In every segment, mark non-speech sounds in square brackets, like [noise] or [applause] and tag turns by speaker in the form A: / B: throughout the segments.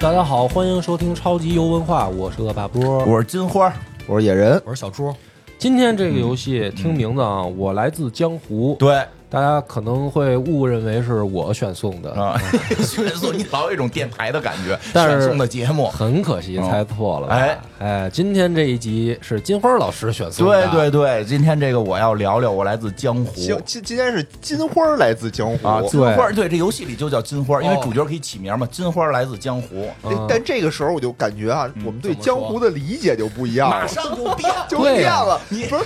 A: 大家好，欢迎收听超级游文化，我是恶霸波。
B: 我是金花，我是野人，
C: 我是小猪，
A: 今天这个游戏听名字啊，我来自江湖，
B: 对
A: 大家可能会误认为是我选送的， [laughs]
B: 啊，迅速，你老有一种电台的感觉，
A: 但是
B: 选送的节目，
A: 很可惜猜错了吧。
B: 哎
A: 哎，今天这一集是金花老师选送的
B: 对，对对，今天这个我要聊聊，我来自江湖
D: 行，今今天是金花儿来自江湖
B: 啊，金
A: 对哦
B: 花，对，这游戏里就叫金花，因为主角可以起名嘛，金花来自江湖，
D: 但但这个时候我就感觉
B: 嗯
D: 啊，我们对江湖的理解就不一样了，
B: 马上啊就变。
D: 就
A: 对
D: 变
A: 呀
D: 了。不是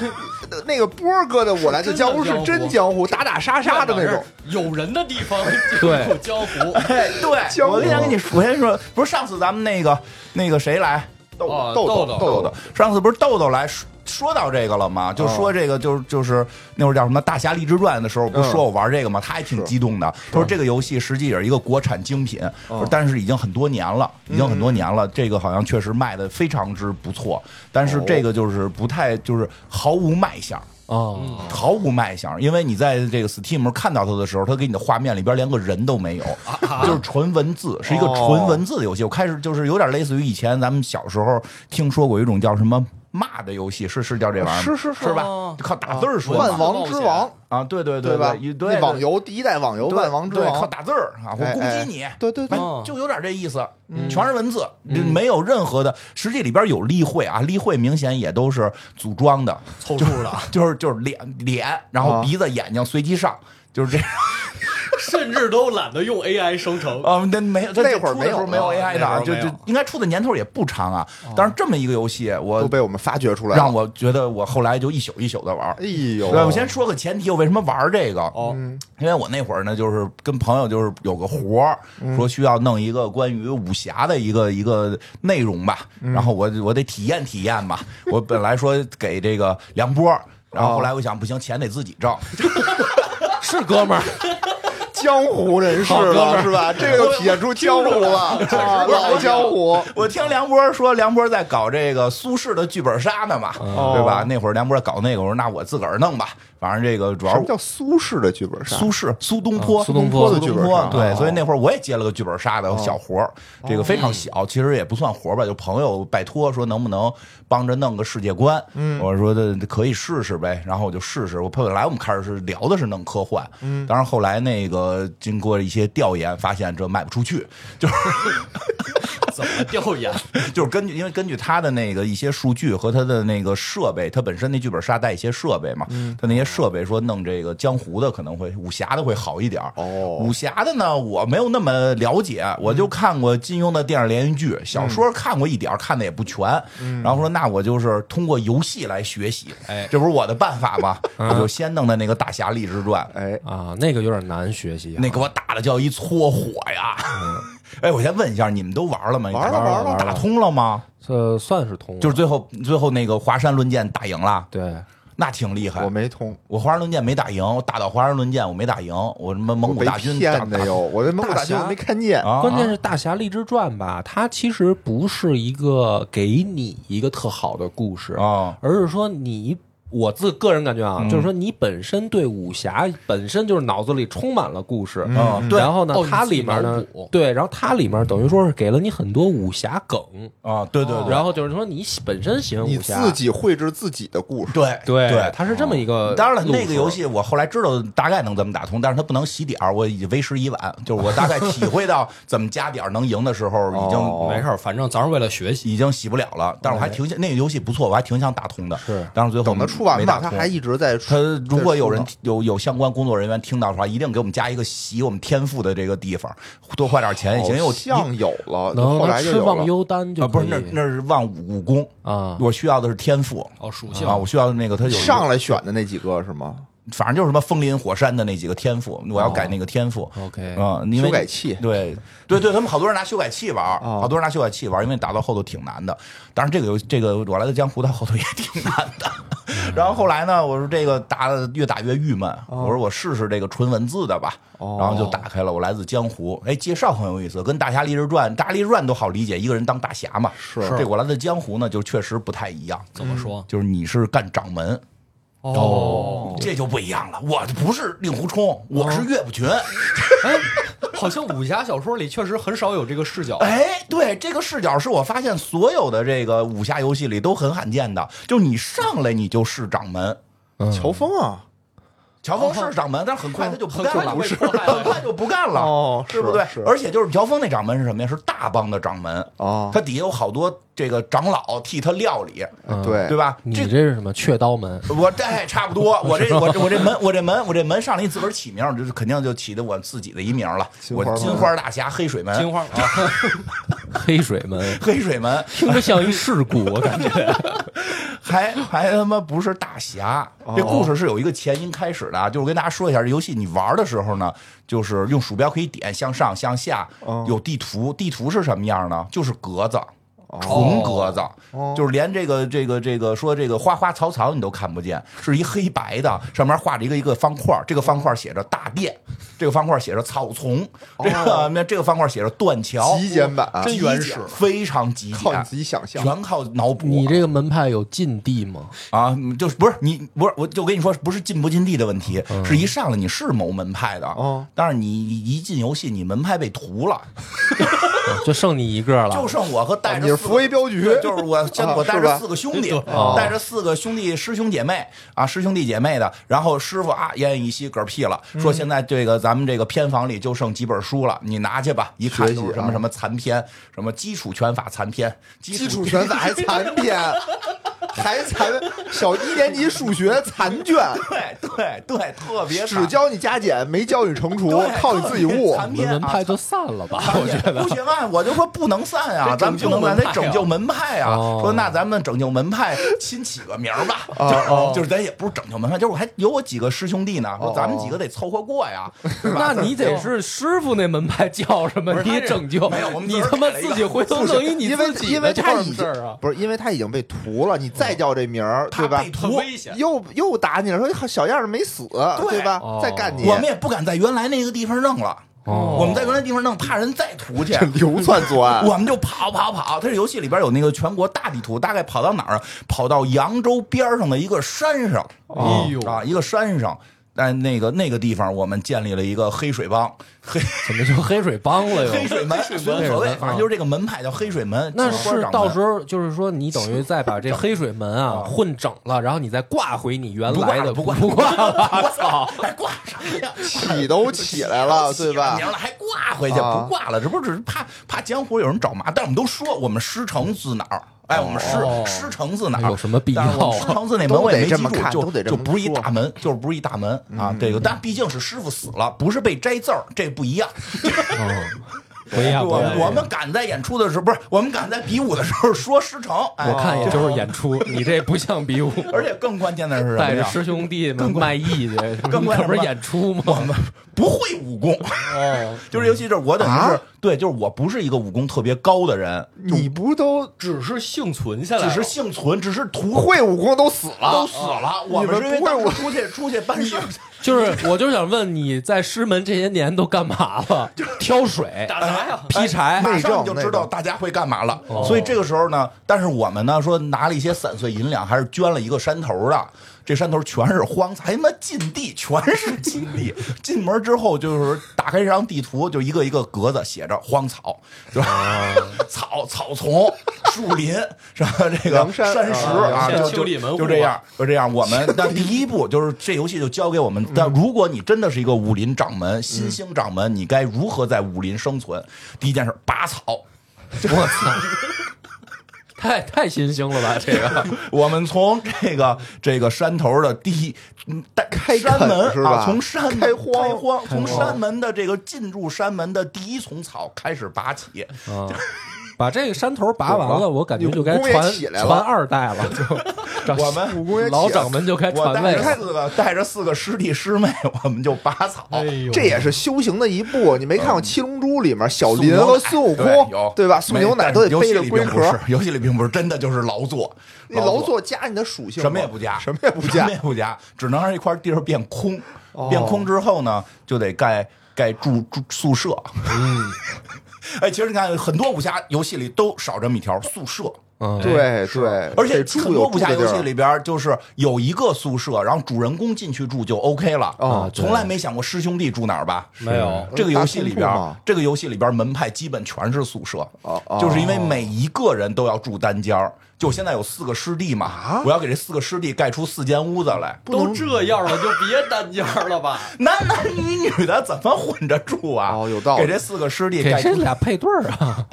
D: 那个波儿哥的《我来自江湖》是
C: 真
D: 真
C: 的
D: 江湖，打打杀杀的那种。，
C: 有人的地方
A: 对
C: 有江湖。
B: 哎，对，
D: 江湖
B: 我先跟你说，我先说，不是上次咱们那个那个谁来
D: 豆
C: 哦
D: 豆
C: 豆
D: 豆
C: 豆
B: 豆豆，上次不是豆豆来说说到这个了吗？就说这个就是就是那会儿叫什么《大侠立志传》的时候，不是说我玩这个吗？他还挺激动的，他说这个游戏实际也是一个国产精品，但是已经很多年了，已经很多年了，这个好像确实卖的非常之不错，但是这个就是不太就是毫无卖相。
A: 啊，
B: 毫无卖相，因为你在这个 Steam 看到它的时候，它给你的画面里边连个人都没有，
D: 啊
B: 就是纯文字，是一
D: 哦
B: 个纯文字的游戏。我开始就是有点类似于以前咱们小时候听说过有一种叫什么骂的游戏，是是叫这玩意儿吗？
D: 是是是啊
B: 是吧
C: 哦？
B: 靠打字儿说
D: 万
B: 嘛
D: 王之王，
B: 啊，对对
D: 吧？
B: 对，
D: 那网游第一代网游《
B: 对
D: 万王之
B: 对靠
D: 王》，
B: 打字儿啊，我
D: 哎
B: 攻击你，嗯
D: 对嗯对对，
B: 反就有点这意思，嗯全是文字，没有任何的。实际里边有例会啊，例会明显也都是组装的，
C: 凑数的，
B: 就是就是脸脸，然后
D: 啊
B: 鼻子、眼睛随机上，就是这样。
C: 甚至都懒得用 AI 生成。
B: 啊，那没有，
D: 那会儿
B: 没
D: 没有
B: 没有
C: 啊
B: AI 的啊，
C: 那会儿
B: 就
C: 没有
B: 就应该出的年头也不长啊。但是这么一个游戏，
D: 都
B: 我
D: 被我们发掘出来了。
B: 让我觉得我后来就一宿一宿的玩儿。
D: 哎呦，
B: 对，我先说个前提，我为什么玩这个？
C: 哦，
B: 因为我那会儿呢，就是跟朋友就是有个活儿，说需要弄一个关于武侠的一个一个内容吧，然后我我得体验体验嘛。我本来说给这个梁波，然后后来我想不行，钱得自己挣，
A: 是哥们儿，
D: 江湖人士了是吧？这个就体现出江湖了啊，老江湖。
B: [laughs] 我听梁波说，梁波在搞这个苏轼的剧本杀呢嘛，
D: 嗯
B: 对
D: 哦
B: 吧？那会儿梁波搞那个，我说那我自个儿弄吧，反正这个主
D: 什
B: 要
D: 么叫苏轼的剧本杀？
B: 苏
D: 嗯
B: 轼、苏东坡、
A: 啊苏东坡
B: 苏
D: 的剧
B: 东
D: 本
B: 坡
D: 杀，
B: 对，
D: 哦
B: 所以那会儿我也接了个剧本杀的小活儿，这个非常小，其实也不算活儿吧，就朋友拜托说能不能帮着弄个世界观，
D: 嗯
B: 我说的可以试试呗，然后我就试试。我本来我们开始是聊的是弄科幻，
D: 嗯
B: 当然后来那个经过一些调研，发现这卖不出去， [laughs] 就是。
C: 怎么调研？
B: 就是根据，因为根据他的那个一些数据和他的那个设备，他本身那剧本杀带一些设备嘛，
D: 嗯
B: 他那些设备说弄这个江湖的可能会武侠的会好一点儿
D: 哦
B: 武侠的呢我没有那么了解，我就看过金庸的电视连续剧，小说看过一点儿，看的也不全，
D: 嗯
B: 然后说那我就是通过游戏来学习，
C: 哎
B: 这不是我的办法吗？我就先弄的那个《大侠立志传》，
D: 嗯哎，
A: 啊，那个有点难学习啊，
B: 那给我打的叫一搓火呀！ [laughs] 哎，我先问一下，你们都玩了吗？
D: 嗯玩了玩了玩了
B: 打通了吗？
A: 呃，算是通了，
B: 就是最啊后最后那个华山论剑打赢了，
A: 对，
B: 那挺厉害
D: 我。没通，
B: 我华山论剑没打赢，我打到华山论剑我没打赢，我什么
D: 我
B: 蒙古
D: 被
B: 大军打
D: 骗的哟！我这蒙古大军
A: 大侠
D: 我没看见
B: 打啊！
A: [laughs] 关键
B: 是
A: 是《大侠立志传》吧，它其实不是一个给你一个特好的故事，
B: 啊，
A: 而是说你我自个人感觉啊，就是说你本身对武侠本身就是脑子里充满了故事，
B: 嗯对
A: 然后呢，
C: 哦
A: 它
C: 你自己
A: 里面呢
C: 脑补，
A: 对，然后它里面等于说是给了你很多武侠梗，
B: 啊，对对对
A: 然后就是说你喜本身喜欢
D: 你
A: 武侠，
D: 自己绘制自己的故事，
B: 对
A: 对
B: 对。哦
A: 它是这么一个、
B: 当然了，那个游。戏我后来知道大概能怎么打通，但是它不能洗点儿，我已经为时已晚。就是我大概体会到怎么加点儿能赢的时
D: [laughs]
B: 候，已经、
D: 哦
C: 没事儿，反正咱是为了学习。
B: 已经洗不了了。但是我还挺想那个游戏不错，我还挺想打通的。
A: 是
B: 但是最后
D: 等它出完
B: 没
D: 吧，
B: 打
D: 它
B: 通
D: 还一直在出
B: 他。如果有人
D: 在
B: 有有相关工作人员听到的话，一定给我们加一个洗我们天赋的这个地方，多花点钱也行。因为
D: 好
B: 我
D: 哦像有了，
A: 能
D: 后来就
A: 吃
D: 有
A: 忘
D: 了。
A: 忧丹就
B: 啊，不是
A: 可
B: 那
A: 以
B: 那是望武武功，
A: 啊，
B: 我需要的是天赋
C: 哦，属性
B: 啊，我需要的那个他有一个
D: 上，来选的那几个是吗？
B: 反正就是什么风林火山的那几个天赋，我要改那个天赋。
A: OK
B: 啊，因为
D: 修改器
B: 对对对，他们好多人拿修改器玩儿，
D: 哦
B: 好多人拿修改器玩儿，因为打到后头挺难的。当然，这个游戏这个我来自江湖，它后头也挺难的。然后后来呢，我说这个打的越打越郁闷，我说我试试这个纯文字的吧，然后就打开了。我来自江湖，哎，介绍很有意思，跟《大侠立志传》《大侠立志传》都好理解，一个人当大侠嘛。是这我来自江湖呢，就确实不太一样，嗯
C: 怎么说？
B: 就是你是干掌门。
C: 哦，
D: 哦哦
B: 这就不一样了，我不是令狐冲，我是岳不群。
C: 哎，好像武侠小说里确实很少有这个视角。
B: 哎，对，这个视角是我发现所有的这个武侠游戏里都很罕见的，就你上来你就是掌门，
A: 嗯
D: 乔峰啊，
B: 乔峰
D: 哦
B: 是掌门，但是很快他就不干了，
C: 不是
B: 很快就不干了，
D: 哦
B: 对不对
D: 是是？
B: 而且就是乔峰那掌门是什么呀？是大帮的掌门，
D: 哦
B: 他底下有好多这个长老替他料理，
A: 嗯
D: 对
B: 对吧？
A: 你
B: 这
A: 这是什么雀刀门？
B: 我这哎差不
A: [laughs]
B: 多，我这我这我这门我这门我这门上了一自个儿起名，这是肯定就起的我自己的一名了。
D: 金
B: 我
D: 花门
B: 金花大侠黑水门，
C: 金花啊，
A: [laughs] 黑水门，
B: [laughs] 黑水门
A: 听着像一事故，我感觉。
B: 还还他妈不是大侠。
D: 哦
B: 这故事是有一个前因开始的啊，就是我跟大家说一下，这游戏你玩的时候呢，就是用鼠标可以点向上、向下，
D: 哦
B: 有地图，地图是什么样呢？就是格子。
D: 哦
B: 纯格子，就是连这个这个这个说这个花花草草你都看不见，是一黑白的，上面画着一个一个方块，这个方块写着大殿，这个方块写着草丛，这个那这个方块写着断桥，
D: 哦极简版，
C: 真原始
B: 非常极
D: 靠你
B: 简
D: 自，己想象。
B: 全靠脑补。
A: [laughs] 你这个门派有禁地吗？
B: 啊，你就是不是你不是我就跟你说，不是进不进地的问题，是一上来你是某门派的，
D: 嗯哦
B: 但是你一进游戏，你门派被屠了，
A: 就剩你一个了。
B: 就剩我和带
D: 啊
B: 着
D: 你是
B: 四个
D: 扶危镖局
B: 对就是我先
D: 啊
B: 我带
D: 是
B: 着
D: 吧
B: 四个兄弟
A: 哦，
B: 带着四个兄弟师兄姐妹啊，师兄弟姐妹的，然后师傅啊奄奄一息嗝屁了，
D: 嗯
B: 说现在这个咱们这个偏房里就剩几本书了，你拿去吧，一看
D: 学习
B: 都是什么
D: 啊
B: 什么残篇，什么基础拳法残篇，基
D: 基础拳法还残篇，还残小一年级数学残卷，
B: 对对对，特 [laughs] 别
D: 只
B: 惨
D: 教你加减，没教你乘除
B: 对，
D: 靠你自己悟。
B: 残
A: 你们
B: 篇
A: 门
B: 啊
A: 派就散了吧， [laughs] 我觉得。
B: [laughs] 不行啊！我就说不能散啊，咱们不能散，得拯救门派啊！
A: 哦
B: 说那咱们拯救门派，新起个名儿吧，就是、就是咱也不是拯救门派，就是我还有我几个师兄弟呢，说咱们几个得凑合过呀，是吧？
A: [laughs]
B: 哎
A: 那你得是师傅那门派叫什么？
C: 不是
A: 你也拯救
B: 没有我们
A: 你
B: 自个儿
A: 他妈
B: 改了一
A: 自
B: 个
A: 己回头弄一你
D: 因为
A: 自己
D: 因为
A: 的
D: 他
A: 这
D: 已
A: 事
D: 经
A: 儿啊。
D: 不是因为他已经被屠了，你再叫这名儿，对吧
B: 嗯被？
C: 很
B: 屠。
C: 危险。
D: 又又打你了，说小样儿没死，对吧
A: 哦？
D: 再干你，
B: 我们也不敢在原来那个地方弄了，
A: 哦
B: 我们在原来地方弄，怕人再屠去。
D: [laughs] 流窜作案。
B: 我们就跑跑跑，它这游戏里边有那个全国大地图，大概跑到哪儿啊？跑到扬州边儿上的一个山上，
D: 哦
C: 哎呦，
B: 啊，一个山上，在那个那个地方，我们建立了一个黑水帮，黑
A: 怎么就黑水帮了
B: 黑
A: 又？
B: 水门，啊无所谓，反正就是这个门派叫黑水门。
A: 那
B: 金花
A: 是
B: 掌
A: 到
B: 门
A: 时候就是说，你等于再把这黑水门啊混整了，然后你再挂回你原
B: 不挂
A: 来
B: 了
A: 的，不
B: 不挂
A: 不挂
B: [laughs]
A: 了。
B: 操，还挂啥呀？
D: 起 [laughs] 都起来了，对吧
B: 名？了还挂回去，
D: 啊
B: 不挂了，这不是只是怕怕江湖有人找麻？但是我们都说我们师承自哪儿？哎，我们师
A: 哦
B: 师承自哪
A: 那
B: 儿？
A: 有什么必要
B: 但
A: 啊
B: 是我们师承自那门我也没记
D: 都得这么看
B: 住，
D: 都
B: 就
D: 得这
B: 就
D: 么嗯
B: 不是一大门，就是不是一大门啊。这个，但毕竟是师傅死了，不是被摘字儿，这不一样。
A: 不一样，
B: 我
A: 不一样
B: 们我们敢在演出的时候，不是我们敢在比武的时候说师承，
A: [laughs]
B: 哎
A: 我看也就是演出，你这不像比武，
B: [laughs] 而且更关键的是什么
A: 带着
B: 呀？
A: 师兄弟们卖艺去，
B: 更关
A: 那不是
B: 键
A: 演出吗？
B: 我们不会武功，
C: 哦，
B: 就是尤其是我等于是
D: 啊
B: 对，就是我不是一个武功特别高的人，
D: 你不都
C: 只是幸存下来
B: 只
C: 了，
B: 是幸存，只是图
D: 会武功都死
B: 都
D: 了？啊
B: 死了。我
D: 们
B: 是因为
D: 不会
B: 当
D: 武
B: 时出去出去办事儿，
A: 就是，我就想问你在师门这些年都干嘛
B: [laughs]
A: 了？挑水、
C: 打啥呀？
D: 哎
A: 劈柴，
B: 马
D: 内
B: 上
D: 政
B: 你就知道
D: 内政
B: 大家会干嘛了。所以这个时候呢，但是我们呢说拿了一些散碎银两，还是捐了一个山头的。这山头全是荒草，还他妈禁地，全是禁地。进门之后就是打开这张地图，就一个一个格子写着荒草，就是 [laughs] 草草丛、树林，什么这个
D: 梁山
B: 石啊，
D: 啊
C: 梁山
B: 就
C: 修
B: 就
C: 理门户
B: 就这样，就这样。我们那第一步就是这游戏就交给我
D: 嗯
B: 们。但如果你真的是一个武林掌门、新兴掌门，你该如何在武林生存？第一件事，拔草。
A: 我操！ [laughs] 太太新兴了吧，这个
B: 我们从这个这个山头的第一，嗯，带
D: 开
B: 山
D: 垦
B: 门
D: 是
B: 啊，
D: 吧
B: 从山门
D: 开荒哦
B: 开荒，从山门的这个进入山门的第一丛草开始拔起。
A: 啊， [laughs] 把这个山头拔完了，
D: 懂了
A: 我感觉就该
D: 你武功也
A: 传
D: 起来了
A: 传二代了，就
B: 我们
D: 武功也起
A: 老
D: 了
A: 掌门就该
B: 我
A: 传
B: 带
A: 位
B: 着
A: 了。
B: 四个带着四个师弟师妹，我们就拔草。
C: 哎呦，
D: 这也是修行的一步。你没看过《七龙珠》里面小林
B: 嗯送牛
D: 和
B: 奶
D: 孙悟
B: 对
D: 空，
B: 有
D: 对吧？送牛奶都得背着龟壳，，
B: 没但是游戏里并不是游戏里并不是真的就是劳作，
D: 你劳作加你的属性吗，
B: 什么也不加，
D: 什么也不
B: 什
D: 加哦
B: 么也。不加，只能让一块地儿变空。变空之后呢，就得盖盖住住宿 [laughs] 舍。嗯，哎，其实你看，很多武侠游戏里都少这么一条宿舍。
A: 嗯，
D: 对对，
B: 而且
D: 得住
B: 很多
D: 有
B: 武
D: 住
B: 侠
D: 的地
B: 游戏
D: 儿，
B: 里边，就是有一个宿舍，然后主人公进去住就 OK 了
D: 哦
A: 对
B: 从来没想过师兄弟住哪儿吧？
C: 没有
B: 这个游戏里边
D: 大通铺嘛，
B: 这个游戏里边门派基本全是宿舍
D: 哦哦，
B: 就是因为每一个人都要住单间儿。就现在有四个师弟
D: 啊
B: 嘛，我要给这四个师弟盖出四间屋子来，
C: 都这样了，就别单间了吧？
B: 男男女女的怎么混着住啊？
D: 哦有道理
B: 给这四个师弟
A: 给
B: 盖
A: 这
B: 出
A: 俩配对儿啊！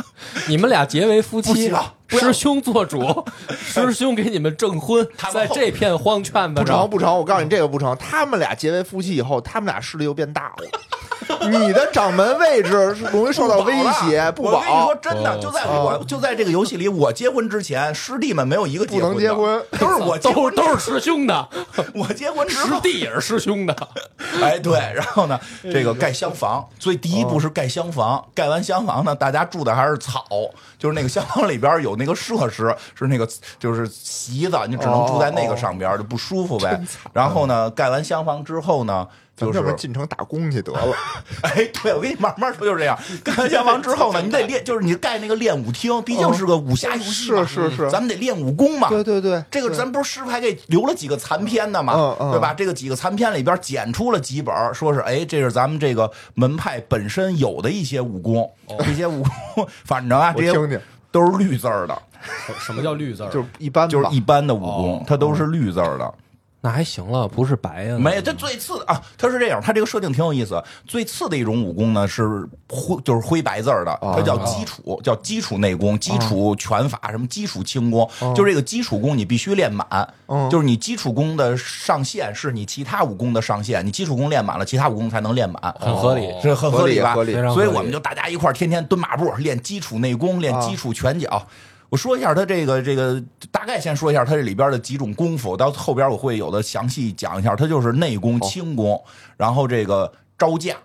A: 你们俩结为夫
B: 不
A: 妻
B: 行不，
A: [laughs]
B: 要
A: 师兄做主，师兄给你们证婚
B: 他，们
A: 在这片荒圈子
D: 不成
A: 上，
D: 不成，我告诉你这个不成，他们俩结为夫妻以后，他们俩势力又变大了，你的掌门位置是容易受到威胁，不
B: 我跟你
D: 保哦
B: 说。真的，就在我就在这个游戏里，我结婚之前，师弟们没有一个
D: 不能
B: 结
D: 结
B: 婚
D: 婚
B: 的，都是
D: [laughs]
B: 我
A: [laughs]
B: 结
A: 都
B: 婚，
A: 都是师兄的，
B: [laughs] 我结婚之
A: 师
B: 后，
A: 弟也是师兄的，
B: 哎对，然后呢，
D: 哎
B: 这个盖厢
D: 哦
B: 房，所以第一步是盖厢房，盖完厢房呢，大家住的还是草，就是那个厢房里边有那个设施，是那个就是席子，你只能住在那
D: 哦
B: 个上边，就不舒服呗。然后呢，盖完厢房之后呢，就
D: 咱
B: 是
D: 们要不然进城打工去得了，
B: [laughs] 哎，对，我跟你慢慢说，就是这样。盖完厢房之后呢，你得练，就是你盖那个练武厅，毕竟是个武侠游戏嘛，
D: 哦是是是
B: 咱们得练武功嘛。
D: 对 [laughs] 对对
B: 这个
D: 对
B: 咱不是师傅还给留了几个残篇的嘛，
D: 嗯嗯
B: 对吧？这个几个残篇里边剪出了几本，说是哎，这是咱们这个门派本身有的一些武功，这些武功， [laughs] 反正啊，
D: 哦我
B: 这
D: 听
B: 些
D: 听，
B: 都是绿字儿的，
C: 什么叫绿字儿？
D: 就是一般吧
B: 就是一般的武
D: 哦
B: 功，它都是绿字儿的。
A: 那还行了，不是白呀？
B: 没有，这最次的啊，它是这样，它这个设定挺有意思。最次的一种武功呢是灰，就是灰白字儿的，它叫基础，叫基础内功、基础拳法，什么基础轻功，就是这个基础功你必须练满，就是你基础功的上限是你其他武功的上限，你基础功练满了，其他武功才能练满，哦
A: 很合理
B: 这很
D: 合
B: 理
D: 理
B: 吧？
D: 合理啊
A: 非常
B: 所以
A: 合理
B: 我们就大家一块儿天天蹲马步，练基础内功，练基础拳脚。我说一下他这个这个，大概先说一下他这里边的几种功夫，到后边我会有的详细讲一下。他就是内功、轻功，然后这个招架、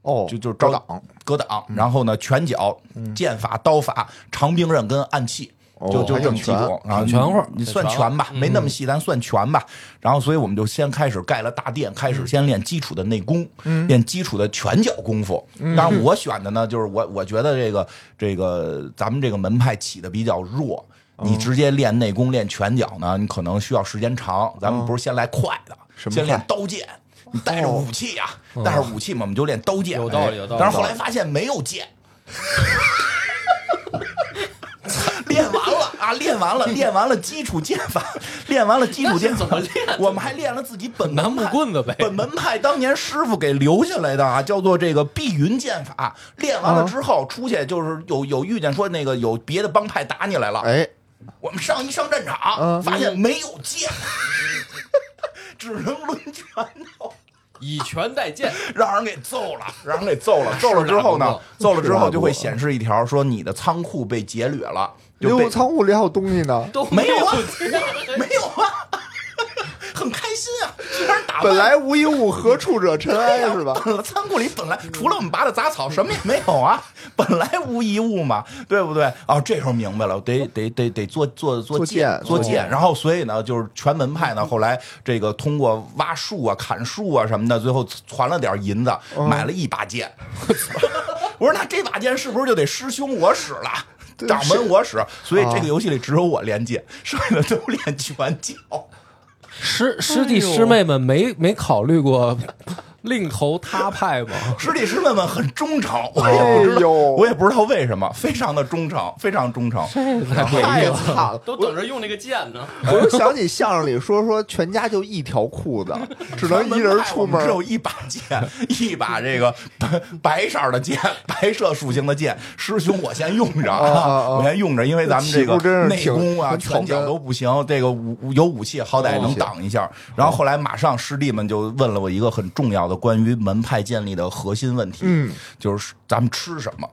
D: 哦，
B: 就就是
D: 高
B: 招
D: 档嗯
B: 格挡，然后呢拳脚、剑法、刀法、长柄刃跟暗器。
D: 哦
B: 就就
D: 还
B: 这
D: 挺
B: 么几种，然后
A: 挺全乎
B: 你算全吧，没那么细，咱算全吧。然后，所以我们就先开始盖了大殿，开
D: 嗯
B: 始先练基础的内功，练基础的拳脚功夫。
D: 嗯
B: 但是我选的呢，就是我我觉得这个这个咱们这个门派起的比较弱，
D: 哦
B: 你直接练内功练拳脚呢，你可能需要时间长。咱们不是先来快的，
D: 哦什么
B: 先练
D: 快哦
B: 刀剑。你带着武器啊，带着武器嘛，我们就练刀剑。
C: 有道理
B: 哎
C: 有道理
B: 但是后来发现没有剑， [laughs] 练完了啊，练完了，练完了基础剑法，练完了基础剑法，
C: 那是怎么练
B: 我们还练了自己本门
A: 拿木
B: 派
A: 棍子呗
B: 本门派当年师傅给留下来的啊，叫做这个碧云剑法。练完了
D: 嗯
B: 之后，出去就是有有遇见说那个有别的帮派打你来了，
D: 哎，
B: 我们上一上战场，
D: 嗯
B: 发现没有剑， [laughs] 只能抡拳头。
C: 以拳代剑，
B: 让人给揍了， [laughs] 让人给揍了，揍了之后呢，揍了之后就会显示一条说你的仓库被劫掠了，就被
D: 溜仓库里还有东西呢。
C: 都
B: 没有啊
C: 剑
B: 没有啊， [laughs] 很开心啊，虽然打败
D: 本来无一物，何处惹尘埃是 [laughs] 吧？
B: 本来 [laughs] 仓库里本来除了我们拔的杂草，什么也没有啊，本来无一物嘛，对不对？哦，这时候明白了，得得得得做做做
D: 做
B: 剑
D: 剑
B: 做
D: 哦
B: 剑，然后所以呢，就是全门派呢，后来这个通过挖树啊、砍树啊什么的，最后攒了点银子，
D: 哦
B: 买了一把剑。 [laughs] 我说那这把剑是不是就得师兄我使了？
D: 对
B: 掌门我使，所以这
D: 啊
B: 个游戏里只有我练剑，剩下的都练拳脚。
A: 师师弟
B: 哎
A: 师妹们没没考虑过另投他派吗？
B: 师弟师妹们很忠诚，我
D: 哎
B: 也不知道
D: 呦，
B: 我也不知道为什么，非常的忠诚，非常忠诚。
A: 这太诡异
D: 太
A: 了。
D: 惨了！
C: 都等着用那个剑呢。
D: 我就想起相声里说说全家就一条裤子，只能一人出
B: 我们
D: 门
B: 只。有一把剑， [laughs] 一把这个白白色的剑，白色属性的剑。师兄，我先用着
D: 啊啊啊
B: [laughs] 我先用着，因为咱们这个
D: 起步真是
B: 内
D: 挺
B: 功啊、
D: 很哦草
B: 拳
D: 根
B: 脚都不行，这个武武有武器，好歹能挡一下。然后后来马上师弟们就问了我一个很重要的关于门派建立的核心问题，
D: 嗯，
B: 就是咱们吃什么。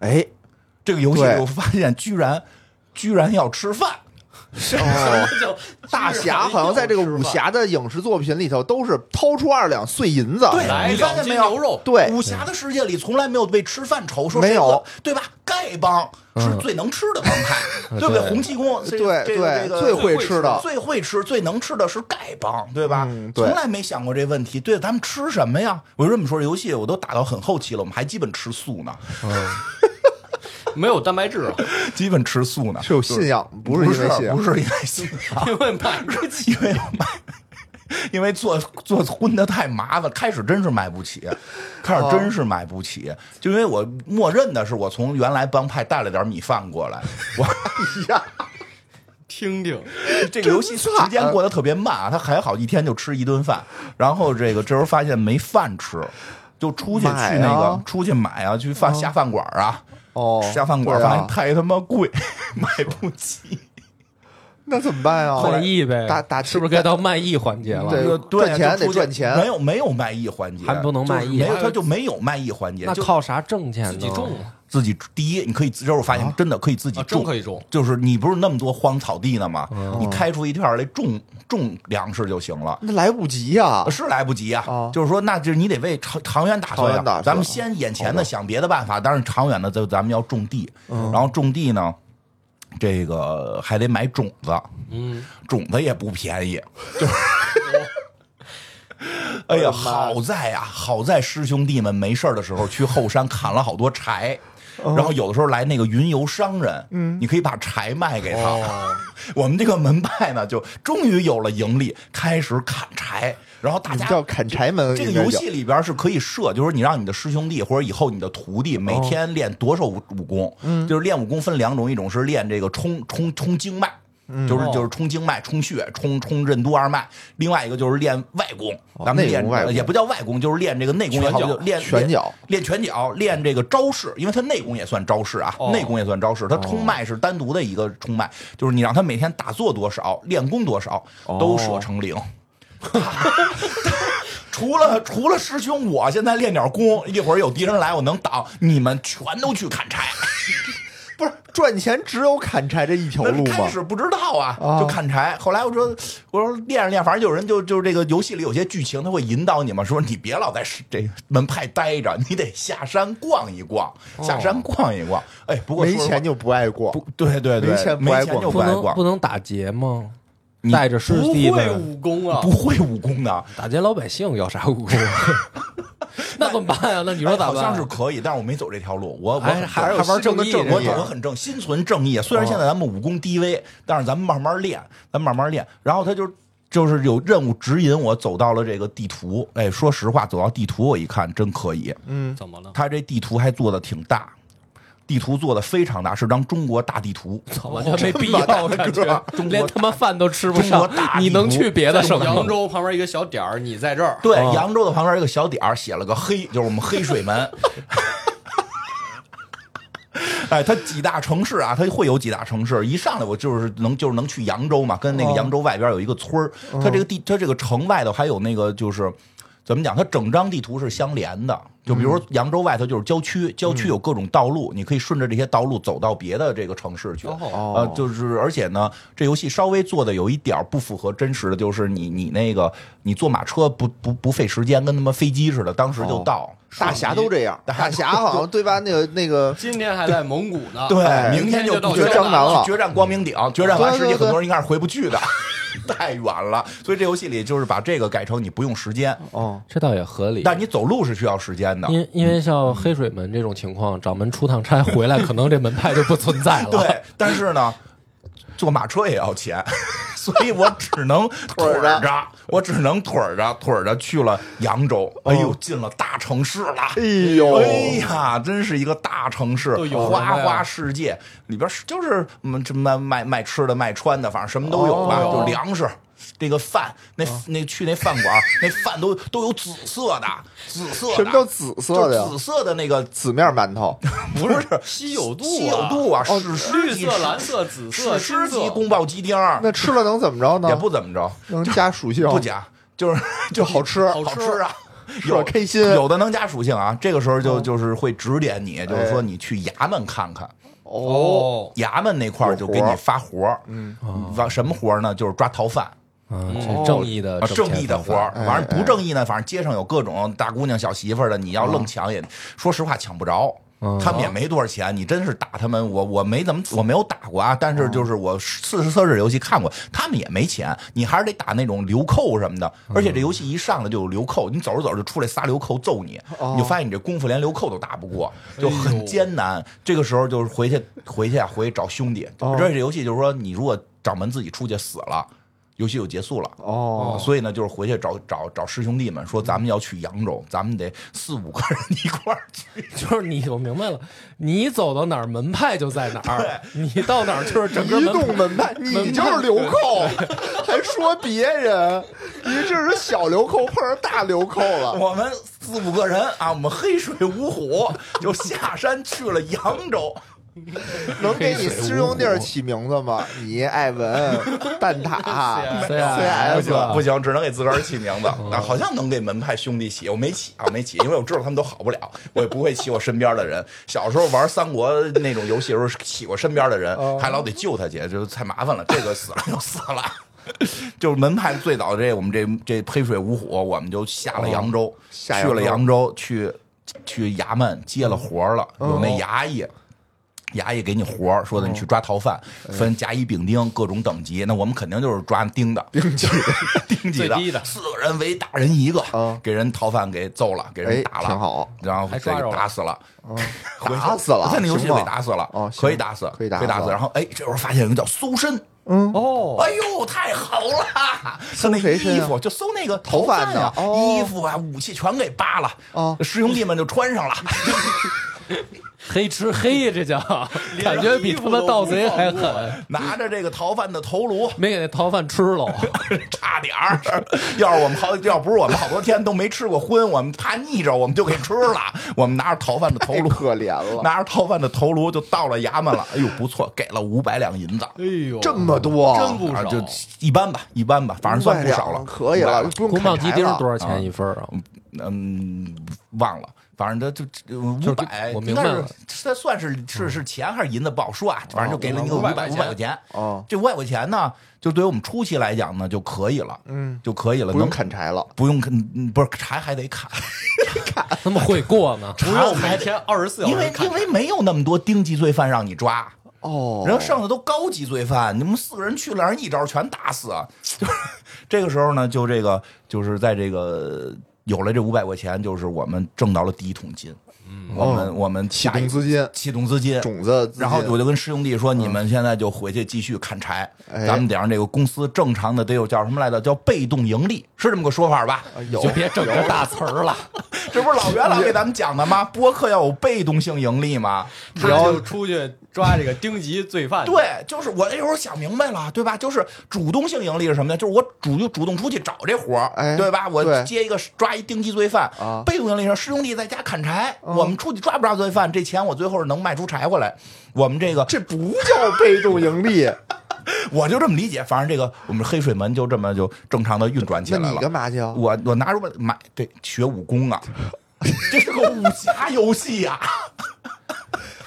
D: 哎，
B: 这个游戏
D: 对
B: 我发现居然居然要吃饭。
D: [laughs] 哦，
C: 就
D: 大侠好像在这个武侠的影视作品里头都是掏出二两碎银子，
B: 对
C: 来
B: 你发现
C: 两
B: 没
C: 斤
B: 有
C: 牛肉，
D: 对
B: 武侠的世界里从来没有为吃饭愁，说
D: 没
B: 这个
D: 有，嗯
B: 对吧？丐帮是最能吃的帮
D: [laughs]
B: 派，对不对？
A: 对
B: 洪七公，这
D: 对
B: 这个这
D: 对
B: 个
D: 最会吃的
B: 最会吃、最能吃的是丐帮，对吧
D: 嗯？对
B: 从来没想过这问题。对，咱们吃什么呀？我这么说，游戏我都打到很后期了，我们还基本吃素呢。
C: 没有蛋白质
D: [laughs]
C: 啊，
B: [laughs] 基本吃素呢，
D: 是有信仰，不是因为信仰
B: 不，是因为
D: [laughs]
B: 信仰，
C: 因为买不起。
B: 因为买， [laughs] 因为做做荤的太麻烦，开始真是买不起，开始真是买不起，就因为我默认的是我从原来帮派带了点米饭过
D: [laughs]
B: 来，我。
D: 哦
C: 听听，
B: 这个游戏时间过得特别慢啊，他还好一天就吃一顿饭，然后这个这时候发现没饭吃，就出去去
D: 买啊
B: 那个出去买啊，去饭下饭馆啊，
D: 哦，
B: 下饭馆
D: 对
B: 发现 [laughs]
D: 啊，
B: 太他妈贵，买不起。
D: 那怎么
B: 啊
D: 办呀？
A: 卖艺呗，
D: 打打
A: 是不是该到卖艺环节了？
D: 对
B: 就对
D: 赚钱
B: 就出去
D: 得赚钱
B: 没有没有卖艺环节，
A: 还不能卖艺
B: 就是没有他就没有卖艺环节，
A: 那
B: 就
A: 靠啥挣钱呢？
D: 哎
C: 自己种啊
B: 自己第一，你可以自就是我发现真的可以自己
C: 啊
B: 种，
C: 真可以哦种
B: 就是你不是那么多荒草地呢吗？你开出一片儿来种种粮食就行了。
D: 那来不及呀！
B: 是来不及啊，
D: 啊
B: 就是说，那就是你得为长长远打
D: 长
B: 算
D: 远打
B: 呀。
D: 算
B: 咱们先眼前的想别的办法，当然长远的就咱们要种地，
D: 嗯
B: 然后种地呢，这个还得买种子，
C: 嗯，
B: 种子也不便 [laughs] 宜。就是，哎呀，好在呀、好在师兄弟们没事儿的时候去后山砍了好多柴。
D: 嗯
B: 然后有的时候来那个云游商人，嗯，你可以把柴卖给他。
D: 哦
B: [laughs] 我们这个门派呢，就终于有了盈利，开始砍柴。然后大
D: 你
B: 家
D: 们叫砍柴门，
B: 这个
D: 应该
B: 游
D: 叫
B: 戏里边是可以设，就是你让你的师兄弟或者以后你的徒弟每天练多少武武功，
D: 嗯
B: 就是练武功分两种，一种是练这个冲冲冲经脉。
D: 嗯哦
B: 就是就是冲经脉、冲血、冲冲任督二脉，另外一个就是练外功，咱们
D: 哦内
B: 练呃
D: 功外功
B: 也不叫外功，就是练这个内功也好，
C: 拳脚
B: 就练
D: 拳脚
B: 练拳脚，练这个招式，因为他内功也算招式啊，内功也算招式。他冲脉是单独的一个冲脉，就是你让他每天打坐多少，练功多少，都设成零。 [laughs] 除了除了师兄，我现在练点功，一会儿有敌人来我能挡，你们全都去砍柴。
D: 不是赚钱只有砍柴这一条路
B: 开
D: 吗？
B: 始不知道啊，
D: 啊
B: 就砍柴。后来我说，我说练着练，反正有人就就是这个游戏里有些剧情，他会引导你嘛，说你别老在是这个门派待着，你得下山逛一逛，下山逛一逛。哎，不过
D: 哦没
B: 说实话
D: 钱就不爱过，
B: 不对对对，
D: 没
B: 没
D: 钱不爱
B: 钱
D: 逛
B: 就
A: 不
B: 爱
A: 能不
B: 逛，
A: 能打劫吗？
B: 你
A: 带着师
C: 不
A: 弟
C: 会
A: 们
C: 武功啊
B: 不，会武功的。
A: 打劫老百姓有啥武
B: [laughs]
A: 功？那怎么办呀？那你
B: 你
A: 说咋
B: 哎好
A: 办？
B: 像是可以，但是我没走这条路，我我
A: 还
B: 很
A: 还
D: 有
A: 还玩
D: 西
A: 正
D: 蒙的
A: 义
D: 正
B: 我
A: 这
D: 义
A: 个
B: 我很正，心存正义。虽然
A: 哦
B: 现在咱们武功低微，但是咱们慢慢练，咱慢慢练。然后他就就是有任务指引我走到了这个地图。哎，说实话，走到地图我一看，真可以。
A: 嗯
C: 怎么了？
B: 他这地图还做的挺大，地图做的非常大，是张中国大地图。
A: 完全没必要，
B: [laughs]
A: 感觉连他妈饭都吃不
B: 中
A: 上
B: 国大，
A: 你能去别的省
C: 扬
A: 吗？
C: 州旁边一个小点儿，你在这儿，啊
B: 对，扬州的旁边一个小点儿写了个黑，就是我们黑水门。 [laughs] 哎，它几大城市啊，它会有几大城市。一上来我就是能就是能去扬州嘛，跟那个扬州外边有一个村儿，
C: 嗯
B: 它这个地它这个城外头还有那个就是怎么讲，它整张地图是相连的。就比如
C: 嗯
B: 说扬州外头就是郊区，郊区有各种道路，你可以顺着这些道路走到别的这个城市去。
C: 哦
B: 呃，就是而且呢，这游戏稍微做的有一点儿不符合真实的，就是你你那个你坐马车不不不费时间，跟他妈飞机似的，当时就到。
D: 哦大侠都这样，大侠好像对吧？那个那
B: [laughs]
D: 个
C: 今天还在蒙古呢，
B: 对，
D: 哎
B: 明天就
C: 明天就到
B: 决
D: 江南了嗯
B: 决战光明顶，决战完
D: 对对
B: 实际很
D: 对
B: 多人应该是回不去的， [laughs] 太远了。所以这游戏里就是把这个改成你不用时间，
D: 哦，
A: 这倒也合理。
B: 但你走路是需要时间的。
A: 因因为像黑水门这种情况，掌门出趟差回来，可能这门派就不存在
D: [laughs]
A: 了。
B: [laughs] 对，但是呢，坐马车也要钱， [laughs] 所以我只
D: [laughs]
B: 能腿
D: 儿着
B: 着，我只能腿儿着腿儿着去了扬州。哎呦，进了大城市了。
D: 哦哎呦，
B: 哎呀，真是一个大城市
C: 都，有
B: 花
C: 什么呀
B: 花世界，里边是就是嗯这卖卖卖吃的、卖穿的，反正什么都有吧，
D: 哦
B: 就粮食。这个饭，那那去那饭馆，那饭都都有紫色的，紫色的，
D: 什么叫紫色的呀
B: 就紫色的那个
D: 紫面馒头，
B: 不
D: [laughs]
B: 是
C: 稀有度啊
B: 稀有度啊，
D: 哦
B: 史诗
C: 绿
B: 级
C: 色、蓝色、紫
B: 史
C: 色、
B: 诗
C: 金
B: 级
C: 色，
B: 宫爆鸡丁儿
D: 那吃了能怎么着呢？
B: 也不怎么着，
D: 能加属性，
B: 不假，就是 [laughs] 就
D: 好吃
B: 好
C: 好吃
B: 吃啊。
D: 是吧
B: 有
D: 开心嗯
B: 有的能加属性啊，这个时候就就是会指点你，就是
D: 哎
B: 说你去衙门看看，
D: 哦，
C: 哦，
B: 衙门那块儿就给
D: 有活
B: 你
D: 儿
B: 发活儿，嗯，往什么活儿呢？就是抓逃犯，
A: 嗯，这正义的
B: 啊，正义的
A: 钱哎
B: 活儿，反正不正义呢，反正街上有各种大姑娘、小媳妇儿的，你要愣抢也，说实话抢不着。
A: 嗯
B: 他们也没多少钱。你真是打他们，我我没怎么我没有打过啊，但是
A: 哦
B: 就是我四十测试游戏看过，他们也没钱，你还是得打那种流寇什么的。
A: 嗯
B: 而且这游戏一上来就有流寇，你走着走着就出来仨流寇揍你，
A: 哦
B: 你就发现你这功夫连流寇都打不过，
A: 哎
B: 就很艰难。这个时候就是回去回去啊，回去找兄弟。
D: 哦
B: 而且这游戏就是说，你如果掌门自己出去死了，游戏就结束了。
D: 哦，
B: 所以呢，就是回去找找找师兄弟们，说咱们要去扬州，咱们得四五个人一块儿去。
A: 就是你，我明白了，你走到哪儿，门派就在哪儿，你到哪儿就是整个
D: 移
A: 门派
D: 动门派，你就是流寇，还说别人，你这是小流寇碰上大流寇了。
B: 我们四五个人啊，我们黑水五虎就下山去了扬州。
D: 能给你师兄弟儿起名字吗？你艾文、蛋挞、
B: [laughs]
A: CIS
B: 不不行，只能给自个儿起名字。啊，好像能给门派兄弟起，我没起啊，没起，因为我知道他们都好不了，我也不会起我身边的人。小时候玩三国那种游戏的时候，起过身边的人，还老得救他去，就太麻烦了。这个死了就死了。 [laughs] 就是门派最早这我们这这黑水五虎，我们就下了扬州，
D: 下
B: 去
D: 扬州
B: 了扬州，去去衙门接了活儿了，有那衙役。衙役给你活儿，
D: 哦
B: 说的你去抓逃犯，
D: 哎
B: 分甲乙丙丁各种等级。那我们肯定就是抓丁
D: [laughs]
B: 的，丁级丁级
C: 最低的
B: 四个人围大人一个
D: 嗯，
B: 给人逃犯给揍了，给
D: 哎
B: 人打
D: 挺
B: 了，
D: 好，啊
B: 然后
A: 还
B: 给
A: 抓着了
B: 打死了， [laughs]
D: 打死了，
B: 在那游戏
D: 行
B: 里
D: 吗
B: 给打死了
D: 哦，行
B: 可以打死，
D: 可以打死
B: 死。然后哎，这时候发现有一个叫搜身，
A: 哦，
B: 哎呦，太好了！他那
D: 谁身
B: 衣
D: 啊
B: 服就搜那个
D: 头
B: 犯
D: 发呢
B: 呀，
D: 哦
B: 衣服啊、武器全给扒了，
D: 哦
B: 师兄弟们就穿上了。 [laughs]
A: 黑吃黑呀，这叫感觉比他妈盗贼还狠，
B: 拿着这个逃犯的头颅，
A: 没给那逃犯吃了，
B: 差点儿。 [laughs] 要是我们好，要不是我们好多天都没吃过荤，我们怕腻着，我们就给吃了。我们拿着逃犯的头
D: 太 [laughs]
B: 颅，
D: 可怜了，
B: 拿着逃犯的头颅就到了衙门了。哎呦，不错，给了五百两银子。
C: 哎呦，
D: 这么多，
C: 真不
B: 啊，
C: 少，
B: 就一般吧，一般吧，反正算不少了，
D: 可以了，不用
A: 宫保
D: 砍
A: 鸡
D: 柴
A: 丁
D: 了。
A: 多少钱一份儿啊？
B: 嗯，忘了，反正他就这
A: 就
B: 五
A: 是
B: 百，
A: 我
B: 应
A: 明
B: 该
A: 白
B: 是
A: 了
B: 这算是是是钱还是银子不好说啊，反正就给了你个五
C: 500
B: 百五百
C: 块钱
B: 块钱。
D: 哦，
B: 这五百块钱呢，就对于我们初期来讲呢就可以了，
D: 嗯，
B: 就可以了，
D: 不
B: 能
D: 用砍柴了，
B: 不用砍，嗯不是柴还得砍， [laughs]
A: 那么会过呢？
C: 不用每天二十四小
B: 因为
C: 时看
B: 因，为没有那么多丁级罪犯让你抓，
D: 哦，
B: 然后剩下都高级罪犯，你们四个人去了，让人一招全打死。啊 [laughs] 就是这个时候呢，就这个就是在这个有了这五百块钱，就是我们挣到了第一桶金。嗯，我们我们
D: 哦启
B: 下一
D: 动资金、
B: 启动资金，
D: 种子资金，
B: 然后我就跟师兄弟说：“你们现在就回去继续砍柴，
D: 哎
B: 咱们得让这个公司正常的得有叫什么来着？叫被动盈利，是这么个说法吧？
D: 啊有
A: 就别整这大词儿了，
B: 这不是老袁老给咱们讲的吗？播客要有被动性盈利吗？
C: 他就出去抓这个丁级罪犯，，
B: 对，就是我那时候想明白了，对吧？就是主动性盈利是什么呢？就是我主就主动出去找这活儿，
D: 哎
B: 对吧？我
D: 对
B: 接一个抓一丁级罪犯，
D: 啊
B: 被动盈利是师兄弟在家砍柴，我们出去抓不抓罪犯，这钱我最后是能卖出柴回来。我们这个，
D: 这不叫被动盈利，
B: 我就这么理解，反正这个我们黑水门就这么就正常的运转起
D: 那
B: 来
D: 你干
B: 了。
D: 嘛去啊？
B: 我我拿出买对学武功啊， [laughs] 这是个武侠游戏呀、啊。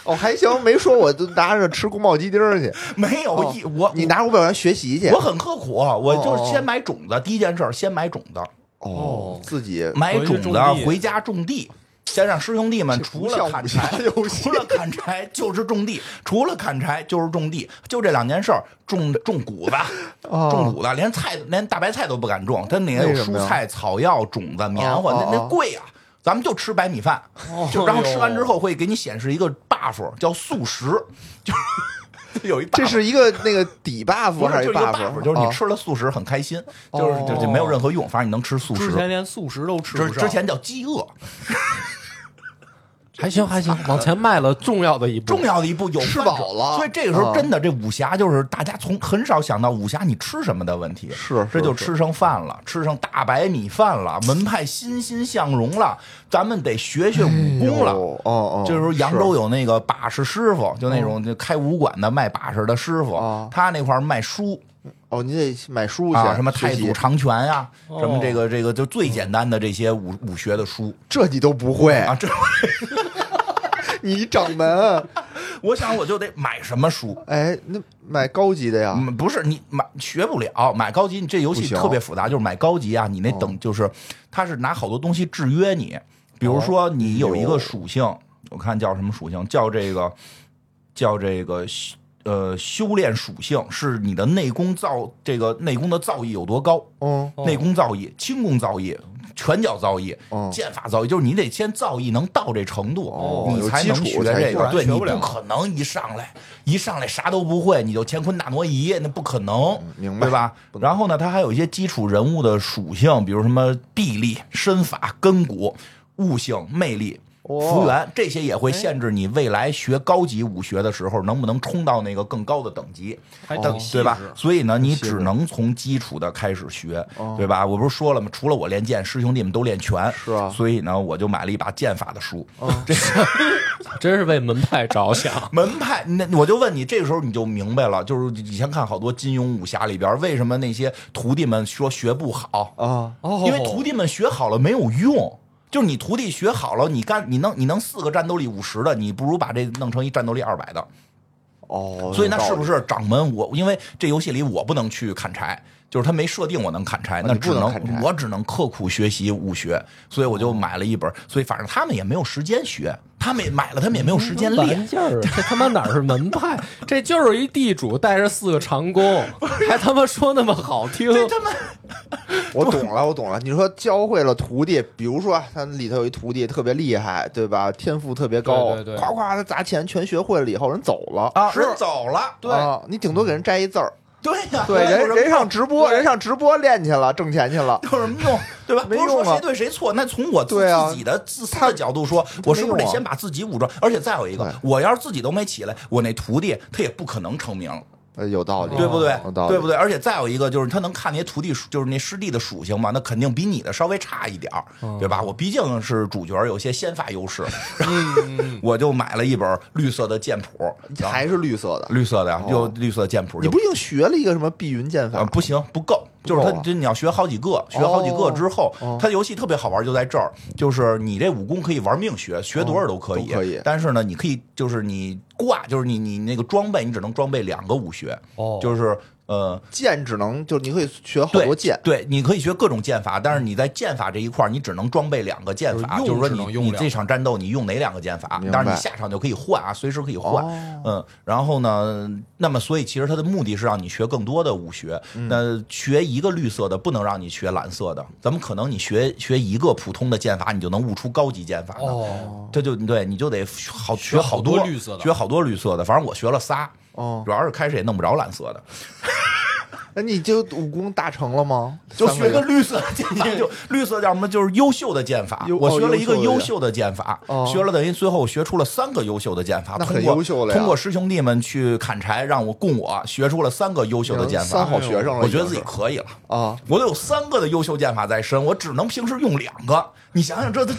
D: 哦，还行，没说我就拿着吃宫保鸡丁儿去。
B: 没有
D: 哦
B: 一、我
D: 你拿五百元学习去
B: 我。很刻苦，啊我就
D: 哦哦
B: 是先买种子，第一件事儿先买种子。
D: 哦，自己
B: 买
C: 回去
B: 种
C: 种
B: 子
C: 地
B: 回家种地，先让师兄弟们除了砍柴， [laughs] 除了砍柴就是种地，除了砍柴就是种地，就这两件事儿，种种谷子，
D: 哦
B: 种谷子，连菜连大白菜都不敢种，它里面
D: 为
B: 有
D: 什么
B: 蔬
D: 呀
B: 菜、草药、种子、棉花，
D: 哦
B: 那那
D: 哦
B: 贵啊。咱们就吃白米饭，
C: 哦
B: 就然后吃完之后会给你显示一个 buff，叫素食，就是 [laughs] 有一 buff。
D: [laughs] 这是一个那个底 buff
B: 不
D: 还
B: 是就
D: 是一
B: 是一个
D: buff？
B: 就是你
D: 哦
B: 吃了素食很开心，就是就就
C: 哦
B: 没有任何用，反正你能吃素
C: 之
B: 食。
C: 前连素食都吃
B: 之
C: 不上，
B: 之前叫饥饿，
A: 还行还行，往前迈了重要的一步
B: 重。要的一步有饭
D: 吃饱了
B: 所以这个时候
D: 啊
B: 真的，这武侠就是大家从很少想到武侠你吃什么的问题，
D: 是是
B: 这就是吃上饭了，吃上大白米饭了，门派欣欣向荣了，咱们得学学武功了。
D: 哦哦，
B: 这时候扬州
D: 有
B: 有那个把式师傅，就那种就开武馆的卖把式的师傅，
D: 嗯哦
B: 他那块儿卖书
D: 哦，你得买书去
B: 啊，什么
D: 学
B: 太
D: 习
B: 祖长拳呀、
C: 哦
B: 什么这个这个就最简单的这些武武学的书
D: 这你都不会，
B: 啊，这
D: [laughs] 你掌门，
B: 我想我就得买什么
D: [laughs]
B: 书，
D: 哎，那买高级的呀，
B: 嗯，不是你买学不了，买高级，你这游
D: 不
B: 戏
D: 行哦
B: 特别复杂，就是买高级啊，你
D: 哦哎
B: 那等就是，它是拿好多东西制约你，比如说你有一个属性，我看叫什么属性，叫这个叫这个呃修炼属性，是你的内功造这个内功的造诣有多高，
D: 嗯
B: 内功造诣、轻功造
D: 哦
B: 诣。拳脚造诣、
D: 嗯
B: 剑法造诣，就是你得先造诣能到这程度，
D: 哦
B: 你才
D: 有
B: 能
D: 基
B: 学
D: 础才
B: 这
D: 不
B: 个。
D: 然
B: 对
D: 学
B: 你
D: 不了
B: 不可能一上来一上来啥都不会，你就乾坤大挪移，那不可能，
D: 嗯明白
B: 对吧？然后呢，它还有一些基础人物的属性，比如什么地利、身法、根骨、悟性、魅力。
D: 哦哎
B: 幅员这些也会限制你未来学高级武学的时候能不能冲到那个更高的等级。
C: 还
B: 等
C: 挺细
B: 对吧
C: 致？
B: 所以呢，你只能从基础的开始学，对吧？我不是说了吗？除了我练剑，师兄弟们都练拳，
D: 是啊
B: 所以呢，我就买了一把剑法的书。。
A: 真是为门派着想
B: 门派，那我就问你，这个时候你就明白了，就是以前看好多金庸武侠里边，为什么那些徒弟们说学不好，
D: 啊，
A: 哦
B: 因为徒弟们学好了没有用。就是你徒弟学好了，你干你能你能四个战斗力五十的，你不如把这弄成一战斗力二百的。
D: 哦，
B: 所以那是不
D: 是
B: 是掌门我？因为这游戏里我不能去砍柴，就是他没设定我能砍柴，那
D: 啊你
B: 只
D: 不能砍柴哦
B: 我只能刻苦学习武学，所以我就买了一本。所以反正他们也没有时间学，他们也嗯买了，他们也没有时间
A: 玩
B: 练。
A: 劲儿，啊这他妈哪儿是门派？这就是一地主带着四个长工，还他妈说那么好听。
B: 这他妈
D: [laughs] 我懂了，我懂了。你说教会了徒弟，比如说他里头有一徒弟特别厉害，对吧？天赋特别高，
A: 对对对
D: 夸夸他砸钱全学会了以后，人走了
B: 啊，
D: 是
B: 人走了，对
D: 啊，你顶多给人摘一字儿，
B: 对呀，
D: [laughs] 对，
B: 有
D: 人
B: 什么
D: 人上直播，
B: 对
D: 人上直播练去了，挣钱去了。
B: 有什么用，对吧？不
D: [laughs] 没
B: 是说
D: 用啊
B: 谁对谁错，那从我自
D: 对啊
B: 自己的自私的角度说，我是不是
D: 没
B: 得
D: 用啊
B: 先把自己武装？而且再有一个
D: 对，
B: 我要是自己都没起来，我那徒弟他也不可能成名。
D: 呃，有道理，
B: 对不对
D: 有？道理，
B: 对不对？而且再有一个就是，他能看那些徒弟属，就是那师弟的属性嘛，那肯定比你的稍微差一点儿，
D: 哦
B: 对吧？我毕竟是主角，有些先发
D: [laughs]
B: 优势。 [laughs] 然后我就买了一本绿色的剑谱，然后
D: 还是绿色的。
B: 绿色的呀，就绿色剑谱。
D: 啊嗯哦你
B: 就
D: 不已经学了一个什么碧云剑
B: 啊
D: 法？
B: 不行，不够，就是
D: 够
B: 他
D: 啊哦
B: 这你要学好几个，学好几个之后，他游戏特别好玩就在这儿，就是你这武功可以玩命学，学多少都可以，
D: 哦都可以
B: 但是呢，你可以就是你挂，就是你你那个装备，你只能装备两个武学，
A: 哦
B: 就是呃
D: 剑只能就是你可以学好
B: 对
D: 多剑，
B: 对，你可以学各种剑法，但是你在剑法这一块儿，你只能装备两个剑法，
A: 就是用
B: 就是说
A: 只能
B: 你
A: 用
B: 你
A: 两
B: 这场战斗你用哪两个剑法
D: 明，白
B: 但是你下场就可以换啊，随时可以换。
D: 哦
B: 嗯，然后呢，那么所以其实它的目的是让你学更多的武学。
A: 嗯
B: 那学一个绿色的，不能让你学蓝色的。怎么可能你学学一个普通的剑法，你就能悟出高级剑法呢？
A: 哦，
B: 这就对，你就得好学好
C: 好多绿色的
B: 学好多绿色的。反正我学了仨，
D: 哦
B: 主要是开始也弄不着蓝色的。
D: 那你就武功大成了吗？
B: 就
D: 三
B: 学个
D: 个月
B: 绿色的 [laughs] 剑法，就绿色叫什么？就是优秀的剑法。
D: 优
B: 我
D: 哦
B: 学了一个优
D: 优
B: 秀
D: 秀
B: 的剑法，
D: 哦
B: 学了等于最后学出了三个优秀的剑法。
D: 那
B: 通
D: 很
B: 过
D: 优秀了呀
B: 通过师兄弟们去砍柴，让我供我，学出了三个优秀的剑
D: 三
B: 法。
D: 好学生了，
B: 我觉得自己
D: 已经是
B: 可以了。
D: 啊，
B: 我都有三个的优秀剑法在身，我只能平时用两个。你想想这，这，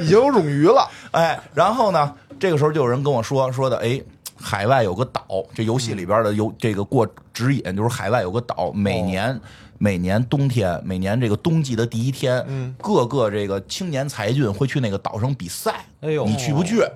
D: 已经冗余了。
B: 哎，然后呢，这个时候就有人跟我说说的，哎。海外有个岛，这游戏里边的游这个过指引就是海外有个岛，每
A: 哦
B: 年、每年冬天，每年这个冬季的第一天，
A: 嗯
B: 各个这个青年才俊会去那个岛上比赛。
A: 哎呦
B: 你去不去？
D: [laughs]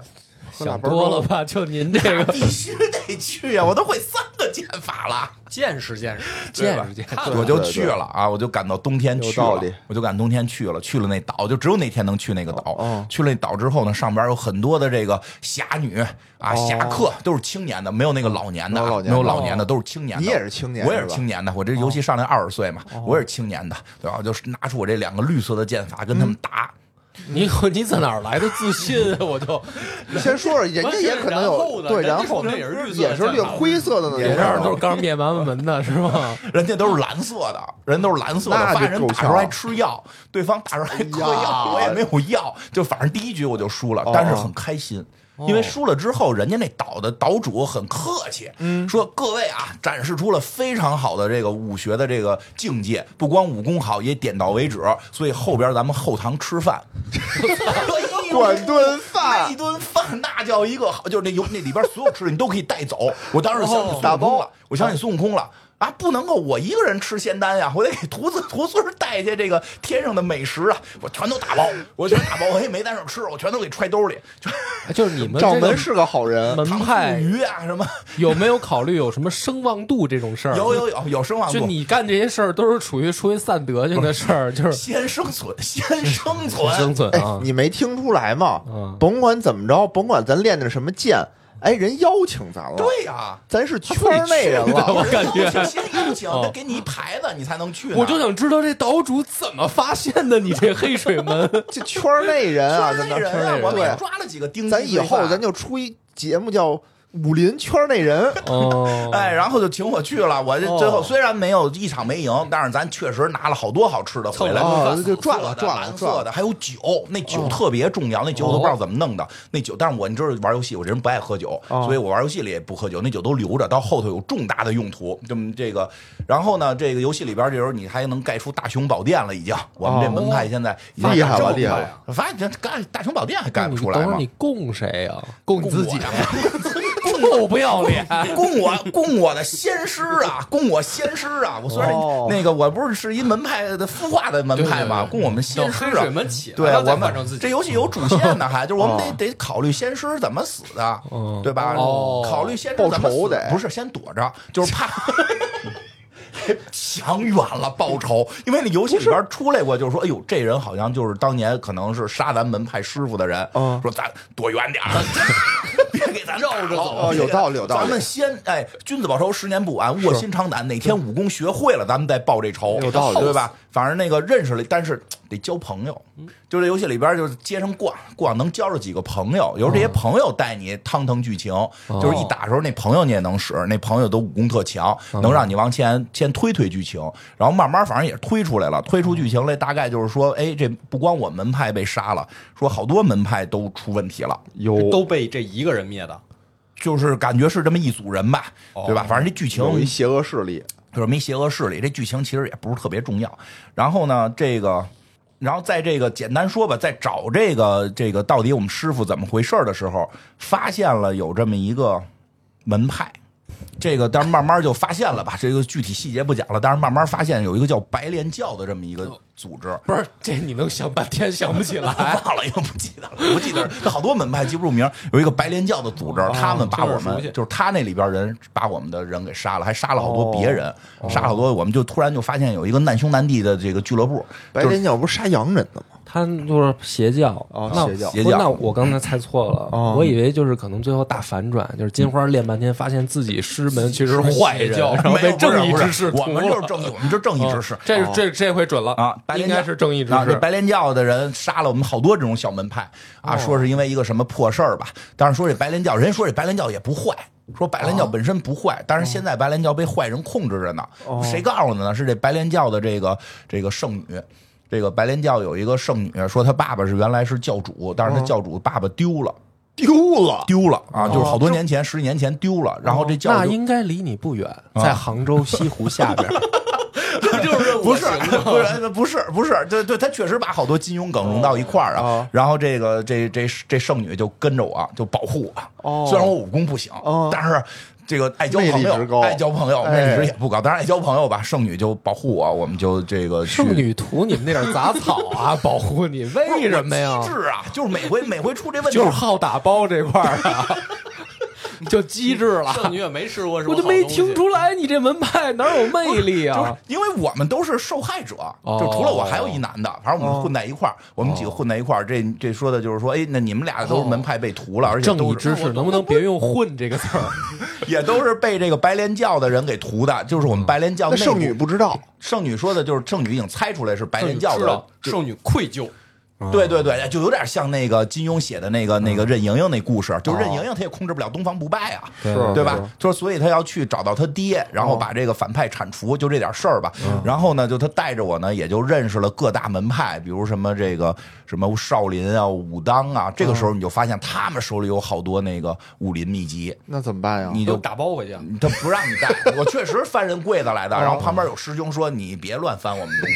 A: 想多了吧？ [laughs] 就您这个
B: 必须得去呀、我都会三个剑法了。
C: 见识见识，
A: [laughs]
B: 对吧
A: 见识见识
B: 我就去了啊，我就赶到冬天去
D: 有
B: 了
D: 道理，
B: 我就赶冬天去了，去了那岛，就只有那天能去那个
D: 哦
B: 岛。去了那岛之后呢，上边有很多的这个侠女啊、侠客，都是青年的，没有那个老年的啊，
D: 哦没有老年的哦
B: 没有老年的，都是青年的。
D: 你也是青年
B: 我也
D: 是吧哦
B: 青年的，我这游戏上来二十岁嘛，我也是青年的，对吧？我就是拿出我这两个绿色的剑法跟他
D: 嗯
B: 们打。
A: 你你在哪儿来的自信啊？我就
D: 你先说说，人家也可能有对，
C: 然
D: 然
C: 后
D: 后
C: 呢人家说那也是绿色的
D: 也是绿灰色的呢，
B: 也
D: 有
A: 这
D: 点
A: 儿
D: 儿
A: 都是刚灭完门的是吗？
B: 人家都是蓝色的，人都是蓝色的，
D: 那就
B: 发现人
D: 够
B: 打
D: 呛
B: 出来吃药，对方打出来嗑
D: 哎
B: 药，
D: 呀
B: 我也没有药，就反正第一局我就输了，
D: 哦
B: 但是很开心。因为输了之后，人家那岛的岛主很客气，
D: 嗯
B: 说各位啊，展示出了非常好的这个武学的这个境界，不光武功好，也点到为止。所以后边咱们后堂吃
D: [laughs]
B: 饭， [laughs]
D: 短顿
B: 那
D: 饭
B: 一，顿饭那叫一个好，就是那有那里边所有吃的你都可以带走。我当时相信孙悟
D: 打
B: 空
D: 包
B: 了，我相信孙悟空了。啊，不能够我一个人吃仙丹呀，我得给徒子徒孙儿带一些这个天上的美食啊，我全都打包，我全打包，我也没在那儿吃，我全都给揣兜里，就
A: 就是你们
D: 掌
A: 这个
D: 门是个好人，
A: 门
B: 糖
A: 派
B: 醋鱼啊什么，
A: 有没有考虑有什么声望度这种事儿？
B: 有有有有声望
A: 就
B: 度。
A: 你干这些事儿都是处于出于散德性的事儿，就是
B: 先生存，先生存
A: 生，存
D: 哎
A: 啊，。
D: 你没听出来吗？
A: 嗯
D: 甭管怎么着，甭管咱练的什么剑，哎，人邀请咱了，
B: 对呀、
D: 咱是圈儿内人
A: 他自己去的
D: 了。
A: 我感觉
B: 邀请先邀请，
A: 哦
B: 他给你一牌子，你才能去呢。
A: 我就想知道这岛主怎么发现的你这黑水门？
D: [laughs] 这圈儿内人啊，
B: [laughs] 圈
D: 真
B: 内
D: 的，
B: 人
A: 圈内
B: 啊，
A: 人
B: 我们也
D: 对
B: 抓了几个钉子。
D: 咱以后咱就出一节目叫《武林圈内人》，
A: 哦，
B: 哎，然后就请我去了。我这
A: 哦
B: 最后虽然没有一场没赢，但是咱确实拿了好多好吃的回来，
D: 凑了哦
B: 紫色的
D: 就赚了赚了
B: 蓝
D: 赚
B: 色的，
D: 了
B: 还有酒，那
A: 哦
B: 酒特别重要，那酒我都不知道怎么弄的。那酒，但是我你知道玩游戏，我这人不爱喝酒，
D: 哦
B: 所以我玩游戏里也不喝酒，那酒都留着，到后头有重大的用途。这么这个，然后呢，这个游戏里边这时候你还能盖出大雄宝殿了，已经。我
A: 哦
B: 们这门派现在已经
D: 厉害
B: 这么
D: 了厉害
B: 快
D: 了
B: 了，反正盖大雄宝殿还盖
A: 那
B: 不
A: 你
B: 出来
A: 等会
B: 吗
A: 儿你？供谁呀？供你
B: 供
A: 自己啊
B: 我呀，
A: 够不要脸！
B: 供我供我的先师
A: [laughs]
B: 啊，供我先师啊！我虽然、
D: 哦
B: 那个我不是是一门派的孵化的门派嘛，
A: 对对对
B: 供我们
C: 等
B: 先师
C: 黑
B: 啊
C: 水。门起来
B: 对，
C: 了，
B: 我
C: 再反正
B: 们
C: 自己
B: 这游戏有主线呢，还就是我们
D: 哦
B: 得得考虑先师怎么死的
A: 嗯，
B: 对吧？
A: 哦
B: 考虑先师怎么
D: 报仇
B: 死
D: 得，
B: 不是先躲着，就是怕想远了报仇，因为那游戏里边出来过，就是说，哎呦，这人好像就是当年可能是杀咱门派师傅的人，
D: 嗯
B: 说咱躲远点儿，别给咱绕着
D: 哦有道理有道理
B: 咱们先哎，君子报仇，十年不晚，卧薪尝胆，哪天武功学会了，咱们再报这仇，
D: 有嗯道理
B: 对吧？反正那个认识了，但是得交朋友，就这游戏里边就是街上逛逛，能交着几个朋友，有时候这
D: 哦
B: 些朋友带你趟腾剧情，就是一打的时候那朋友你也能使，那朋友都武功特强，
D: 哦
B: 能让你往前先推推剧情，然后慢慢反正也是推出来了，推出剧情来大概就是说，哎，这不光我门派被杀了，说好多门派都出问题了。
D: 有
C: 都被这一个人灭的。
B: 就是感觉是这么一组人吧，对吧？反正这剧情
D: 哦有一邪恶势力，
B: 就是没邪恶势力，这剧情其实也不是特别重要。然后呢，这个，然后在这个简单说吧，在找这个这个到底我们师傅怎么回事儿的时候，发现了有这么一个门派。这个，但是慢慢就发现了吧，这个具体细节不讲了。但是慢慢发现有一个叫白莲教的这么一个组织，
A: 不是这你能想半天想不起来，
B: [laughs] 忘了又不记得了，我记得好多门派记不住名儿。有一个白莲教的组织，他们把我
A: 哦这我熟
B: 们
A: 悉
B: 就是他那里边人把我们的人给杀了，还杀了好
A: 哦
B: 多别人，杀了好多。我们就突然就发现有一个难兄难弟的这个俱乐部，
D: 白
B: 就是
D: 莲教不是杀洋人的吗？
A: 他就是邪教
D: 哦
A: 那
D: 邪教
B: 邪教
A: 那我刚才猜错
D: 哦
A: 了，我以为就是可能最后大反转，就是金花练半天，发现自己师门其实是坏人，
C: 邪教
A: 然后
B: 没
A: 被
B: 有不是
A: 正义
B: 不是
A: 之士屠
B: 我们就
A: 了
B: 是
A: 嗯
B: 正义，我们就是正义之士。哦
A: 这是这这回准了
B: 啊，白
A: 应
B: 莲
A: 该
B: 教
A: 是正义之
B: 啊，这
A: 士。
B: 白莲教的人杀了我们好多这种小门派啊，
A: 哦
B: 说是因为一个什么破事儿吧。但是说这白莲教，人家说这白莲教也不坏，说白莲
A: 哦
B: 教本身不坏，但是现在白莲教被坏人控制着呢。
A: 哦
B: 谁告诉的呢？是这白莲教的这个这个圣女。这个白莲教有一个圣女，说她爸爸是原来是教主，但是
A: 哦
B: 她教主爸爸丢了，
D: 丢了，
B: 丢了啊，就是好多年前，十几年前丢了。然后这教
A: 哦
B: 啊
A: 那
B: 主
A: 应该离你不远，在杭州西湖下
B: [laughs]
A: 边。
C: 这就是
B: 不是 [laughs] 不是呃不是不是，对对，他确实把好多金庸梗融到一块儿啊
D: 哦。
B: 然后这个这这这圣女就跟着我，就保护
D: 哦
B: 我。虽然我武功不行
D: 哦，
B: 但是这个爱交
D: 魅力
B: 朋
D: 值
B: 友，
D: 高
B: 爱交朋友，
D: 哎
B: 魅力值也不高。但是爱交朋友吧，圣女就保护我，我们就这个去
A: 圣女图你们那点杂草啊，
B: [laughs]
A: 保护你，为什么呀
B: 我？ [laughs] 机智啊，就是每回每回出这问题
A: 就是，好打包这块儿啊， [laughs] 就机智
B: [laughs]
A: 了。
C: 圣女也没吃过什么
A: 我
C: 好
A: 就
C: 东西，
A: 没听出来你这门派哪有魅力
B: 就是
A: 啊？
B: 因为我们都是受害者，
A: 哦
B: 就除了我还有一男的，反正
D: 哦
B: 我们混在一块儿，我们几个混在一块儿。这这说的就是说，哎，那你们俩都是门派被屠了，而
A: 哦
B: 且
A: 正
B: 都
A: 义
B: 是
A: 之士能不能别用“混”这个词儿？
B: [laughs] 也都是被这个白莲教的人给屠的，就是我们白莲教
D: 那
B: 内部
D: 圣女不知道，
B: 圣女说的就是圣女已经猜出来是白
C: 圣女
B: 莲教
C: 哎知
B: 的
C: 道，圣女愧疚，
B: 对对对，就有点像那个金庸写的那个那个任盈盈那故事，
D: 哦
B: 就是任盈盈她也控制不了东方不败啊，
A: 对
D: 是
B: 对吧？就是所以她要去找到她爹，然
D: 哦
B: 后把这个反派铲除，就这点事儿吧。
D: 嗯
B: 然后呢，就她带着我呢，也就认识了各大门派，比如什么这个什么少林啊、武当啊。这个时候
D: 嗯
B: 你就发现他们手里有好多那个武林秘籍，
D: 那怎么办呀？
B: 你就
C: 打包回去。
B: 他不让你带，我确实翻人柜子来的。然后旁边有师兄说：“你别乱翻我们东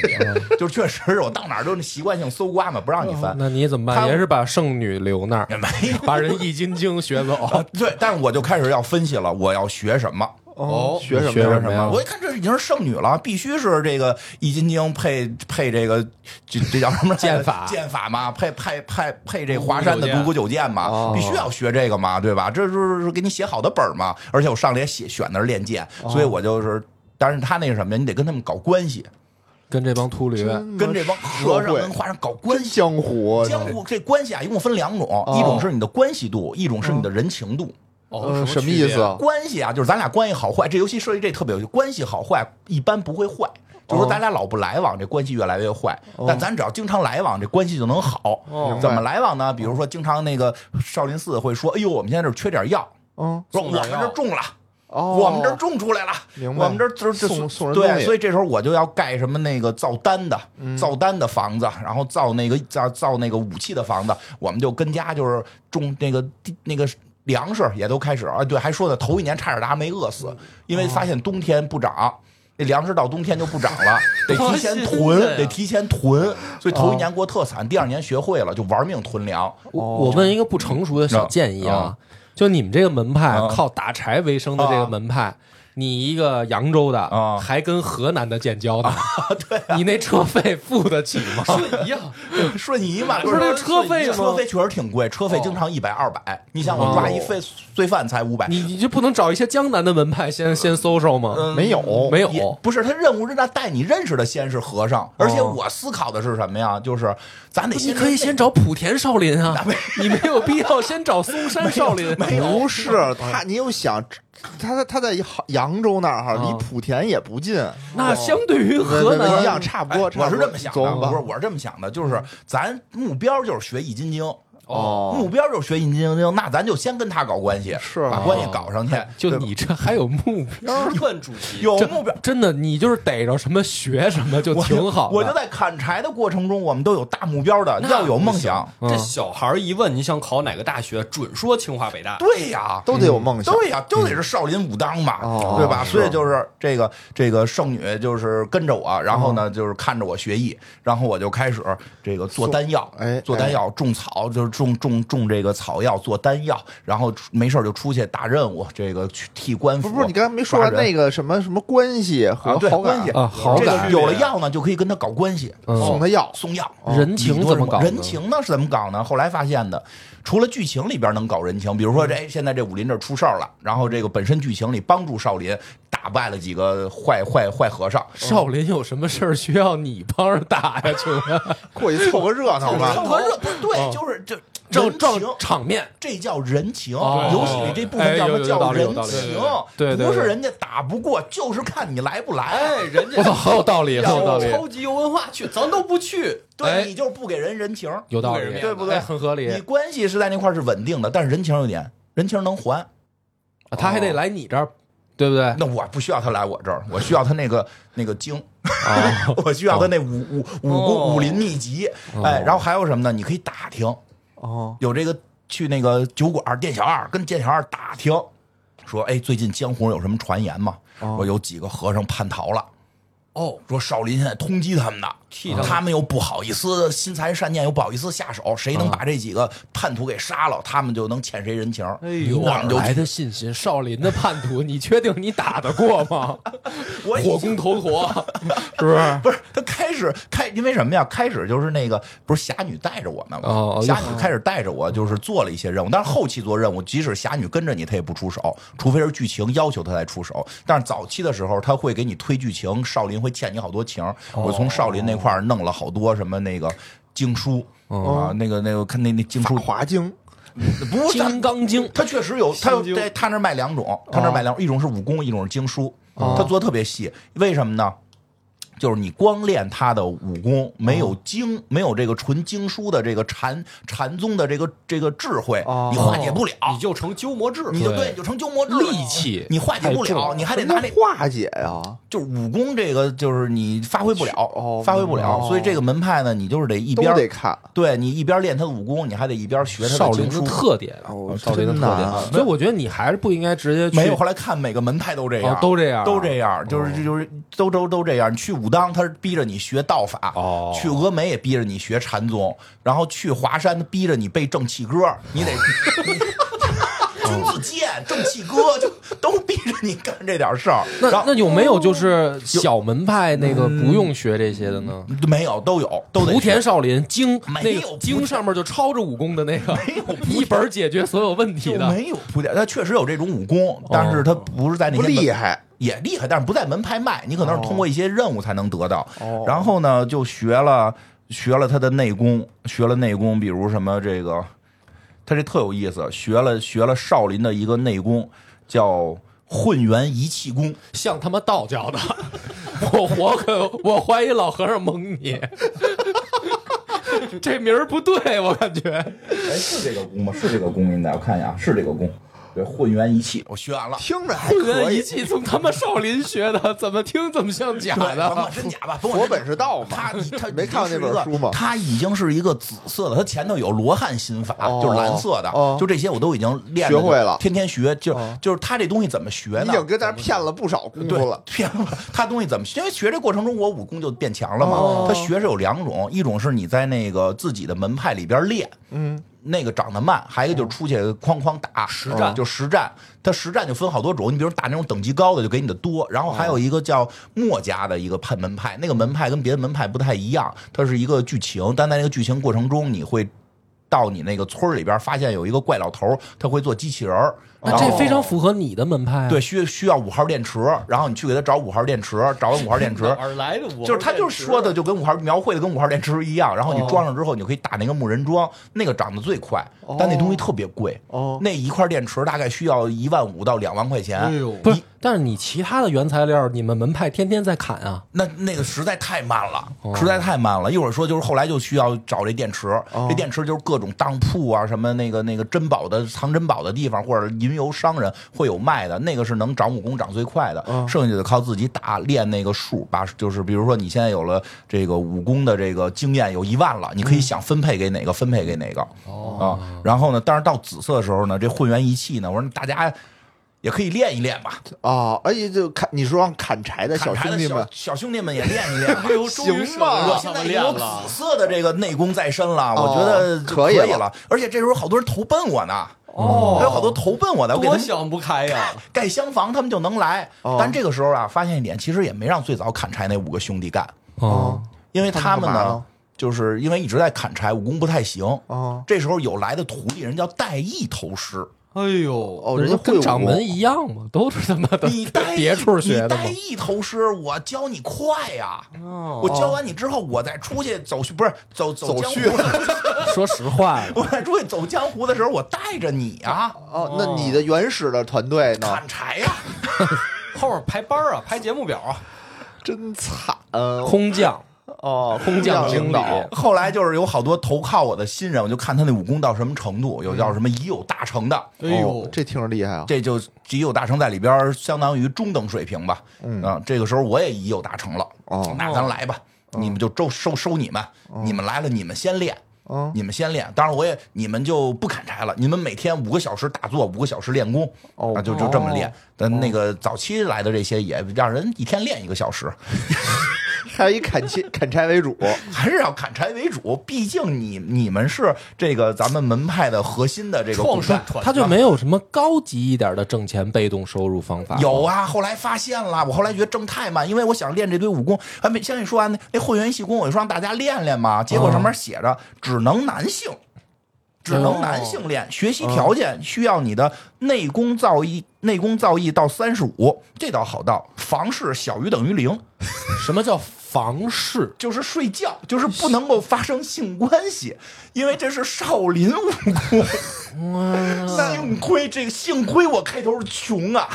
B: [laughs] 西。”就确实是我到哪儿都是习惯性搜刮嘛，不让你翻。
A: [laughs] 那你怎么
B: 他
A: 办？也是把圣女留 [laughs] 那儿
B: 也，没有
A: 把人易筋经学走。
B: 对，但是我就开始要分析了，我要学什么？
A: 哦
D: 学什么
B: 学
D: 呀
B: 着
A: 着
B: 什
A: 什么呀
B: 么？我一看这已经是剩女了，必须是这个易筋经配配这个这这叫什么来着
A: 剑法
B: [laughs] 剑法嘛，配配配配这华山的独孤九剑嘛
D: 哦，
B: 必须要学这个嘛，对吧？这就是给你写好的本儿嘛。而且我上来也写选的是练剑，所以我就是。但是他那什么呀，你得跟他们搞关系，
A: [laughs] 跟这帮秃驴，
D: 真
B: 跟这帮和
D: 社
B: 尚
D: 会
B: 跟华山搞关
D: 真
B: 系。
D: 江湖，
B: 江湖这嗯关系啊，一共分两种，一种是你的关系度，一种是你的人情度。
C: 哦
D: 呃什么意思？啊？
B: 关系啊，就是咱俩关系好坏，这游戏设计这特别有趣，关系好坏一般不会坏。就说咱俩老不来往，这关系越来越坏。但咱只要经常来往，这关系就能好。怎么来往呢？比如说，经常那个少林寺会说：“哎呦，我们现在这缺点药，
D: 嗯，
B: 说我们这儿种了，
D: 哦，
B: 我们这儿种出来了，
D: 明白
B: 我们这儿这这
D: 送送人东
B: 对，
D: 西嗯
B: 所以这时候我就要盖什么那个造丹的、造丹的房子，然后造那个造造那个武器的房子，我们就跟家就是种那个地那个。粮食也都开始啊，对，还说呢，头一年差点大家没饿
D: 嗯
B: 死，因为发现冬天不长，那粮食到冬天就不
D: [laughs]
B: 长了，得提前囤，
C: 哇现在呀
B: 得提前囤，所以
D: 哦
B: 头一年过特惨，第二年学会了就玩命囤粮，
A: 我我问一个不成熟的小建议啊，就你们这个门派
B: 啊
A: 靠打柴为生的这个门派，你一个扬州的，
B: 啊
A: 还跟河南的建交呢，啊 [laughs] 对，你那车费付得起吗？
C: 瞬移啊，
B: 瞬移嘛，
A: 不是那车费吗
B: 车费确实挺贵，车费经常一百二百。你想我抓一罪罪犯才五百，
A: 你你就不能找一些江南的门派先先搜搜吗？
B: 嗯
D: 没有
A: 没
B: 也
A: 有，
B: 不是他任务是那带你认识的先是和尚，而且我思考的是什么呀？就是咱得
A: 你
B: 先
A: 可以先找莆田少林啊，你没有必要先找嵩山少林。
B: 没有嗯
D: 不是他，你又想，他他他在扬扬州那儿哈，
A: 啊
B: 嗯
D: 离莆田也不近，
A: 那相对于河
D: 那那一
A: 南，
D: 样，差不
B: 哎
D: 多。
B: 我
D: 差
B: 是
D: 不
B: 这
D: 多
B: 么想的，
D: 走
B: 不是
D: 吧。
B: 我是这么想的，就是咱目标就是学易筋经。
D: 哦
B: 目标就是学易筋经，那咱就先跟他搞关系，
D: 是啊
B: 把关系搞上去。
A: 就
B: 对吧
A: 你这还有目标？
C: 吃饭主题
B: 有
A: 这
B: 目标，
A: 真的，你就是逮着什么学什么就
B: 我就
A: 挺好的。
B: 我就在砍柴的过程中，我们都有大目标的，
C: 那
B: 要有梦想。
A: 嗯
C: 这小孩一问你想考哪个大学，准说清华北大。
B: 对呀，
D: 都得有梦想，嗯
B: 对呀、就得是少林武当嘛，
D: 哦
B: 对吧？
D: 是
B: 所以就是这个这个圣女就是跟着我，然后呢
D: 哦
B: 就是看着我学艺，然后我就开始这个做丹药，
D: 哎
B: 做丹药种草，就是种种种这个草药做丹药，然后没事儿就出去打任务，这个去替官
D: 不
B: 府。
D: 是不是，你刚才没说完那
B: 个
D: 个什么什么关系和
B: 啊，对
D: 好
B: 关
D: 感
B: 系
A: 啊好
B: 这
A: 感
B: 个有了药呢，就可以跟他搞关系，
A: 嗯
D: 送他药，
B: 送药。哦
A: 人情怎么搞呢？
B: 人情呢是怎么搞呢？后来发现的，除了剧情里边能搞人情，比如说这哎现在这武林这儿出事儿了，然后这个本身剧情里帮助少林打败了几个坏坏坏和尚，
A: 少林有什么事儿需要你帮着打呀？请问
B: [laughs]
D: 过去凑个热闹
B: 凑
D: 吧。
B: 合热不是对，就是这
A: 哦正
B: 人
A: 正
B: 情
A: 场面，
B: 这叫人情，
A: 哦
B: 游戏里这部分叫
A: 哎有
B: 什么
A: 有
B: 叫
A: 道理
B: 人
A: 有道理
B: 情？
A: 对对对
B: 不是人家打不过，就是看你来不
C: 哎，
B: 来。
C: 人家
A: 我操，好有道理，好有道
C: 要
A: 理，
C: 超级有文化去，咱都不去。
A: 哎
B: 对你就是不给人人情，
A: 有道
C: 对
A: 理，
B: 对不对
A: 哎很合理
B: 你。关系是在那块儿是稳定的，但是人情有点，人情能还。
A: 啊他还
B: 哦
A: 得来你这儿，对不对？
B: 那我不需要他来我这儿，我需要他那个那个经，
A: 啊，
B: [laughs] 我需要他那武武武功
C: 哦
B: 武林秘籍，
A: 哦
B: 哎，然后还有什么呢？你可以打听，
D: 哦，
B: 有这个去那个酒馆店小二跟店小二打听，说哎，最近江湖上有什么传言吗？说有几个和尚叛逃了。
C: 哦，
B: 说少林现在通缉他们呢，
C: 替他们
B: 他们又不好意思心怀善念，又不好意思下手，谁
C: 嗯
B: 能把这几个叛徒给杀了，他们就能欠谁人情。哎
A: 你
B: 我
A: 哪
B: 们就
A: 来的信心？少林的叛徒，你确定你打得过吗？
B: [laughs] 我已
A: 火攻
B: 经
A: 头陀，
B: [laughs]
A: 是不是？
B: 不是，他开始开，因为什么呀？开始就是那个不是侠女带着我们
A: 哦
B: 嘛，侠女开始带着我，就是做了一些任务，但是后期做任务，即使侠女跟着你，她也不出手，除非是剧情要求她才出手。但是早期的时候，他会给你推剧情，少林会欠你好多情。
A: 哦
B: 我从少林那块儿弄了好多什么那个经书
A: 哦
B: 啊，那个那个看那那经
D: 《
B: 书
D: 法华经》
B: 不
A: 《
B: 是
A: 金刚经》
B: 他确实有，他有
C: 经
B: 在他那儿卖两种，他那儿卖
A: 哦
B: 两种，一种是武功，一种是经书，他做的特别细。为什么呢？就是你光练他的武功，没
A: 哦
B: 有经，没有这个纯经书的这个禅禅宗的这个这个智慧，
D: 哦
B: 你化解不了，
C: 你就成鸠摩智，
B: 啊你就
A: 对
B: 对，你就成鸠摩智了
A: 力气
B: 你化解不
A: 太重
B: 了，你还得拿
A: [laughs]
B: 那
D: 那化解呀，
B: 就是武功这个就是你发挥不了，
D: 哦
B: 发挥不了，
D: 哦
B: 所以这个门派呢，你就是得一
D: 都
B: 边
D: 得看。
B: 对你一边练他的武功，你还得一边学他
A: 少林
B: 经
A: 的
B: 书。
A: 特点啊
D: 哦，
A: 少林的特
D: 真难啊
A: 点，所以我觉得你还是不应该直接去
B: 没有，后来看每个门派都这样，
A: 哦都这样啊
B: 都这样，就是就是都都都这样。你去武当，他是逼着你学道法；
A: 哦
B: 去峨眉也逼着你学
A: [laughs]
B: 禅 [laughs] 宗，然后去华山逼着你背正气歌，你得。王自健、正气哥，就都逼着你干这点事儿。
A: 那
B: 然后哦嗯
A: 那有没有就是小门派那个不用学这些的呢？
B: 没有都有都得
A: 福田
B: 学
A: 少林经
B: 没
A: 那
B: 有
A: 个
B: 莆
A: 经
B: 田
A: 上面就抄着武功的那个，一本解决所有问题
B: 就
A: 的。哦
B: 没有铺垫，他确实有这种武功，但是他不是在那
D: 不
B: 些
D: 厉
B: 门
D: 害，
B: 也厉害，但是不在门派卖，你可能是通过一些任务才能得到。
D: 哦
B: 然后呢，就学了学了他的内功，学了内功，比如什么这个，他这特有意思，学了学了少林的一个内功叫混元一气功，
A: 像他妈道教的， [laughs] 我我可我怀疑老和尚蒙你， [laughs] 这名儿不对，我感觉。
B: 哎，是这个功吗？是这个功应该，我看一下，是这个功。对，混元一气，我学完了。
D: 听着还
B: [laughs]
A: 混元
D: 可
A: 一
D: 以。
A: 气从他妈少林学的，怎么听怎么像假
B: 对甭
A: 的
B: 管。真假吧，甭
D: 佛
B: 管真假
D: 本是道
B: [laughs]
D: 嘛
B: 他他
D: 没看过那本书吗
B: 他已经是一个紫色的，他前头有罗汉心法，
D: 哦
B: 就是蓝色的
D: 哦，
B: 就这些我都已经练着
D: 学会了
B: 天天学。就
D: 哦
B: 就是他这东西怎么学
D: 你已
B: 呢？
D: 经跟咱骗了不少功夫
B: 对
D: 了，，
B: 骗了 [laughs] 他东西怎么学？因为学这过程中，我武功就变强了嘛。
D: 哦
B: 他学是有两种，一种是你在那个自己的门派里边练，
D: 嗯，
B: 那个长得慢，还有一个就是出去哐哐打实
A: 战
B: 就实战。它实战就分好多种，你比如打那种等级高的就给你的多，然后还有一个叫墨家的一个派门派，那个门派跟别的门派不太一样，它是一个剧情，但在那个剧情过程中你会。到你那个村儿里边，发现有一个怪老头儿，他会做机器人儿，
A: 那这非常符合你的门派啊。
B: 对，需需要五号电池，然后你去给他找五号电池，找完五号电池，
C: 哪儿来的我？
B: 就是他
C: 啊
B: 就是说的就跟五号描绘的跟五号电池一样，然
C: 哦
B: 后你装上之后，你就可以打那个木人桩，那个长得最快，
C: 哦
B: 但那东西特别贵，
D: 哦
B: 那一块电池大概需要一万五到两万块钱，
C: 哎呦
A: 不是，但是你其他的原材料，你们门派天天在砍啊。
B: 那那个实在太慢了，
D: 哦
B: 实在太慢了。一会儿说就是后来就需要找这电池，
D: 哦
B: 这电池就是各种当铺啊，什么那个那个珍宝的藏珍宝的地方，或者吟游商人会有卖的，那个是能长武功长最快的，
D: 哦
B: 剩下的靠自己打练那个数，把就是比如说你现在有了这个武功的这个经验有一万了，你可以
D: 嗯
B: 想分配给哪个分配给哪个
D: 哦
B: 啊。然后呢，但是到紫色的时候呢，这混元一气呢，我说大家也可以练一练吧，
D: 啊，而且就砍，你说让砍柴的
B: 砍
D: 小
B: 柴
D: 兄
B: 的
D: 弟
B: 小
D: 们，
B: 小兄弟们也练一练吧
D: [laughs]
C: 哎。呦，终
D: 行
C: 于舍
D: 吧
C: 得
B: 我
C: 让
B: 现
C: 他
B: 在
C: 们
B: 也
C: 练
B: 有
C: 了
B: 紫。色的这个内功在身了，我觉得
D: 哦
B: 就
D: 可以
B: 以
D: 了
B: 了。而且这时候好多人投奔我呢，
A: 哦
B: 还有好多投奔我呢，我给他
C: 多
B: 们
C: 想不开呀！
B: 盖厢房，他们就能来
D: 哦。
B: 但这个时候啊，发现一点，其实也没让最早砍柴那五个兄弟干，
D: 啊
A: 哦，
B: 因为他
D: 他们
B: 们
D: 干嘛
B: 呢
D: 呢，
B: 就是因为一直在砍柴，武功不太行。
D: 哦
B: 这时候有来的徒弟，人叫戴义投
D: [laughs]
B: 师，
C: 哎呦，
D: 哦，
A: 不
D: 人
A: 是
D: 家会
A: 跟掌
D: 武
A: 门一样嘛，都是他妈的
B: 你戴
A: 别
B: 义
A: 处学
B: 你
A: 的
B: 戴
A: 嘛。
B: 义投师，我教你快呀！我教完你之后，我再出去走不是走走
D: 哦走
B: 江湖
D: 穴
A: 说实话，
B: [laughs] 我在出去走江湖的时候，我带着你啊，
D: 哦，那你的原始的团队呢？
B: 砍柴呀、
C: 后面排班儿啊，排节目表啊，
D: 真惨啊
A: 空降
D: 哦，
A: [laughs] 空降
D: 领
A: 经
D: 导
A: 理，
B: 后来就是有好多投靠我的新人，我就看他那武功到什么程度，有
D: 嗯
B: 叫什么已有大成的，
C: 哎
D: 哦
C: 呦，
D: 这听着厉害啊！
B: 这就已有大成在里边儿相当于中等水平吧。嗯啊，这个时候我也已有大成了，
D: 哦
B: 那咱来吧，你们就收收收你们，你们来了你们先练。
D: 嗯
B: 你们先练，当然我也你们就不砍柴了，你们每天五个小时打坐，五个小时练功，
D: 哦
B: 啊，就就这么练
D: 哦。
B: 但那个早期来的这些也让人一天练一个小时，
D: 还是以砍柴砍柴为主，
B: 还是要砍柴为主，毕竟你你们是这个咱们门派的核心的这个
C: 创始
B: 骨
C: 团队
A: 他就没有什么高级一点的挣钱被动收入方法。
B: 干。有啊，后来发现了，我后来觉得挣太慢，因为我想练这堆武功，还没像你说完那那混元气功，我就说让大家练练嘛，结果上面写着只能男性，只能男性练，学习条件需要你的内功造诣，内功造诣到三十五，这倒好到房事小于等于零，
A: 什么叫房事？
B: 就是睡觉，就是不能够发生性关系，因为这是少林武功。幸亏这个，幸亏我开头是穷啊，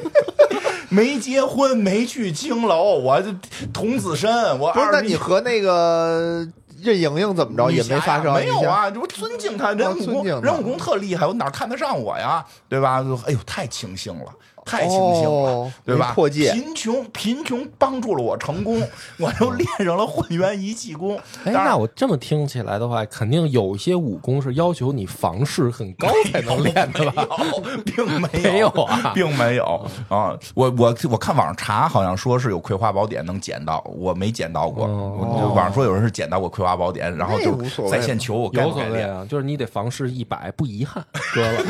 B: [laughs] 没结婚，没去青楼，我这童子身，我
D: 不是？
B: 二
D: 那
B: 十
D: 你和那个任盈盈怎么着
B: 女
D: 也
B: 侠
D: 没
B: 呀
D: 发生？
B: 没有
D: 你想？哦
B: 啊，这不尊敬他，人武
D: 尊敬
B: 功、
D: 他
B: 人武功特厉害，我哪看得上我呀，对吧？就哎呦，太清醒了。太清醒了，
D: 哦
B: 对吧
D: 没？破戒
B: 贫穷，贫穷帮助了我成功，我
D: [laughs]
B: 又练上了混元一气功。
A: 哎，
B: 当然
A: 那我这么听起来的话，肯定有一些武功是要求你房事很高才能练的吧？
B: [laughs] 并没有，
A: 没有啊
B: 并没有啊！我我我看网上查，好像说是有《葵花宝典》能捡到，我没捡到过。我就网上说有人是捡到过《葵花宝典》，然后
D: 那也
B: 就
D: 无所谓
B: 在线求我该
A: 有
B: 不
A: 所
B: 该
A: 谓
B: 练。
A: 啊，就是你得房事一百，不遗憾，哥了。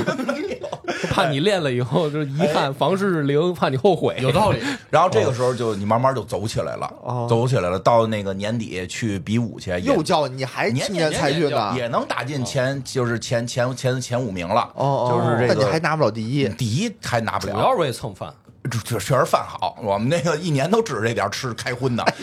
A: 怕你练了以后就遗憾房是零，怕你后悔。
C: 有道理。
B: [laughs] 然后这个时候就你慢慢就走起来了，走起来了。到那个年底去比武去，也
D: 又叫你还
B: 年
D: 今年才
B: 年
D: 去呢？
B: 也能打进前，就是前前前前五名了。
D: 哦，
B: 就是这个，
D: 但你还拿不了
B: [laughs]
D: 第一。
B: 第一还拿不
A: 主
B: 了，
A: 要是为蹭饭，
B: 这这确实饭好，我们那个一年都指着这点儿吃开荤呢，
D: 哎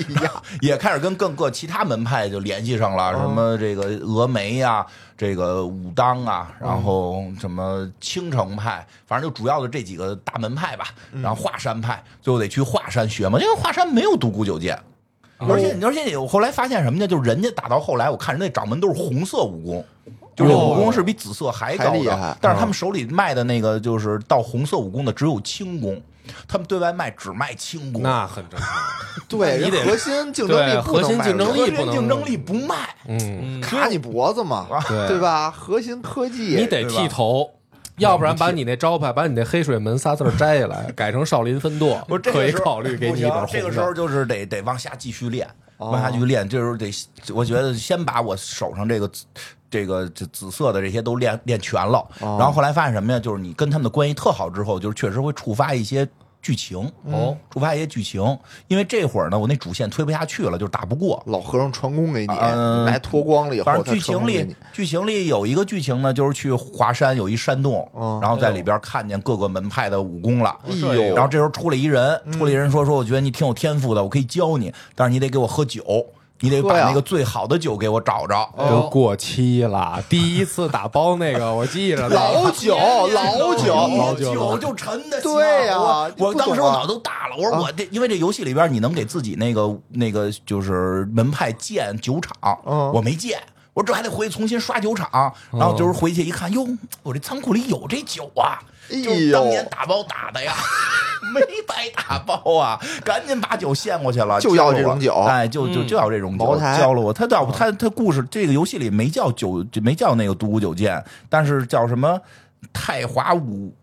B: 也开始跟各个其他门派就联系上了，什
D: 哦
B: 么这个峨眉呀、这个武当啊，然后什么青城派，反正就主要的这几个大门派吧，
D: 嗯
B: 然后华山派，最后得去华山学嘛，因为华山没有独孤九剑。
D: 哦
B: 而且，而且我后来发现什么呢？就是人家打到后来，我看人家掌门都是红色武功，就是武功是比紫色还高
D: 哦还厉
B: 的，
D: 害
A: 嗯
B: 但是他们手里卖的那个就是到红色武功的只有轻功，他们对外卖只卖轻功，
A: 那很正常。
D: 对，
A: 你
D: 人
A: 得
D: 核心竞争力
A: 对
D: 不
A: 核
D: 能
A: 心
D: 卖
A: 竞
D: 出
A: 争
D: 去
A: 力不
B: 核心
A: 能
B: 竞争力不卖，
A: 嗯，
D: 卡你脖子嘛，
A: 对
D: [laughs] 对吧？核心科技，
A: 你得
B: 对吧
A: 剃头，要不然把你那招牌，把你那黑水门仨字儿摘下
B: [laughs]
A: 来，改成少林分舵
B: 我，这
A: 可
B: 个
A: 以
B: 时候
A: 考虑给你一
B: 不
A: 本
B: 行这个
A: 红
B: 时候
A: 的。哦
B: 就是得得往下继续练，往下继续练，这时候得，我觉得先把我手上这个紫这个这紫色的这些都练练全了。
A: 哦
B: 然后后来发现什么呀？就是你跟他们的关系特好之后，就是确实会触发一些剧情哦，触发一些剧情。因为这会儿呢，我那主线推不下去了，就是打不过。
D: 老和尚传功给你，
B: 嗯
D: 来脱光了以后，
B: 反正
D: 他
B: 剧
D: 传
B: 情
D: 功给
B: 里
D: 你，
B: 剧情里有一个剧情呢，就是去华山有一山洞，
D: 嗯
B: 然后在里边看见各个门派的武功了。
D: 哎呦，嗯
B: 然后这时候出来一人，出来一人说说，我觉得你挺有天赋的，我可以教你，但是你得给我喝酒，你得
D: 喝
B: 把
D: 呀哦
B: 那个最好的酒给我找着。
A: 都过期了，第一次打包那个我记着呢
B: [laughs]
D: 老酒，老酒，
A: 老酒
B: 酒就沉的，
D: 对呀
B: 我我
D: 你不懂啊啊
B: 当时我脑子都大了，我说我这，因为这游戏里边你能给自己那个那个就是门派建酒厂，
D: 嗯
B: 我没建。我这还得回去重新刷酒厂，然后就是回去一看，哟，我这仓库里有这酒啊，
D: 哎呦
B: 就是当年打包打的呀， [laughs] 没白打包啊，赶紧把酒献过去了，
D: 就
B: 交
D: 要
B: 了
D: 这种酒
B: 哎，就就就要这种
D: 茅
B: 酒，
D: 台
B: 教了我。他叫他他故事这个游戏里没叫酒，就没叫那个独孤九剑，但是叫什么太华武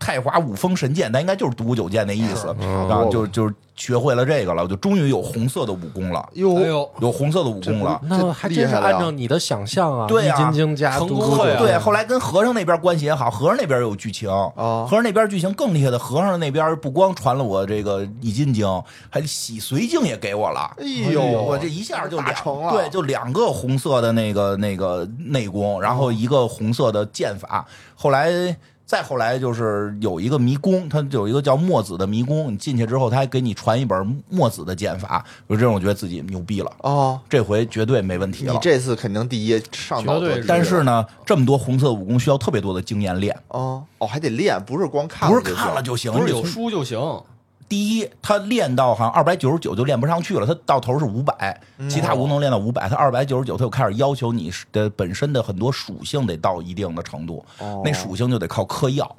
B: 太华武风神剑，那应该就是独孤九剑那意思。然后就就学会了这个了，我就终于有红色的武功了，
A: 哎
D: 哟，
A: 呦，
B: 有红色的武功了。
A: 那还真是按照你的想象啊，
B: 对
A: 易
B: 啊
A: 筋经加
C: 成
A: 独
C: 功
A: 孤
D: 啊
C: 了
A: 九
C: 呀
B: 对，
A: 剑
B: 后来跟和尚那边关系也好，和尚那边有剧情，
D: 哦
B: 和尚那边剧情更厉害的，和尚那边不光传了我这个易筋经，还洗髓经也给我了。
D: 哎呦，
B: 我这一下就
D: 打
B: 两
D: 成了
B: 对，就两个红色的那个那个内功，然
D: 哦
B: 后一个红色的剑法。后来再后来就是有一个迷宫，它有一个叫墨子的迷宫，你进去之后，他还给你传一本墨子的剑法。有这种，我觉得自己牛逼了，
D: 哦，
B: 这回绝对没问题
D: 你
B: 了。
D: 这次肯定第一上岛
C: 绝对
D: 得
B: 但是呢，这么多红色武功需要特别多的经验练，
D: 哦哦，还得练，不是光看
B: 不
D: 了
B: 是
D: 就行，
B: 看了就行。
C: 不是
B: 你
C: 有
B: 从
C: 书就行，
B: 第一，他练到好像二百九十九就练不上去了，他到头是五百，
D: 嗯
B: 其他无能练到五百，他二百九十九他就开始要求你的本身的很多属性得到一定的程度，
D: 哦
B: 那属性就得靠嗑药。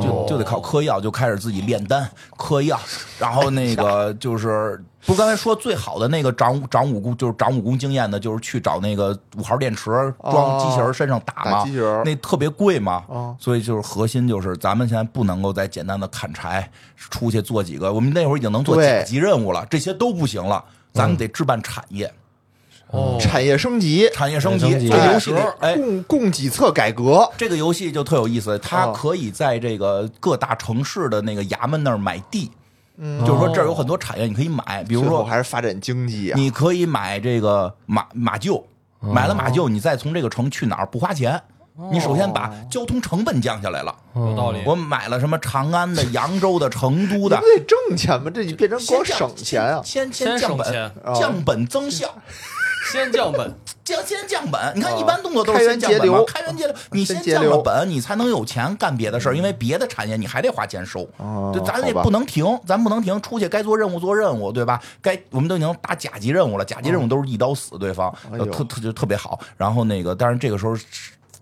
B: 就就得靠嗑药，就开始自己炼丹、嗑
D: [laughs]
B: 药，然后那个就是，不是刚才说最好的那个长长武功，就是长武功经验的，就是去找那个五号电池装机器人身上打嘛，
D: 哦打机器人
B: 那特别贵嘛，
D: 哦
B: 所以就是核心就是咱们现在不能够再简单的砍柴，出去做几个，我们那会儿已经能做
D: 对嗯
B: 几级任务了，这些都不行了，咱们得置办产业，
C: 哦
D: 产业升级，
B: 产业升
A: 产业
B: 级，
A: 升级
B: 这游戏里哎。
D: 供供给侧改革，
B: 这个游戏就特有意思，它
D: 哦
B: 可以在这个各大城市的那个衙门那儿买地，就是说这儿有很多产业你可以买，比
D: 比
B: 如说
D: 嗯哦还是哎发展经济啊，
B: 你可以买这个马马厩，
D: 哦
B: 买了马厩，你再从这个城去哪儿不花钱。你首先把交通成本降下来了，
A: 嗯
C: 有道理。
B: 我买了什么长安的、扬州的、成都的
D: 不，得挣钱吗？这你变成
B: 先
D: 光
B: 降
D: 省钱啊！哦
B: 先
C: 先
B: 降
C: 省
B: 本
C: 钱，
B: 降本增效，
C: 先降本，
B: 降先降本。你看
D: 哦
B: 一般动作都是
D: 开
B: 先
D: 源
B: 降本
D: 节
B: 嘛
D: 流哦
B: 开源节流，你
D: 先
B: 先
D: 节
B: 降了
D: 流嗯
B: 本，你才能有钱干别的事儿，因为别的产业你还得花钱收。
D: 哦
B: 对，咱
D: 好
B: 也
D: 吧
B: 不能停，咱不能停，出去该做任务做任务，对吧？该我们都已经打甲级任务了，甲级任务都是一刀死对方，
D: 哦
B: 呃
D: 哎呦
B: 特特就特别好。然后那个，但是这个时候，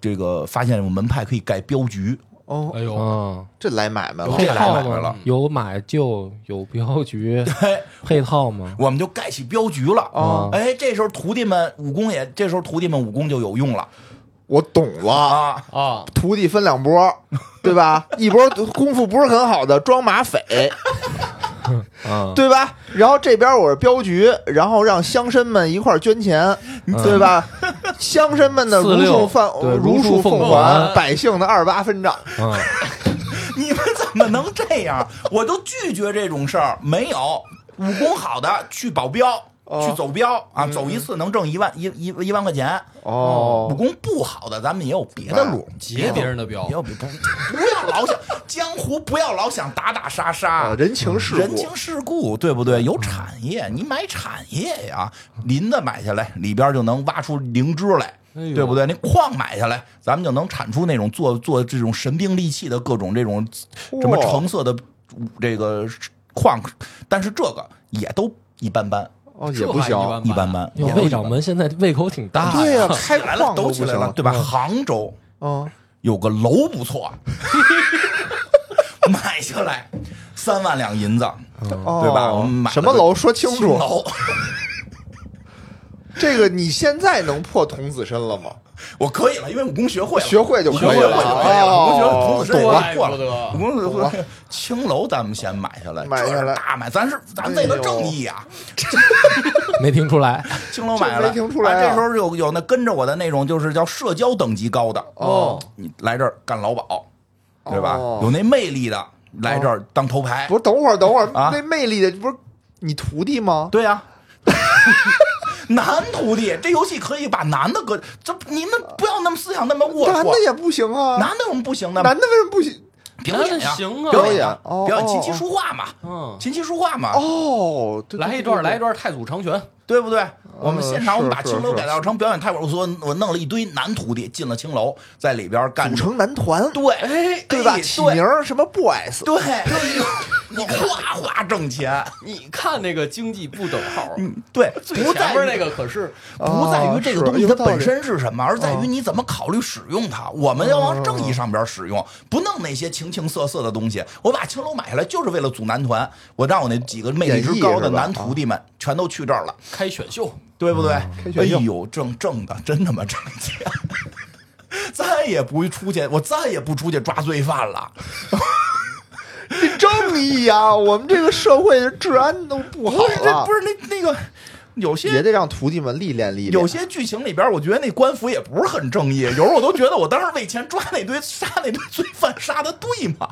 B: 这个发现我们门派可以盖镖局，
D: 哦，
C: 哎呦，
A: 嗯，
D: 这来买卖了，
B: 这
A: 配
B: 个来
A: 套
B: 买卖了
A: 吗？有买就有镖
B: [laughs]
A: 局配套吗？
B: 我们就盖起镖局了。
A: 哦
B: 哎，这时候徒弟们武功也，这时候徒弟们武功就有用了
D: 我懂了，
B: 啊。
C: 啊，
D: 徒弟分两波，对吧？一波功夫不是很好的装马匪，
A: 嗯，
D: 对吧？然后这边我是镖局，然后让乡绅们一块儿捐钱，对吧？乡绅们的
A: 四
D: 如
A: 六
D: 数奉
A: 对
D: 如
A: 如
D: 数
A: 数奉
D: 奉
A: 还
B: [laughs]
D: 还，百姓的二八分账，
A: 嗯，
B: 你们怎么能这样？我都拒绝这种事儿，没有武功好的去保镖。
D: 哦
B: 去走镖啊，走一次能挣一万一一一万块钱。
D: 哦
B: 武功不好的，咱们也有别的路，
C: 截别人的标
B: 也有别不不要老想江湖，不要老想打打杀杀
D: 啊，，人情世
B: 人
D: 故，嗯
B: 情世故，对不对？有产业，你买产业呀，林子买下来，里边就能挖出灵芝来。
A: 哎呦
B: 对不对？那矿买下来，咱们就能产出那种做做这种神兵利器的各种这种什么
D: 哇
B: 橙色的这个矿，但是这个也都一般般，
D: 哦也不行，
B: 一般般。
A: 哟
B: 也都
A: 魏
B: 一般
A: 掌门现在胃口挺大
D: 对呀、
A: 呀，
D: 开
B: 来
D: 矿
B: 了，
D: 都
B: 都
D: 不
B: 起
D: 行
B: 来了，，对吧？杭州
D: 嗯，
B: 有个楼不错， [laughs] 买下来三万两银子，对
D: 对
B: 吧？我们买了
D: 哦什么
B: 个
D: 楼说清
B: 青
D: 楚，
B: 楼，
D: 这个你现在能破童子身了吗？
B: 我可以了，因为武功学会了，
D: 学会就
B: 武
D: 可以
B: 功学会就可以了。
D: 哦
B: 武功学会童子身也
C: 懂了
B: 学过
C: 怪不得
B: 了，武功学会青楼咱们先买下来，
D: 买下来哎
B: 这是大买，咱是咱为了正义啊，
A: 没听出来。
B: 青楼买下来，
D: 这没听出来啊
B: 哎这时候有有那跟着我的那种，就是叫社交等级高的
D: 哦，
B: 你来这儿干老鸨，对吧？
D: 哦
B: 有那魅力的来这儿当头牌，
D: 不是，等会儿，等会儿，
B: 啊
D: 那魅力的不是你徒弟吗？
B: 对呀、 [laughs] 男徒弟，这游戏可以把男的搁，这你们不要那么思想那么龌龊。
D: 男的也不行啊，
B: 男的有什么不行的？
D: 男的为什么不行？
B: 表演呀、
A: 男的行啊
B: 表演
D: 表演
B: 呀、
D: 哦
B: 表演
D: 哦
B: 琴棋书画嘛，
A: 嗯，
B: 琴棋书画嘛，
D: 哦，对
C: 来一段，来一，
D: 对对对
C: 段太祖长拳，
B: 对不对？我们现场
D: 呃是
B: 我们把青楼
D: 是
B: 改造成表演太馆，我说我弄了一堆男徒弟进了青楼，在里边干
D: 组成男团，
B: 对，哎，
D: 对吧？
B: 哎
D: 起名
B: 对
D: 儿什么 boys，
B: 对， [laughs] 你哗哗挣钱，
C: 你看那个经济不等号，
B: 嗯，对，
C: 最
B: 不在
C: 前面
B: 于
C: 那个可是
B: 不在于这个东西它本身是什么，而在
D: 哦
B: 于你怎么考虑使用它。我们要往正义上边使用，不弄那些情情色色的东西。我把青楼买下来就是为了组男团，我让我那几个魅力之高的男徒弟们全都去这儿了，
C: 开选秀，
B: 对不对？
D: 选秀
B: 哎呦，挣挣的真他妈挣钱！再也不出去，我再也不出去抓罪犯了。
D: 这正义 [laughs] 啊！我们这个社会的治安都不好
B: 不是，这
D: 了，
B: 不是那那个有些
D: 也得让徒弟们历练历练。
B: 有些剧情里边，我觉得那官服也不是很正义，有时候我都觉得我当时为钱抓那堆杀那堆罪犯杀的对吗？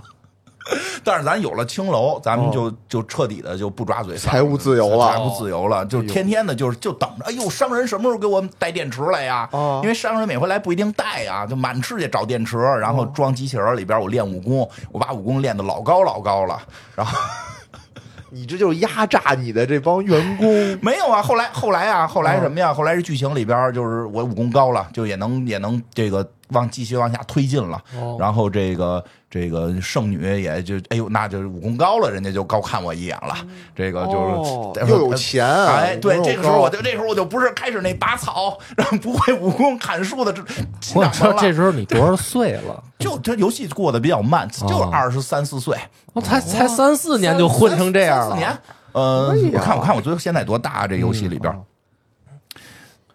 B: [laughs] 但是咱有了青楼，咱们就、就彻底的就不抓罪犯，
D: 哦财务自由啊了哎
B: 财务自由了，就天天的就是就等着，哎呦，商人什么时候给我们带电池来呀？
D: 哦
B: 因为商人每回来不一定带呀，就满世界找电池，然后装机器人里边，我练武功，我把武功练得老高老高了，然后。
D: [laughs] 你这就是压榨你的这帮员工
B: 没有啊，后来后来啊，后来什么
D: 嗯
B: 呀？后来是剧情里边儿就是我武功高了，就也能也能这个往继续往下推进了。
C: 哦
B: 然后这个这个圣女也就哎呦，那就是武功高了，人家就高看我一眼了。这个
D: 嗯哦
B: 就是、
D: 又有钱
A: 嗯
B: 哎，对，
D: 武功又
B: 这个时候我
D: 高
B: 就这时候我就不是开始那拔草，然后不会武功砍树的这
A: 我
B: 进
A: 想
B: 掌门
A: 说
B: 了。
A: 这时候你多少岁了？
B: 就这游戏过得比较慢，就是
A: 哦
B: 二十三四岁。
A: 我哦才才三四年就混成这样
B: 哦三四
A: 了
B: 年。呃
D: 哎呀，
B: 我看我看我最后现在多大啊？这游戏里
A: 嗯
B: 边儿，嗯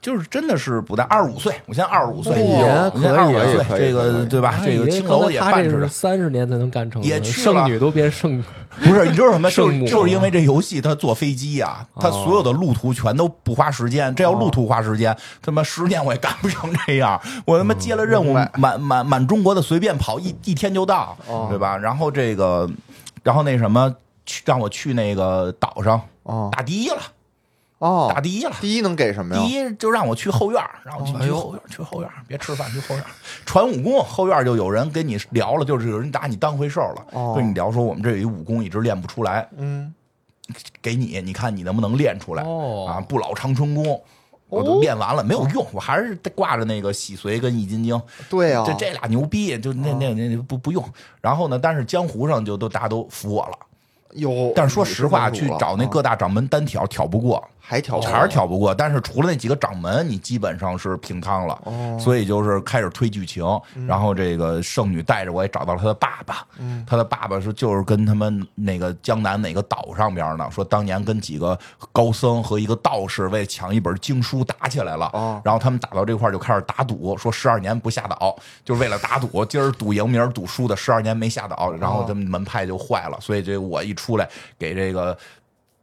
B: 就是真的是不大，二十五岁，我现在二十五岁，
A: 哎呀
B: 我现在二
D: 可
B: 十
D: 以
B: 五
D: 可
B: 岁，
D: 以
B: 这
D: 可
B: 个
D: 以
B: 对吧？
A: 哎
B: 这个青楼也
A: 他
B: 办
A: 这
B: 事
A: 是
B: 着，
A: 三十年才能干成的，
B: 也去了
A: 剩女都变剩，
B: 不是你知道什么？就
A: 圣
B: 是
A: 母哦
B: 就是因为这游戏它坐飞机呀，它所有的路途全都不花时间，这要路途花时间，他妈十年我也干不成
A: [laughs]
B: 这样，我他妈接了任
D: 嗯
B: 务，满满满中国的随便跑一一天就到，
D: 哦
B: 对吧？然后这个，然后那什么，去让我去那个岛上
D: 哦
B: 打第一了。
D: 哦
B: 打。第一了。
D: 第一能给什么呀？
B: 第一就让我去后院儿，让我去
A: 哦哎
B: 去后院儿，去后院儿，别吃饭，去后院儿传武功。后院儿就有人跟你聊了，就是有人拿你当回事儿了，
D: 哦
B: 跟你聊说我们这有一武功一直练不出来，
D: 嗯，
B: 给你，你看你能不能练出来、
C: 哦
B: 啊？不老长春功，我都练完了、没有用，我还是挂着那个洗髓跟易筋经，
D: 对啊，
B: 这这俩牛逼，就那那那那不不用。然后呢，但是江湖上就都大家都服我了，
D: 有。
B: 但是说实话，
D: 你
B: 去
D: 是帮主了嗯
B: 找那各大掌门单挑挑不过。
D: 还调
B: 还是挑不过，但是除了那几个掌门，你基本上是平汤
D: 哦
B: 了，所以就是开始推剧情，然后这个圣女带着我也找到了她的爸爸，
D: 嗯
B: 她的爸爸是就是跟他们那个江南哪个岛上边呢，说当年跟几个高僧和一个道士为抢一本经书打起来了，
D: 哦
B: 然后他们打到这块儿就开始打赌，说十二年不下岛，就是为了打赌，今儿赌赢，明儿赌输的，十二年没下岛，然后他们门派就坏了，所以这我一出来给这个。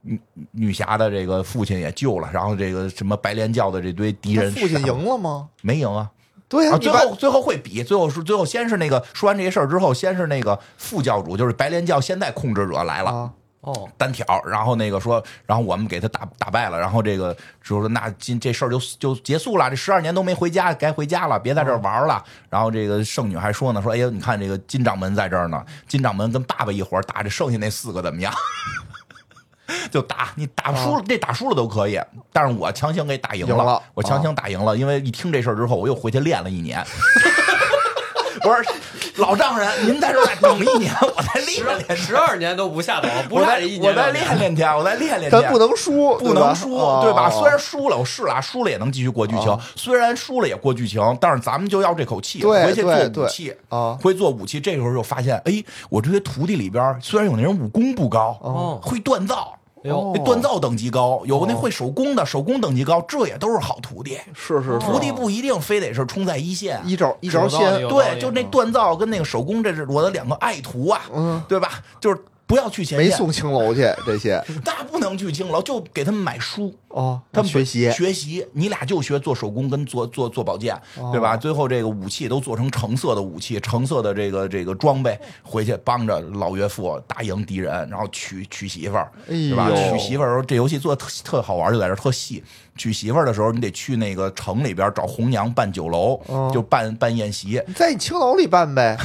B: 女女侠的这个父亲也救了，然后这个什么白莲教的这堆敌
D: 他
B: 人杀，
D: 父亲赢了吗？
B: 没赢啊？
D: 对呀、
B: 啊，
D: 你
B: 最
D: 把
B: 后最后会比，最后是最后先是那个说完这些事儿之后，先是那个副教主，就是白莲教现在控制者来了。
D: 啊，
A: 哦，
B: 单挑，然后那个说，然后我们给他打打败了，然后这个就说那今这事儿就就结束了，这十二年都没回家，该回家了，别在这儿玩了。然后这个圣女还说呢，说哎呀，你看这个金掌门在这儿呢，金掌门跟爸爸一伙儿打这剩下那四个怎么样？ [laughs] 就打你打输了，这打输了都可以，但是我强行给打赢
D: 啊赢了啊
B: 我强行打赢了，因为一听这事儿之后，我又回去练了一年。 [laughs] 我说老丈人，您在这儿再等一年，我再练练去。
C: 十二年都不下岛，不
B: 我
C: 差
B: 再
C: 这一年。
B: 我再练练去，我再练练去。
D: 咱不能输，
B: 不能输，
D: 对
B: 对吧？
D: 哦
B: 虽然输了，我试了啊，输了也能继续过剧情
D: 哦，
B: 虽然输了也过剧情，但是咱们就要这口气，
D: 对
B: 回去
D: 对
B: 做武
D: 对
B: 器
D: 哦
B: 回去做武器。这时候就发现，哎，我这些徒弟里边，虽然有那人武功不高
A: 哦，
B: 会锻造。
A: 哎呦
D: 哦
B: 那锻造等级高，有那会手工的，手工等级高，这也都是好徒弟。
D: 是是是
B: 徒弟不一定非得是冲在一线，
D: 哦一招一招先
C: 有道理嗯
B: 对，就那锻造跟那个手工，这是我的两个爱徒啊，
D: 嗯
B: 对吧？就是不要去前
D: 没
B: 线，
D: 送青楼去这些
B: 那不能去青楼，就给他们买书。
D: 哦，
B: 他们
D: 学习
B: 学习，你俩就学做手工跟做做做保健，
D: 哦
B: 对吧？最后这个武器都做成橙色的武器，橙色的这个这个装备，回去帮着老岳父打赢敌人，然后娶娶媳妇儿，对吧？
D: 哎呦
B: 娶媳妇儿的时候，这游戏做的特特好玩，就在这儿特细。娶媳妇儿的时候，你得去那个城里边找红娘办酒楼，
D: 哦
B: 就办办宴席。
D: 你在你青楼里办呗，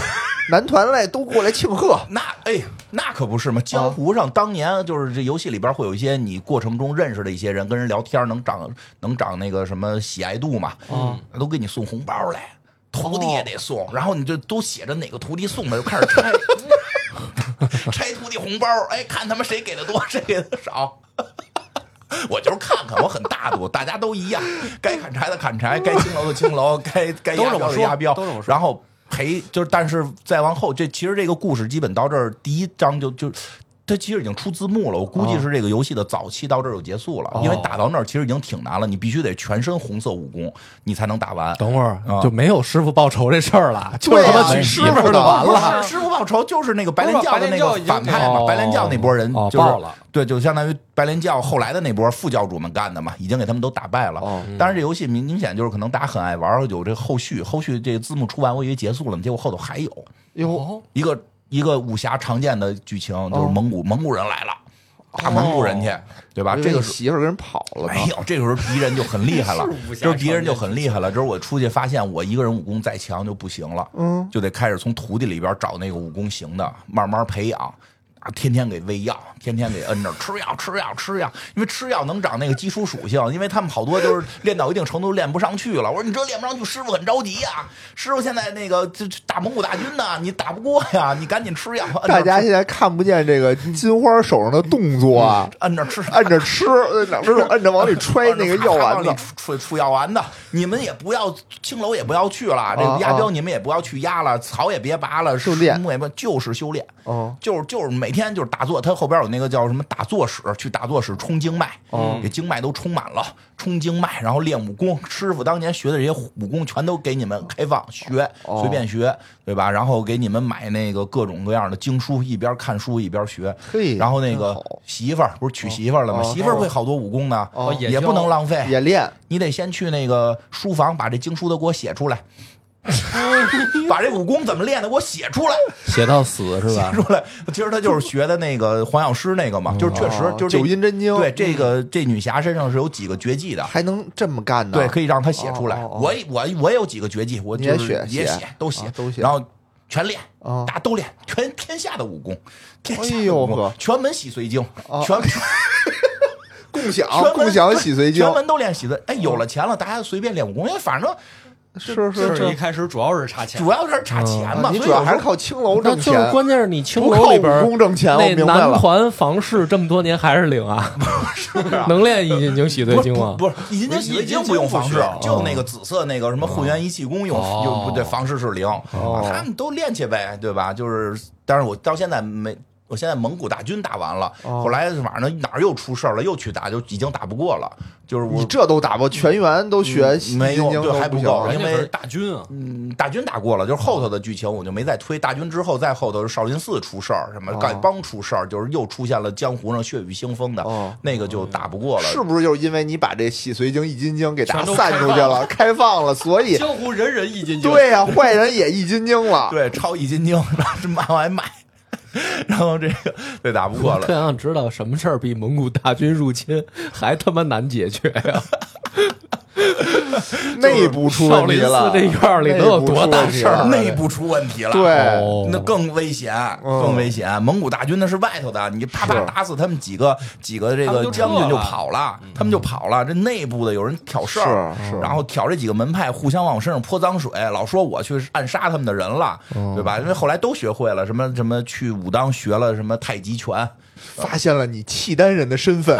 D: 男团类都过来庆贺。
A: 哦
B: 那哎，那可不是嘛！江湖上当年就是这游戏里边会有一些你过程中认识的一些人，跟人聊天能长能长那个什么喜爱度嘛，
A: 哦
B: 嗯，都给你送红包来，徒弟也得送，然后你就都写着哪个徒弟送的，就开始
A: [laughs]
B: 拆拆徒弟红包，哎，看他们谁给的多，谁给的少。 [laughs] 我就是看看，我很大度，大家都一样，该砍柴的砍柴，该青楼的青楼，该该
A: 都是
B: 压标
A: 我
B: 的
A: 说
B: 压标，
A: 都是我说
B: 然后陪就是，但是再往后，这其实这个故事基本到这儿，第一章就就。它其实已经出字幕了，我估计是这个游戏的早期到这儿就结束了，因为打到那儿其实已经挺难了，你必须得全身红色武功，你才能打完。
A: 等会儿
B: 啊
A: 就没有师傅报仇这事儿了，就是
D: 对
A: 他
D: 啊
A: 妈娶媳妇儿就完
B: 不
A: 了。
B: 是师傅报仇，就是那个白莲教的那个反派嘛，
A: 哦
B: 白莲教那波人
A: 哦
B: 就是
A: 爆了
B: 对，就相当于白莲教后来的那波副教主们干的嘛，已经给他们都打败了。当然，这游戏明明显就是可能大家很爱玩，有这后续，后续这个字幕出完，我以为结束了呢，结果后头还有
D: 哟，
B: 一个一个武侠常见的剧情，就是蒙古蒙古人来了，打蒙古人去，对吧？
D: 我以为
B: 啊这个
D: 你
B: 是。哎
D: 媳妇儿跟人跑了
B: 没
D: 呢，
B: 有，这时候敌人就很厉
D: [laughs]
B: 害了
C: 是武，侠
B: 就是敌人就很厉害了。就是我出去发现，我一个人武功再强就不行了，
D: 嗯，
B: 就得开始从徒弟里边找那个武功行的，慢慢培养。啊，天天给喂药，天天给摁着吃药，吃药，吃药，因为吃药能长那个基础属性，因为他们好多就是练到一定程度练不上去了。我说你这练不上去，师傅很着急呀、师傅现在那个这这打蒙古大军呢、你打不过呀，你赶紧吃药。摁着
D: 大家
B: 吃
D: 现在看不见这个金花手上的动作啊，
B: 摁着
D: [laughs]
B: 吃，
D: 摁着吃，呃两只手摁着
B: [laughs]
D: 往里揣哦那个药丸
B: 往
D: 子
B: 里，出出出药丸子，你们也不要青楼也不要去了，这
D: 啊
B: 个
D: 啊
B: 压标你们也不要去压了，草也别拔了，
D: 就练
B: 树木也不就是修炼，
D: 哦
B: 就是就是每天就是打坐，他后边有那个叫什么打坐室，去打坐室冲经脉，
D: 哦
B: 给经脉都充满了，冲经脉，然后练武功，师傅当年学的这些武功全都给你们开放学，
D: 哦
B: 随便学，对吧？然后给你们买那个各种各样的经书，一边看书一边学，
D: 嘿
B: 然后那
D: 真
B: 个
D: 好
B: 媳妇儿不是娶媳妇儿了吗？
D: 哦
B: 媳妇儿会好多武功呢，
D: 哦
C: 也
B: 也不
C: 教
B: 能浪费，
D: 也练，
B: 你得先去那个书房把这经书都给我写出
D: [laughs]
B: 来，把这武功怎么练的给我写出来，
A: 写到死是吧
B: 写？出来。其实他就是学的那个黄药师那个嘛，就是确实
D: 哦
B: 就是这
D: 九阴真经嗯
B: 对，这个这女侠身上是有几个绝技的。
D: 还能这么干呢？
B: 对，可以让她写出来。
D: 哦哦哦
B: 我也我我也有几个绝技，我
D: 你也
B: 就是
D: 写
B: 也
D: 写
B: 写，都写
D: 啊，都写
B: 然后全练
D: 哦，
B: 大家都练，全天下的武功，天下
D: 哎
B: 的
D: 呦
B: 武
D: 呵
B: 功，全门洗髓经，
D: 哦
B: 全
D: 共享
B: 全门
D: 共享洗髓经嗯
B: 全，门都练洗髓。哎，有了钱了，大家随便练武功，因为反正
D: 是
C: 就是是一开始主要是差钱
B: 主，要是差钱嘛，
D: 啊你
B: 所以
D: 主要
B: 有时
D: 还
B: 候
D: 是靠青楼
A: 那
D: 挣
A: 就
D: 钱，
A: 是关键是你青
D: 不靠
A: 楼里边
D: 武功挣钱我
A: 那
D: 明白了
A: 男团房事这么多年还是零啊，能练已经洗
B: 不
A: 对
B: 是
A: 经吗？
B: 不是，已经
C: 已经
B: 已经不用房
C: 不
B: 式
C: 需要，
B: 就那个紫色那个什么混元一气功用
A: 哦
B: 哦啊用不对，房式是零，他们都练去呗，对吧？就是，但是我到现在没我现在蒙古大军打完了，
D: 哦
B: 后来晚上哪儿又出事儿了，又去打，就已经打不过了。就是我
D: 你这都打不，全员都学西
B: 没
D: 京
B: 有
D: 京
B: 对
D: 都
B: 还
D: 不
B: 不
D: 行
B: 够
D: 了
C: 人家
B: 因为
C: 可是大军啊，
B: 嗯，大军打过了，就是后头的剧情我就没再推。大军之后，再后头是少林寺出事儿，什么
D: 哦
B: 丐帮出事儿，就是又出现了江湖上血雨腥风的
D: 哦，
B: 那个就打不过了。
D: 是不是就是因为你把这洗髓精、易筋经给大
C: 全
D: 家
C: 都
D: 散出去了，开放了，所以
C: 江湖人人一斤斤。
D: 对呀、坏人也易筋经了。
B: 对，超一斤经，然后是买我还买，然后这
D: [laughs]
B: 个对打不过
A: 我
B: 了
A: 特。想知道什么事儿比蒙古大军入侵还他妈难解决呀、
D: 内部出问题了，
A: 少林寺这院儿里能有多大事儿
B: 内部出问题了，
D: 对
A: 哦
B: 那更危险，
D: 嗯
B: 更危险。蒙古大军那是外头的，你啪啪
D: 是
B: 打死他们几个几个这
C: 他们
B: 个
C: 就
B: 将军
C: 撤
B: 就
C: 了嗯
B: 跑了，他们就跑了。这内部的有人挑事儿
D: 是是，
B: 然后挑这几个门派互相往我身上泼脏水，老说我去暗杀他们的人了，
D: 嗯
B: 对吧？因为后来都学会了什么什么去武当学了什么太极拳，
D: 发现了你契丹人的身份，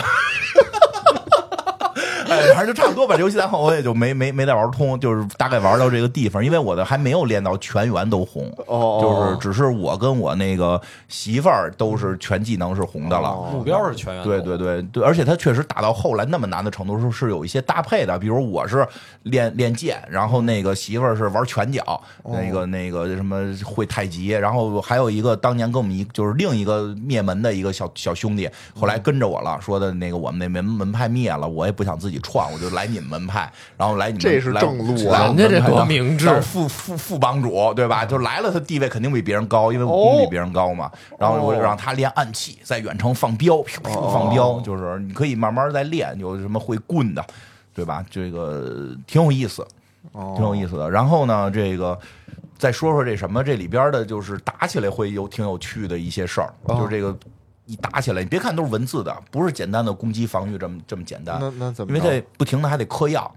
B: 哎，反正就差不多吧。这游戏然后我也就没没没再玩通，就是大概玩到这个地方，因为我的还没有练到全员都红，
D: 哦
B: 就是只是我跟我那个媳妇儿都是全技能是
D: 哦
B: [laughs] 红的了。
C: 目标是全员。
B: 对，对对对，而且他确实打到后来那么难的程度是是有一些搭配的，比如我是练练剑，然后那个媳妇儿是玩拳脚，那
D: 哦
B: 个那个什么会太极，然后还有一个当年跟我们一就是另一个灭门的一个小小兄弟，后
D: 嗯
B: 来跟着我了，说的那个我们那门门派灭了，我也不想自己创，我就来你们门派，然后来你们
D: 这是
B: 来
D: 正路啊
B: 来我
A: 人
B: 们
A: 家这
B: 门派
A: 多
B: 当
A: 明智
B: 当副副副帮主对吧？就来了，他地位肯定比别人高，因为武
D: 哦
B: 功比别人高嘛。然后我就让他练暗器，在远程放
D: 哦
B: 镖，噗噗放镖，就是你可以慢慢再练，有什么会棍的，对吧？这个呃挺有意思，
D: 哦
B: 挺有意思的。然后呢，这个。再说说这什么，这里边的就是打起来会有挺有趣的一些事儿，
D: 哦
B: 就是这个一打起来，你别看都是文字的，不是简单的攻击防御这么这么简单，
D: 那那怎
B: 因
D: 么
B: 为
D: 着？
B: 这不停的还得嗑药，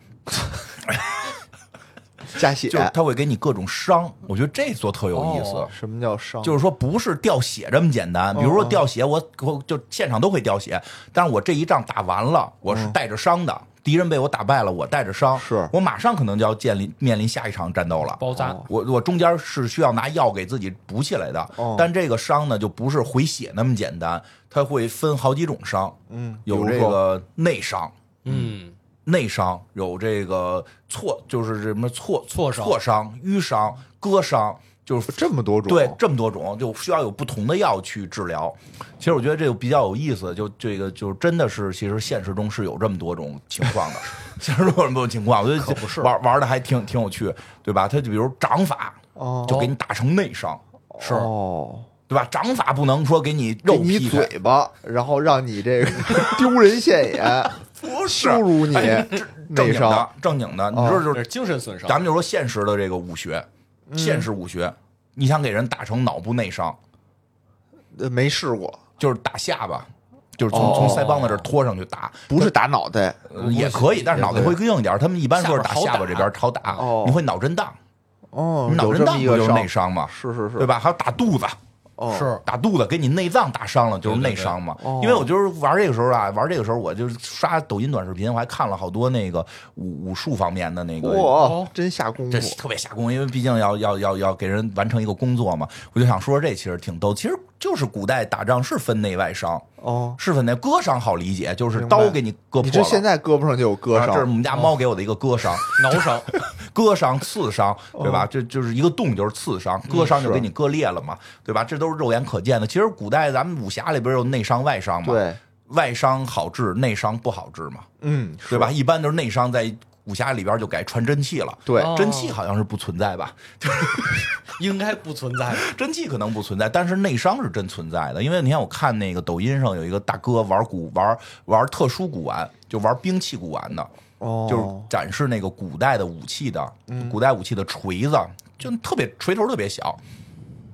D: 加血
B: 就，是他会给你各种伤，我觉得这做特有意思。
D: 什么叫伤？
B: 就是说，不是掉血这么简单。比如说掉血，我我就现场都会掉血，但是我这一仗打完了，我是带着伤的，敌人被我打败了，我带着伤，
D: 是
B: 我马上可能就要建立面临下一场战斗
A: 哦
B: 了。
D: 哦
C: 包扎
B: 我我中间是需要拿药给自己补起来的，
D: 哦
B: 但这个伤呢，就不是回血那么简单，它会分好几种伤，
D: 嗯，
B: 有
D: 比
B: 这
D: 如说
B: 个内伤，
C: 嗯，
B: 内伤，有这个挫，就是什么挫
C: 挫伤
B: 挫伤、淤伤、割伤，就是
D: 这么多种，
B: 对这么多种，就需要有不同的药去治疗。其实我觉得这个比较有意思，就这个就真的是，其实现实中是有这么多种情况的， [laughs] 现实中有这么多情况，我觉得不是玩玩的还挺挺有趣，对吧？他就比如掌法，
D: 哦，
B: 就给你打成内伤，是
D: 哦，
B: 对吧？掌法不能说给你肉
D: 给你
B: 劈开，
D: 嘴巴，然后让你这个丢人现眼，
B: 不 [laughs] 是
D: 羞辱你
B: 哎正
D: 内
B: 经
D: 伤
B: 的。正经的，你
D: 哦嗯
B: 说就是
C: 这是精神损伤
B: 咱。们就说现实的这个武学，现实武学，你想给人打成脑部内伤，
D: 呃没试过，
B: 就是打下巴，就是
D: 哦
B: 从从腮帮子这儿拖上去打，
D: 不是打脑袋，
B: 呃也可以，但是脑袋会更硬一点。他们一般说是打
C: 下巴
B: 下
C: 好
B: 巴
C: 打
B: 这边朝打
D: 哦，
B: 你会脑震荡，
D: 哦
B: 你，脑
D: 有
B: 震
D: 这
B: 荡
D: 么
B: 不
D: 一
B: 就
D: 个
B: 是内
D: 伤，
B: 伤嘛，
D: 是是是，
B: 对吧？还有打肚子，
D: 哦，
C: 是
B: 打肚子给你内脏打伤了，就是内伤嘛。因为我就是玩这个时候啊，玩这个时候我就是刷抖音短视频，我还看了好多那个武武术方面的那个
D: 哇，真下功夫
B: 哦这，特别下功，因为毕竟要要要要给人完成一个工作嘛。我就想说，这其实挺逗，其实就是古代打仗是分内外伤，
D: 哦，
B: 是分内割伤好理解，就是
D: 明白
B: 刀给你割破了。
D: 你这现在胳膊上就有割
B: 啊这是我
D: 伤，
B: 们家猫给我的一个割
D: 哦
B: 伤，
C: 挠伤，
B: 割伤、刺伤，对吧？这就是一个洞，就是刺伤，
D: 嗯
B: 割伤就给你割裂了嘛，对吧？这都是肉眼可见的。其实古代咱们武侠里边有内伤、外伤嘛，
D: 对，
B: 外伤好治，内伤不好治嘛，
D: 嗯，
B: 对吧？一般都是内伤在武侠里边就改传真气了，
D: 对
C: 哦
B: 真气好像是不存在吧？
C: 应该不存在。
B: 真气可能不存在，但是内伤是真存在的。因为你看，我看那个抖音上有一个大哥玩古玩玩特殊古玩，就玩兵器古玩的，
D: 哦，嗯
B: 就是展示那个古代的武器的，古代武器的锤子，就特别锤头特别小，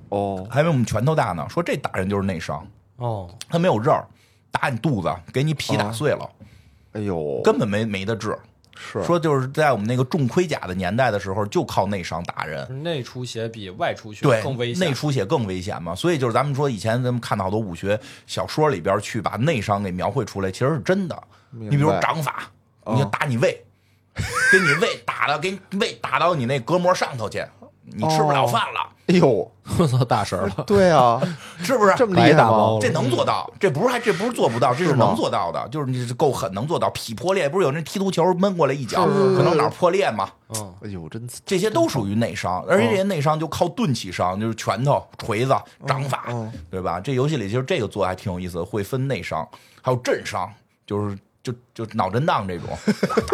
D: 哦，
B: 还没我们拳头大呢。说这打人就是内伤，
C: 哦，
B: 他没有刃儿，打你肚子，给你皮打碎了，
D: 哎呦，
B: 根本没没得治。
D: 是
B: 说就是在我们那个重盔甲的年代的时候，就靠内伤打人。
C: 内出血比外出血
B: 对，
C: 更危险。
B: 内出血更危险嘛。所以就是咱们说以前咱们看到好多武学小说里边去把内伤给描绘出来，其实是真的。
D: 明
B: 你比如
D: 白
B: 掌法，
D: 哦
B: 你就打你胃，给你胃打到，给你胃打到你那隔膜上头去，你吃不了饭了。[laughs]
D: 哎呦，
A: 我操，大神了！
D: 对啊，
B: 是不是？
D: 这么厉害
A: 白大猫
D: 吗
A: 了？
B: 这能做到，这不是还这不是做不到，这
D: 是
B: 是
D: 吗
B: 能做到的，就是你是够狠，能做到。劈破裂不是有人踢足球闷过来一脚，
D: 是是是
B: 可能哪儿破裂嘛？
A: 嗯，
D: 哎呦，真嗯
B: 这些都属于内伤，而且这些内伤就靠钝器伤，就是拳头、锤子、掌法，
D: 嗯
B: 对吧？这游戏里其实这个做得还挺有意思的，会分内伤，还有震伤，就是。就就脑震荡
D: [laughs]
B: 这种，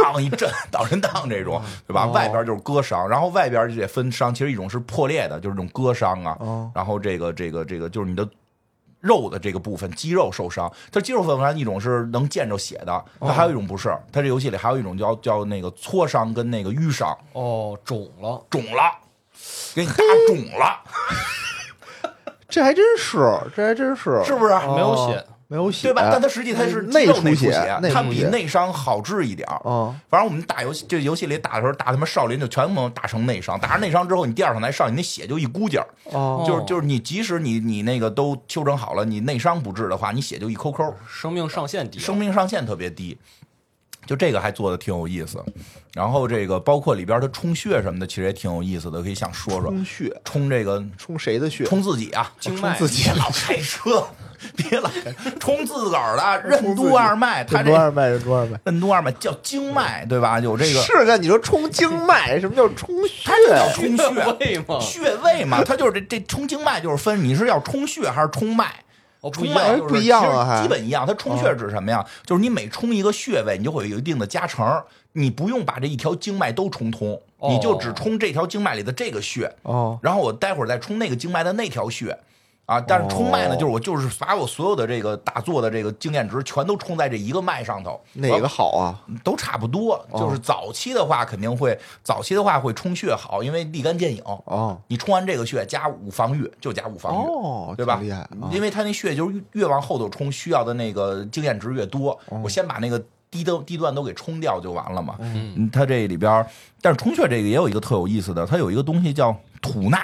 B: 当一震脑震荡这种，对吧？
D: 哦
B: 外边就是割伤，然后外边也分伤，其实一种是破裂的，就是这种割伤啊，
D: 哦
B: 然后这个这个这个就是你的肉的这个部分，肌肉受伤。它肌肉受伤一种是能见着血的，
D: 哦
B: 它还有一种不是。它这游戏里还有一种叫叫那个挫伤跟那个淤伤，
C: 哦，肿了，
B: 肿了，给你打肿了，
D: 这还真是，这还真是，
B: 是不是？
D: 哦
C: 没有血，
D: 没有血，
B: 对吧？但它实际它是
D: 嗯
B: 肌肉
D: 内
B: 内
D: 出血内出
B: 它比
D: 血
B: 内伤好治一点儿。
D: 啊，
B: 反正我们打游戏，这游戏里打的时候，打他妈少林就全部打成内伤，打成内伤之后，你第二场来上，你那血就一股劲儿，
D: 哦，
B: 就是就是你即使你你那个都修整好了，你内伤不治的话，你血就一抠
D: 哎
B: 抠。
C: 生命上限低了， [laughs]
B: 生命上限特别低，就这个还做的挺有意思。然后这个包括里边的充血什么的，其实也挺有意思的，可以想说说
D: 充血，
B: 充这个
D: 冲谁的血？
B: 充自己啊，
C: 经脉
D: 自己
B: 别老开
D: [laughs]
B: 车，别老开冲自个儿的任督二脉，他
D: 任督
B: 这
D: 二脉，任督二脉。
B: 任督二脉叫经脉对吧？有这个
D: 是啊，你说冲经
B: [laughs]
D: 脉，什么叫冲血啊呀？
B: 充
D: [laughs]
B: 血
C: 位吗？
B: 穴位嘛，它就是这这冲经脉就是分你是要冲血还是冲脉。
C: 哦，不
B: 冲
C: 一
B: 脉
C: 样
B: 就是
D: 不一样啊
B: 其实
D: 还哦
B: 基本一样。它充血指什么呀？就是你每充一个穴位，你就会有一定的加成，你不用把这一条经脉都冲通，
C: 哦
B: 你就只冲这条经脉里的这个穴，
D: 哦，
B: 然后我待会儿再冲那个经脉的那条穴。啊，但是冲脉呢，
D: 哦
B: 就是我就是把我所有的这个打坐的这个经验值全都冲在这一个脉上头，
D: 哪个好啊？
B: 都差不多。
D: 哦
B: 就是早期的话，肯定会早期的话会冲穴好，因为立竿见影。
D: 哦
B: 你冲完这个穴加五防御，就加五防御。
D: 哦，
B: 对吧？
D: 挺厉害啊！
B: 因为他那血就是越越往后头冲，需要的那个经验值越多。
D: 哦
B: 我先把那个低端低段都给冲掉就完了嘛。嗯，他这里边儿，但是冲血这个也有一个特有意思的，它有一个东西叫吐纳，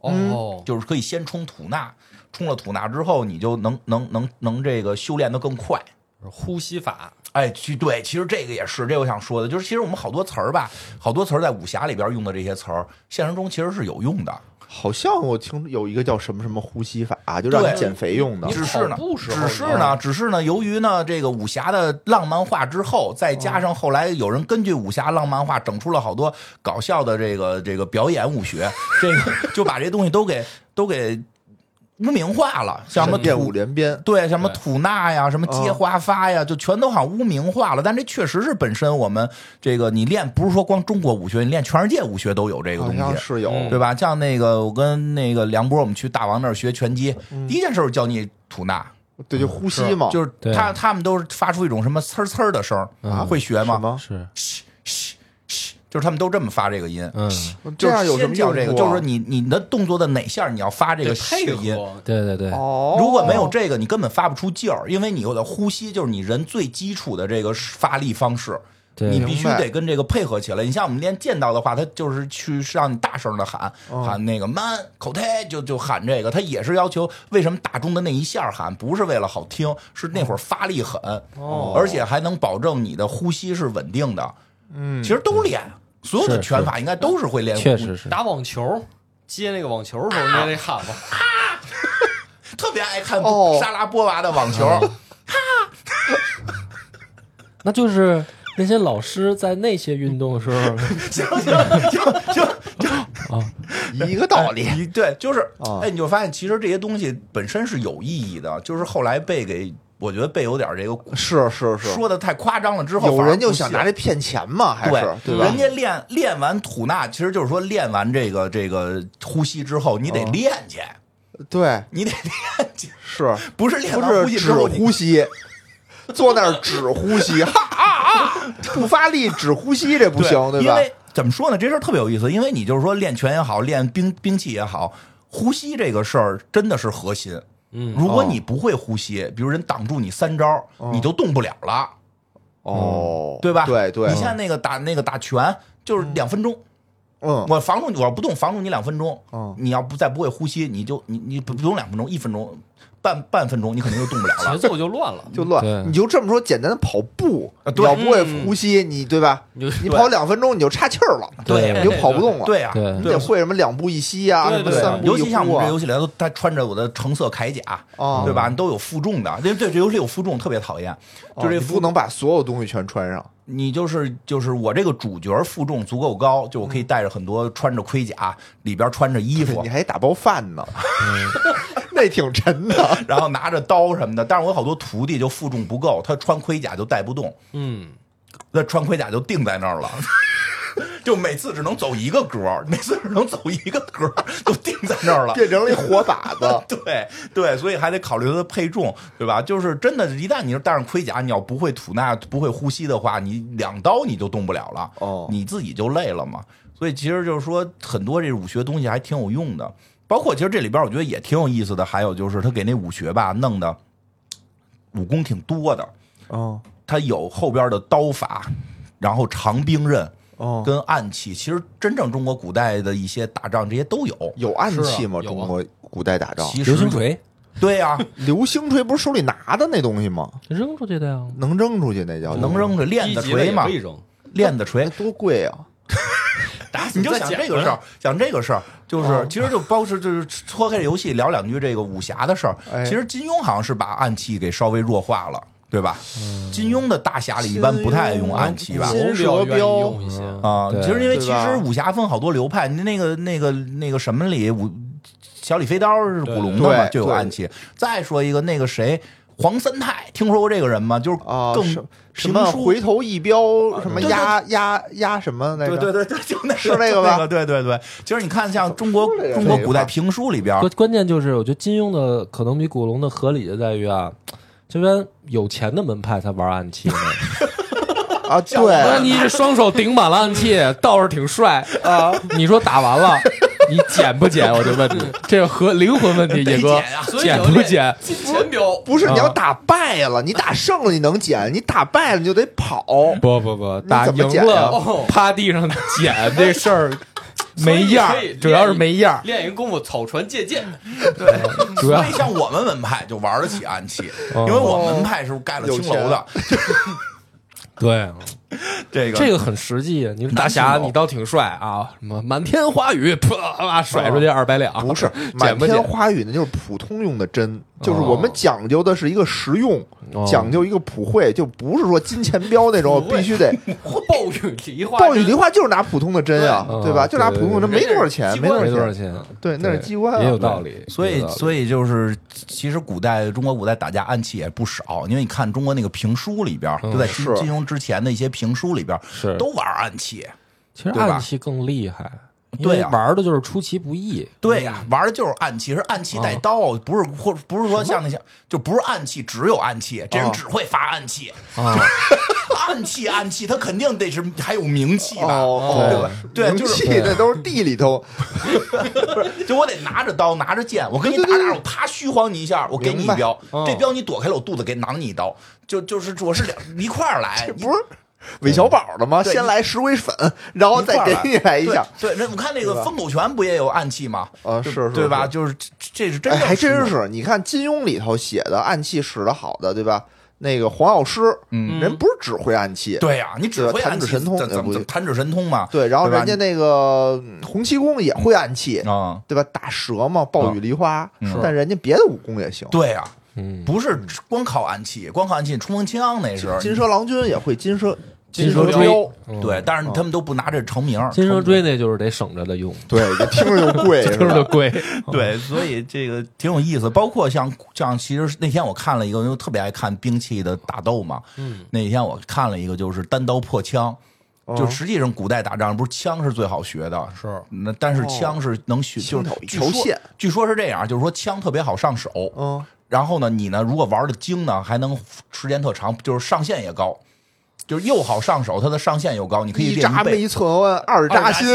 C: 哦，
B: 就是可以先冲吐纳，冲了吐纳之后，你就能能能能这个修炼的更快。
C: 呼吸法，
B: 哎，其对，其实这个也是，这我想说的，就是其实我们好多词儿吧，好多词儿在武侠里边用的这些词儿，现实中其实是有用的。
D: 好像我听有一个叫什么什么呼吸法，就让
B: 对
D: 你减肥用的
B: 只是呢
C: 跑步，时候
B: 只是呢，只是呢，由于呢这个武侠的浪漫化之后，再加上后来有人根据武侠浪漫化整出了好多搞笑的这个这个表演武学，这个 [laughs] 就把这东西都给都给污名化了，像什么
D: 变
B: 吐
D: 五连鞭。
B: 对什么
C: 对
B: 吐纳呀，什么接花发呀，就全都好像污名化了。但这确实是本身我们这个你练不是说光中国武学，你练全世界武学都有这个
D: 好
B: 东西，
D: 像是有，
C: 嗯
B: 对吧？像那个我跟那个梁波，我们去大王那儿学拳击，第一件事儿就教你吐纳，
D: 对，就呼吸
B: 嗯
D: 嘛，
B: 就是是
A: 对
B: 他他们都是发出一种什么呲儿呲儿的声儿，啊会学
D: 什
B: 吗？
D: 么？
A: 是，
B: 嘘嘘嘘，就是他们都这么发这个音。
A: 嗯，
D: 这样有什
B: 先
D: 么
B: 教
D: 用
B: 这个，
D: 处
B: 就是
D: 啊
B: 说你你的动作的哪下你要发这
C: 这
B: 个
C: 配
B: 虚音。
C: 合，
A: 对对对，
D: 哦，
B: 如果没有这个，你根本发不出劲儿，因为你有的呼吸就是你人最基础的这个发力方式，
A: 对
B: 你必须
D: 明白
B: 得跟这个配合起来。你像我们练剑道的话，他就是去让你大声的喊、
A: 嗯
B: 喊那个 man 口袋，就就喊这个，他也是要求为什么打中的那一下喊，不是为了好听，是那会儿发力狠，
D: 哦
B: 而且还能保证你的呼吸是稳定的。
D: 嗯
B: 其实都练，所有的
A: 是
B: 拳法应该都是会练呼吸，
A: 确实是，
C: 打网球接那个网球的时候你也得喊吗？
B: 特别爱看
D: 哦
B: 莎拉波娃的网球。
A: 哦那就是那些老师在那些运动的时候，
B: 行行行行，
D: 一个道理，
B: 你对，就是
D: 啊
B: 哎，你就发现其实这些东西本身是有意义的，就是后来被给我觉得被有点这个
D: 是是
B: [laughs]
D: 是，
B: 说的太夸张了之后，
D: 有
B: 反而
D: 人就
B: 不
D: 想
B: 屑
D: 拿这骗钱嘛，还
B: 对
D: 是对吧
B: 人？家练练完吐纳，其实就是说练完这个这个呼吸之后，你得
D: 嗯
B: 练去，
D: 对，
B: 你得练去，
D: 是
B: 不是练
D: 不
B: 完
D: 是
B: 呼吸
D: 只
B: 之后你
D: 呼吸，坐那儿只
B: [laughs]
D: 呼吸，哈啊啊，不发力只呼吸，这不
B: 对
D: 行，对
B: 因
D: 吧？
B: 为怎么说呢，这事儿特别有意思，因为你就是说练拳也好，练兵兵器也好，呼吸这个事儿真的是核心。
A: 嗯
B: 如果
D: 哦
B: 你不会呼吸，比如人挡住你三招，你就动不了了。
D: 哦，
B: 对吧？
D: 对对
B: 你，像那个打那个打拳，就是两分钟，
D: 嗯
B: 我防住你，我要不动，防住你两分钟。
D: 嗯
B: 你要不再不会呼吸，你就你你不不用两分钟，一分钟，半半分钟，你肯定就动不了
C: 节
B: 了。
C: 奏就乱 [laughs] 了。
D: 就乱
A: 对，
D: 你就这么说，简单的跑步，
B: 啊
D: 你要不会
B: 嗯
D: 呼吸，你对吧？
C: 你就
D: 你跑两分钟你就岔气儿了，
B: 对
D: 你就跑不动了。
B: 对啊，
A: 对
D: 你得会什么两步一吸啊，
C: 对
D: 什么
C: 对
D: 三
B: 对，
D: 步
B: 尤
D: 一
B: 其像
D: 呼
B: 我们
D: 啊
B: 这游戏里头，他穿着我的橙色铠甲，
D: 哦
B: 对吧？都有负重的，这这这游戏有负重，特别讨厌。
D: 哦
B: 就这
D: 你
B: 负
D: 不能把所有东西全穿上。
B: 你就是就是我这个主角负重足够高，就我
D: 嗯
B: 可以带着很多穿着盔甲，里边穿着衣服
D: 你，还打包饭呢， [laughs] 那挺
B: [laughs]
D: 沉的。
B: 然后拿着刀什么的。但是我有好多徒弟就负重不够，他穿盔甲就带不动，
A: 嗯，
B: 那穿盔甲就定在那儿了。 [laughs] 就每次只能走一个格儿，每次只能走一个格儿，就定在那儿了。。
D: 变成了一火把子 [laughs]
B: [laughs] 对对，所以还得考虑它的配重，对吧？就是真的，一旦你是戴上盔甲，你要不会吐纳、不会呼吸的话，你两刀你就动不了了，
D: 哦
B: 你自己就累了嘛。所以其实就是说，很多这武学东西还挺有用的，包括其实这里边我觉得也挺有意思的，还有就是他给那武学吧弄的武功挺多的，
D: 哦
B: 他有后边的刀法，然后长兵刃
D: 哦，
B: 跟暗器，其实真正中国古代的一些打仗这些都有。
D: 有暗器吗？
C: 是啊有啊
D: 中国古代打仗，
B: 其实
A: 流星锤
B: 对啊呀、
D: 流星锤不是手里拿的那东西吗？
A: 扔出去的呀，
D: 能扔出去那叫
B: 能扔的哎链子
C: 哦一级的
B: 锤
C: 也
B: 嘛
C: 可以，扔，
B: 链子
D: 那
B: 锤，
D: 多贵啊！
C: 打死
B: 你就
C: 再
B: 想
C: 捡
B: 这个
D: 嗯
C: 回
B: 事
C: 来
B: 儿，想这个事儿，
D: 哦
B: 就是其实就包是就是脱开这游戏聊两句这个武侠的事儿
D: 哎。
B: 其实金庸好像是把暗器给稍微弱化了，对吧？金庸的大侠里一般不太爱用暗器吧
D: 嗯金？
C: 龙
D: 蛇
C: 标愿意
D: 标
C: 用一些，
B: 啊，
A: 对
B: 其实因为
D: 对
B: 其
D: 吧
B: 实武侠分好多流派，那个那个那个什么里武小李飞刀是古龙的嘛，
D: 对
B: 就有
D: 对
B: 暗器。再说一个那个谁黄三泰，听说过这个人吗？就是
D: 啊，
B: 更
D: 什
B: 评
D: 什么
B: 书
D: 回头一镖，什么
B: 对对
D: 压压压什么那个？
B: 对对对对，就那
D: 是那
B: 那
D: 个吧
B: 对对对，其实你看，像中国
D: 说来着
B: 中国
D: 这
B: 古代
D: 话
B: 评书里边，
A: 关关键就是，我觉得金庸的可能比古龙的合理就在于啊，这边有钱的门派才玩暗器呢。
D: 啊，
A: 不然
D: 对
A: 你这双手顶满了暗器，倒是挺帅啊！你说打完了，你捡不捡？我就问你，这是和灵魂问题，野哥
B: 捡啊
C: 所以
A: 捡
C: 有
A: 不
C: 那
A: 捡？
C: 金钱标
D: 不是
A: 啊
D: 你要打败了，你打胜了你能捡，你打败了你就得跑。
A: 不不不，
D: 你
A: 打
D: 怎么
A: 赢
D: 捡呀
A: 了趴地上捡这事儿没样
C: 所
A: 儿，
C: 以你可以练
A: 主要是没样儿。
C: [laughs] 练一个功夫，草船借箭，
A: 主要
B: 所以像我们门派就玩得起暗器，
A: 哦
B: 因为我们门派是盖了青楼的，
A: 对，
B: 这个
A: 这个很实际。啊你说大侠，
B: 难听哦
A: 你倒挺帅啊，什么满天花雨，啪甩出去二百两，
D: 不是
A: 捡
D: 满
A: 不
D: 天
A: 捡？
D: 花雨，那就是普通用的针，就是我们讲究的是一个实用，
A: 哦
D: 讲究一个普惠，就不是说金钱镖那种
C: 普惠
D: 必须得。
C: 暴雨梨花针，
D: 暴雨梨花就是拿普通的针啊
A: 对，
D: 对吧？
A: 嗯
D: 就拿普通的针，没
C: 对对对
D: 多少钱，
C: 机
D: 没
C: 关
A: 没多少
D: 钱。
A: 钱，
D: 对，那是机关啊，
A: 也有道理。
B: 所以
A: 有道理
B: 所以就是，其实古代中国古代打架暗器也不少，因为你看中国那个评书里边，就在金
D: 嗯是
B: 金庸之前的一些评书里边，
A: 是
B: 都玩暗器。
A: 其实
B: 对吧
A: 暗器更厉害，因
B: 对
A: 为
B: 啊
A: 玩的就是出其不意。
B: 对哎呀、玩的就是暗器，是暗器带刀，
D: 哦
B: 不是或不是说像那些，就不是暗器，只有暗器，这人
D: 哦
B: 只会发暗器，
A: 啊，
B: [laughs] 暗器暗器，他肯定得是还有名气吧？
D: 哦，
B: 对吧对
D: 名
B: 就是
D: 气那都是地里头，
B: 就我得拿着刀，拿着剑，我跟你打打，我啪虚晃你一下，我给你一镖，
D: 哦
B: 这镖你躲开了，我肚子给囊你一刀，就就是我是两一块儿来，
D: 不是韦小宝的吗？
B: 对
D: 先来十回粉，然后
B: 一块
D: 再
B: 儿
D: 给你来一下。
B: 对，对那我看那
D: 对吧
B: 个风狗拳不也有暗器吗？
D: 啊
B: 对
D: 是是
B: 对吧？
D: 是
B: 就是这这是真
D: 哎，
B: 正
D: 还真
B: 实用
D: 是，你看金庸里头写的暗器使得好的，对吧？那个黄药师，
B: 嗯
D: 人不是只会暗器，
B: 对呀，你只
D: 对
B: 会
D: 弹
B: 暗
D: 指
B: 器
D: 神通
B: 怎
D: 也
B: 怎
D: 不
B: 怎弹指神通嘛？
D: 对，然后
B: 对吧
D: 人家那个嗯洪七公也会暗器，
B: 啊，
D: 对吧？打蛇嘛，暴雨梨花，
B: 嗯
D: 但人家别的武功也行。
B: 对呀，啊
A: 嗯，
B: 不是光靠暗器，光靠暗器冲锋枪那是
D: 金蛇郎君也会金蛇
A: 金
D: 蛇
A: 蛇
D: 镖，
A: 锥
B: 对，但是他们都不拿这成名儿，
D: 啊
A: 金蛇锥那就是得省着的用，
D: 对， [laughs] 就听着就贵，是
A: 就是
D: 吧？
A: 贵。
B: 对，所以这个挺有意思。包括像像，其实那天我看了一个，因为我特别爱看兵器的打斗嘛。嗯，那天我看了一个，就是单刀破枪。就实际上，古代打仗不是枪是最好学的，
A: 是
B: 那但是枪是能学，就
D: 枪
B: 是
D: 头一
B: 据
D: 条
B: 说
D: 线
B: 据说是这样，就是说枪特别好上手，
D: 嗯，
B: 然后呢，你呢如果玩的精呢，还能时间特长，就是上限也高，就是又好上手，它的上限又高，你可以
D: 一
B: 练
D: 扎
B: 倍
D: 没存，二扎心，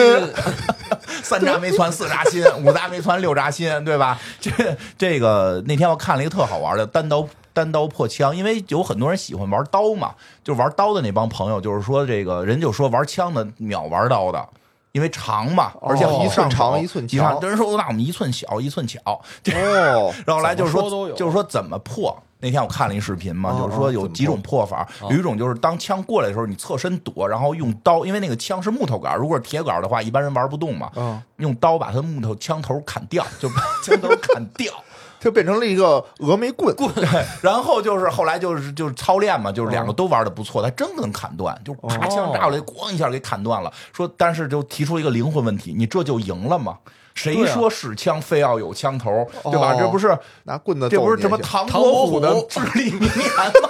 B: 三
D: [laughs]
B: 扎没穿，四扎心， [laughs] 五扎没穿，六扎心，对吧？这这个那天我看了一个特好玩的单刀单刀破枪，因为有很多人喜欢玩刀嘛，就玩刀的那帮朋友，就是说这个人就说玩枪的秒玩刀的。因为长嘛，
D: 哦
B: 而且好
D: 一寸
B: 上手
D: 长一寸
B: 你看
D: 巧
B: 有人说那我们一寸小一寸巧，
D: 哦，
B: 然后来就是
C: 怎么说都有
B: 就是说怎么破。那天我看了一视频嘛，
D: 哦
B: 就是说
D: 哦
B: 有
D: 怎么
B: 几种破法，有一种就是当枪过来的时候，你侧身躲，然后用刀，因为那个枪是木头杆儿，如果是铁杆儿的话，一般人玩不动嘛。
D: 嗯，
B: 用刀把他木头枪头砍掉，就把枪头砍掉。
D: 就变成了一个峨眉棍，
B: 对，然后就是后来就是就是操练嘛，就是两个都玩的不错，他真能砍断，就啪枪炸过来，咣一下给砍断了。说，但是就提出一个灵魂问题，你这就赢了吗？谁
A: 对啊
B: 说使枪非要有枪头，对吧？
D: 哦
B: 这不是
D: 拿棍子
B: 这不
D: 揍
B: 是
D: 你
B: 什么
D: 去
B: 唐
C: 唐
B: 伯
C: 伯
B: 虎
C: 虎
B: 的至理名言 [laughs] 吗？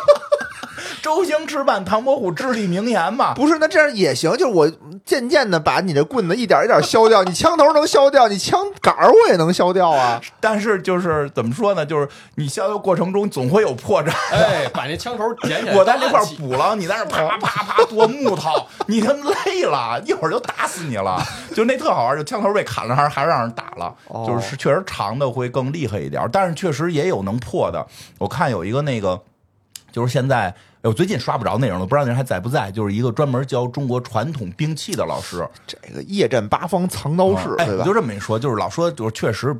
B: 周星驰版唐伯虎至理名言嘛？
D: 不是，那这样也行，就是我渐渐的把你这棍子一点一点削掉，你枪头能削掉，你枪杆儿我也能削掉啊。
B: 但是就是怎么说呢？就是你消消过程中总会有破绽。
C: 哎，把那枪头捡起来，
B: [laughs] 我在那块儿
C: 起
B: 补了，你在那儿
D: [laughs]
B: 啪啪啪剁木头，你他妈累了，一会儿就打死你了。就那特好玩，就枪头被砍了，还还让人打了，
D: 哦
B: 就是确实长的会更厉害一点，但是确实也有能破的。我看有一个那个，就是现在。哎我最近刷不着内容了，不知道您还在不在？就是一个专门教中国传统兵器的老师，
D: 这个夜战八方藏刀式，
B: 哎，
D: 对
B: 我
D: 吧
B: 就？这么一说，就是老说，就是确实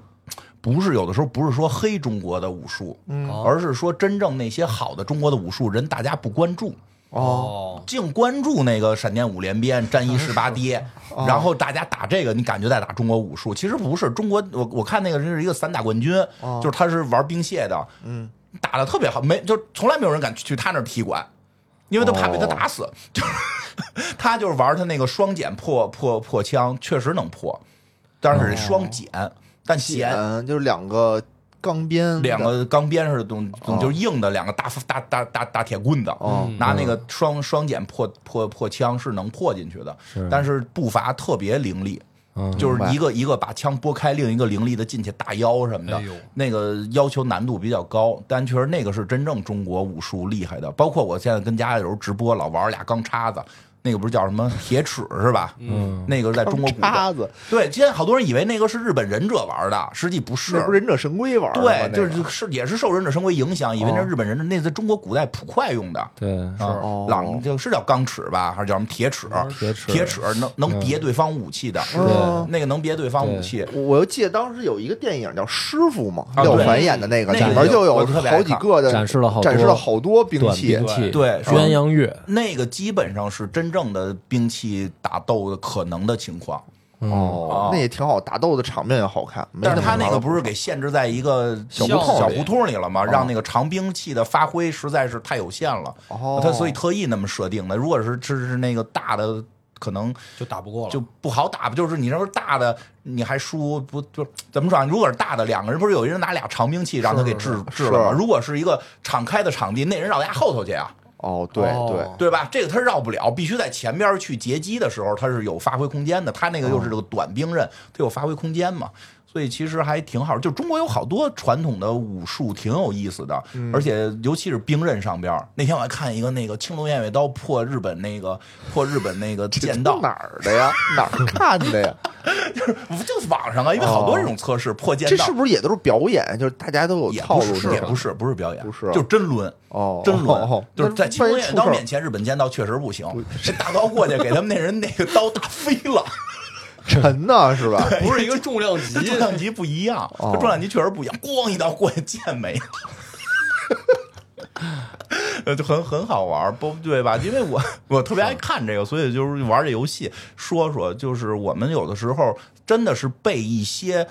B: 不是有的时候不是说黑中国的武术，
D: 嗯
B: 而是说真正那些好的中国的武术人，大家不关注。
D: 哦，
C: 哦，
B: 净关注那个闪电五连鞭、战一十八跌，然后大家打这个，你感觉在打中国武术，其实不是。中国，我我看那个人是一个散打冠军，就是他是玩冰械的，嗯，打的特别好，没就从来没有人敢去去他那儿踢馆，因为都怕被他打死。 [laughs] 就是他就是玩他那个双剪破破破枪，确实能破，但是双剪，但弦
D: 剪嗯就是两个钢鞭，
B: 两个钢鞭似的东东，就是硬的两个大大大大大铁棍子，
D: 哦
C: 嗯
B: 拿那个
D: 嗯
B: 双双锏破破破枪是能破进去的，但是步伐特别凌厉。
A: 嗯
D: 嗯
B: 就是一个一个把枪拨开，另一个凌厉的进去大腰什么的
C: 哎呦，
B: 那个要求难度比较高，但确实那个是真正中国武术厉害的。包括我现在跟家里有时候直播，老玩俩钢叉子，那个不是叫什么铁尺是吧？嗯，那个在中国古代
D: 叉子，
B: 对，现在好多人以为那个是日本忍者玩的，实际不是，
D: 那不是忍者神龟玩的吗
B: 对，
D: 那
B: 就
D: 个
B: 是是也是受忍者神龟影响，以为那日本人那在中国古代捕快用的。
A: 对，
B: 啊
D: 哦，
B: 朗就是叫钢尺吧，还是叫什么铁尺？
A: 铁尺
B: 铁尺能能别对方武器的，
D: 嗯
B: 那个能别对方武器。
D: 我我又记得当时有一个电影叫《师傅》嘛，
B: 啊
D: 廖
B: 对
D: 凡演的那个，
B: 那个
D: 里边就
B: 我
D: 有
B: 特别爱
D: 好几
B: 看
D: 个的
A: 展示了好多
D: 展示了好多兵
A: 短
D: 器
A: 兵，器，
B: 对
A: 鸳鸯乐，
B: 那个基本上是真正的兵器打斗的可能的情况，
A: 嗯
D: 哦，那也挺好，打斗的场面也好看。没
B: 但是他
D: 么
B: 那个
D: 玩
B: 不是给限制在一个小
C: 胡同里
B: 小胡同里了吗？让那个长兵器的发挥实在是太有限了，
D: 哦
B: 他所以特意那么设定的。如果是是是那个大的，可能
C: 就打不过了，
B: 就不好打，就是你要是大的，你还输不就怎么说啊？如果是大的，两个人不是有一人拿俩长兵器让他给治治了吗？
D: 是
B: 如果是一个敞开的场地，那人绕他后头去啊，
D: 哦，对对，
C: 哦
B: 对吧？这个他绕不了，必须在前边去截击的时候，他是有发挥空间的。他那个又是这个短兵刃，他有发挥空间嘛。所以其实还挺好，就中国有好多传统的武术挺有意思的，而且尤其是兵刃上边儿。那天我还看一个那个青龙偃月刀破日本那个破日本那个剑 [laughs] 道，
D: 哪儿的呀？哪
B: [laughs]
D: 儿看的呀？
B: 就是网上啊，因为好多这种测试破剑
D: 哦这
B: 道
D: 是，不是也都是表演？就是大家都有
B: 也
D: 套
B: 不
D: 路
B: 是，也不是，不是表演，
D: 不是啊
B: 就真抡。
D: 哦，
B: 真抡、
D: 哦
B: 就是在青龙偃月刀，面
D: 前，
B: 前，日本剑道确实不行。这大刀过去，给他们那人那个刀打飞了，
D: 沉呢是吧？
C: 不是一个重量级
B: [laughs] 重量级不一样，
D: 哦
B: 这重量级确实不一样，咣一刀过去，剑没了。 [laughs] 呃，就很很好玩，不对吧？因为我我特别爱看这个，所以就是玩这游戏，说说就是我们有的时候真的是被一些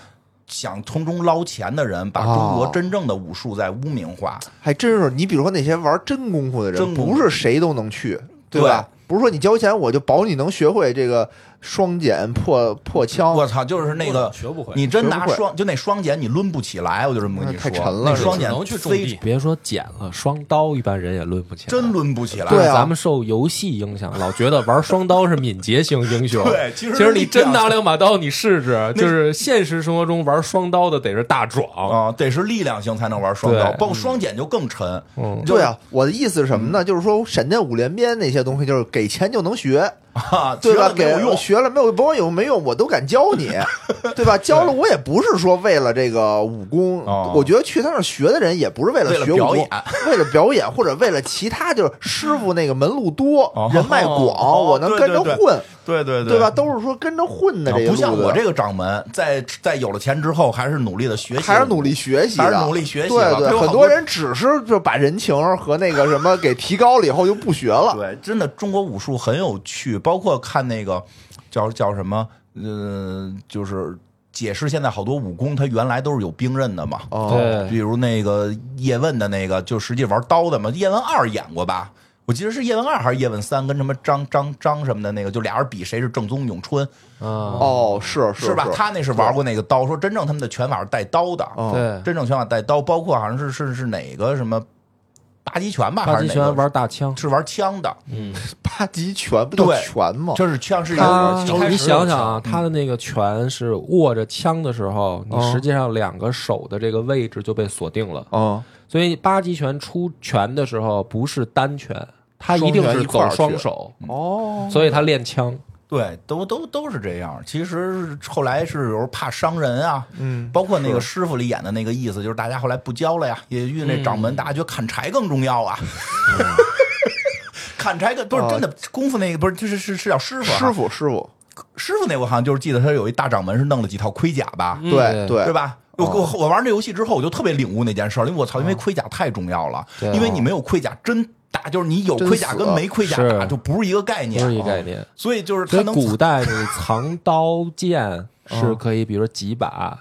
B: 想从中捞钱的人，把中国
D: 哦
B: 真正的武术在污名化。
D: 还真是。你比如说那些玩真功夫的人，
B: 真功夫
D: 不是谁都能去，对吧？不是说你交钱我就保你能学会这个双剪破破枪，
B: 我操，就是那个
C: 学不会
B: 你真拿
D: 哦学不会
B: 双就那双剪，你抡不起来，我就这么跟你
D: 那
B: 说，
D: 太沉了
B: 那
D: 是吧
B: 双剪
C: 只能去种
B: 非
C: 地
A: 别说剪了，双刀一般人也抡不起来。
B: 真抡不起来。
D: 对啊
A: 咱们受游戏影响，老觉得玩双刀是敏捷型英雄。
B: 对其
A: 其
B: 实
A: 你
B: 是这
A: 真
B: 样
A: 拿两把刀，你试试，就是现实生活中玩双刀的得是大壮。
B: 啊、得是力量型才能玩双刀，
A: 对
B: 包括双剪就更沉。
A: 嗯
B: 你就嗯
D: 啊对，啊，我的意思是什么呢？就是说，闪电五连鞭那些东西，就是给钱就能学，
B: 啊，
D: [laughs] 对
B: 学了
D: 吧？
B: 没
D: 给
B: 有用，
D: 学了没有？甭管有没用，我都敢
B: [laughs]
D: 教你，对吧？教了我也不是说为了这个武功，
B: 哦
D: 我觉得去他那儿学的人也不是为了
B: 为了
D: 学武功，
B: 表
D: 为
B: 演
D: 了表演或者为了其他，就是师傅那个门路多，
B: 哦
D: 人脉广，
B: 哦
D: 我能
B: 对
D: 跟着
B: 对
D: 混，
B: 对对对
D: 吧？？都是说跟着混的
B: 啊
D: 这个
B: 不
D: 路子，
B: 像我这个掌门，在在有了钱之后，还是努力的学习，
D: 还是努力学习的，
B: 还是努力学习
D: 对
B: 的
D: 对，
B: 有好
D: 很
B: 多
D: 多人只是就把人情和那个什么给提高了以后就不学了。
B: 对，真的中国武术很有趣，包括看那个叫叫什么，呃，就是解释现在好多武功，它原来都是有兵刃的嘛。
D: 哦
A: 对
B: 比如那个叶问的那个，就实际玩刀的嘛。叶问二演过吧？我记得是叶问二还是叶问三，跟什么张张张什么的那个，就俩人比谁是正宗咏春，
A: 啊，
D: 哦，是是
B: 是吧？他那是玩过那个刀，说真正他们的拳法是带刀的，
A: 啊
D: 哦
A: 对，
B: 真正拳法带刀，包括好像是是是哪个什么八极拳吧，还
A: 八极
B: 是哪个
A: 拳玩大枪，
B: 是玩枪的，
D: 八极拳不叫
B: 对
D: 拳吗？
B: 就是像是一
A: 他
B: 个一开始
A: 你想想
B: 有
A: 啊，
B: 枪
A: 他的那个拳是握着枪的时候，你实际上两个手的这个位置就被锁定了，
D: 哦
A: 所以八极拳出拳的时候不是单拳，他一定
D: 双拳
A: 是
D: 一
A: 走
D: 块儿去
A: 双手，
B: 嗯
D: 哦，
A: 所以他练枪。
B: 对，都都都是这样。其实后来是有时候怕伤人啊，
D: 嗯，
B: 包括那个
D: 是
B: 师傅里演的那个意思，就是大家后来不教了呀，也遇那掌门，大家觉得砍柴更重要啊。 [laughs] 砍柴更不是
D: 啊
B: 真的功夫那个不是就是是是叫哦师傅啊
D: 师傅师傅，
B: 师傅那我好像就是记得他有一大掌门是弄了几套盔甲吧，
D: 对
A: 对哦
D: 对
B: 嗯对？吧？我我我玩这游戏之后，我就特别领悟那件事儿，因为我操，因为盔甲太重要了，
A: 对哦
B: 因为你没有盔甲真打，就是你有
D: 真
B: 盔甲
D: 死
B: 跟没盔甲
A: 是
B: 打就不是一个概
A: 不
B: 念，哦
A: 是一概念。
B: 所以就是
A: 所
B: 他
A: 以
B: 能嗯
A: 古代你藏刀
B: [laughs]
A: 剑是可以，比如说几把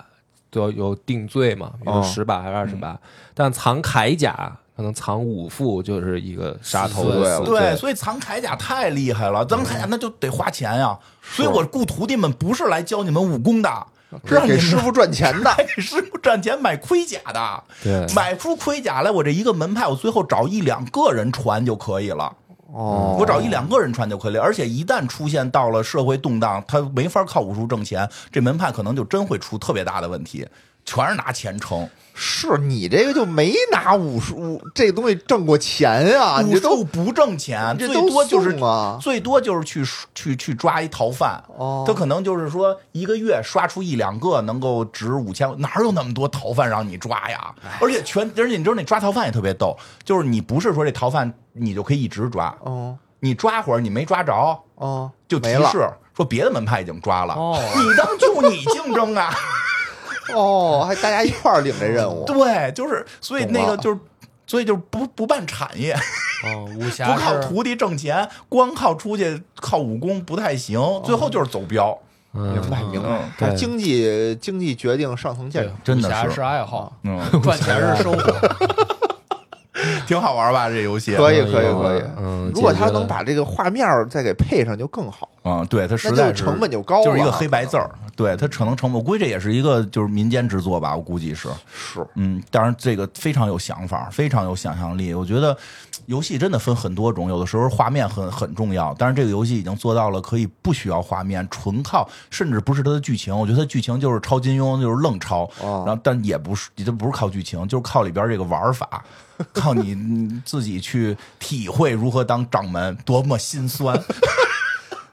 A: 都有定罪嘛，比如说
D: 哦
A: 十把还是二十
B: 嗯
A: 把，但藏铠甲可能藏五副就是一个杀头
D: 死罪
A: 的
D: 了
A: 死
B: 对，
A: 罪。
B: 所以藏铠甲太厉害了，咱们铠甲那就得花钱呀、所以我雇徒弟们不是来教你们武功的，是让你
D: 给
B: 们
D: 师傅赚钱的
B: [laughs] 来给师傅赚钱买盔甲的。
A: 对
B: 买出盔甲来，我这一个门派，我最后找一两个人传就可以了。
D: 哦
B: 嗯我找一两个人传就可以了。而且一旦出现到了社会动荡，他没法靠武术挣钱，这门派可能就真会出特别大的问题，全是拿钱撑。
D: 是你这个就没拿武术这东西挣过钱呀？啊你
B: 武
D: 这都
B: 术不挣钱，
D: 你
B: 最
D: 这都
B: 多就是
D: 送啊
B: 最多就是去去去抓一逃犯。
D: 哦
B: 他可能就是说一个月刷出一两个能够值五千，哪有那么多逃犯让你抓呀？而且全，而且你知道那抓逃犯也特别逗，就是你不是说这逃犯你就可以一直抓，
D: 哦
B: 你抓会儿你没抓着
D: 哦，
B: 就提
D: 没了
B: 示说别的门派已经抓了，
A: 哦
B: 你当就你竞争啊？
D: 哦，还大家一块儿领这任务，
B: 对，就是所以那
D: 懂
B: 个
D: 了
B: 就是。所以就是不不办产业，
A: 哦，武侠
B: 不靠
A: 是
B: 徒弟挣钱，光靠出去靠武功不太行，最后就是走标。
A: 嗯
D: 明白明白
B: 嗯，
A: 对
D: 还是经济经济决定上层建筑。
B: 真
C: 武
B: 的
C: 侠
B: 是
C: 是爱好，
B: 嗯，
C: 赚钱是生活。
B: 挺好玩吧？这游戏
D: 可以
A: 嗯
D: 可以
A: 有
D: 可以
B: 啊
A: 了，嗯
D: 如果
A: 解决
D: 他能
A: 了
D: 把这个画面儿再给配上，就更好。
B: 嗯，对，它实
D: 那就
B: 在是
D: 成本就高了啊
B: 就是一个黑白字儿。对，它可能成本，我估计这也是一个就是民间制作吧，我估计是。
D: 是，
B: 嗯，当然这个非常有想法，非常有想象力。我觉得游戏真的分很多种，有的时候画面很很重要，但是这个游戏已经做到了可以不需要画面，纯靠甚至不是它的剧情。我觉得它剧情就是抄金庸，就是愣抄，
D: 哦
B: 然后但也不是，也就不是靠剧情，就是靠里边这个玩法，靠你 [laughs] 你自己去体会如何当掌门，多么心酸。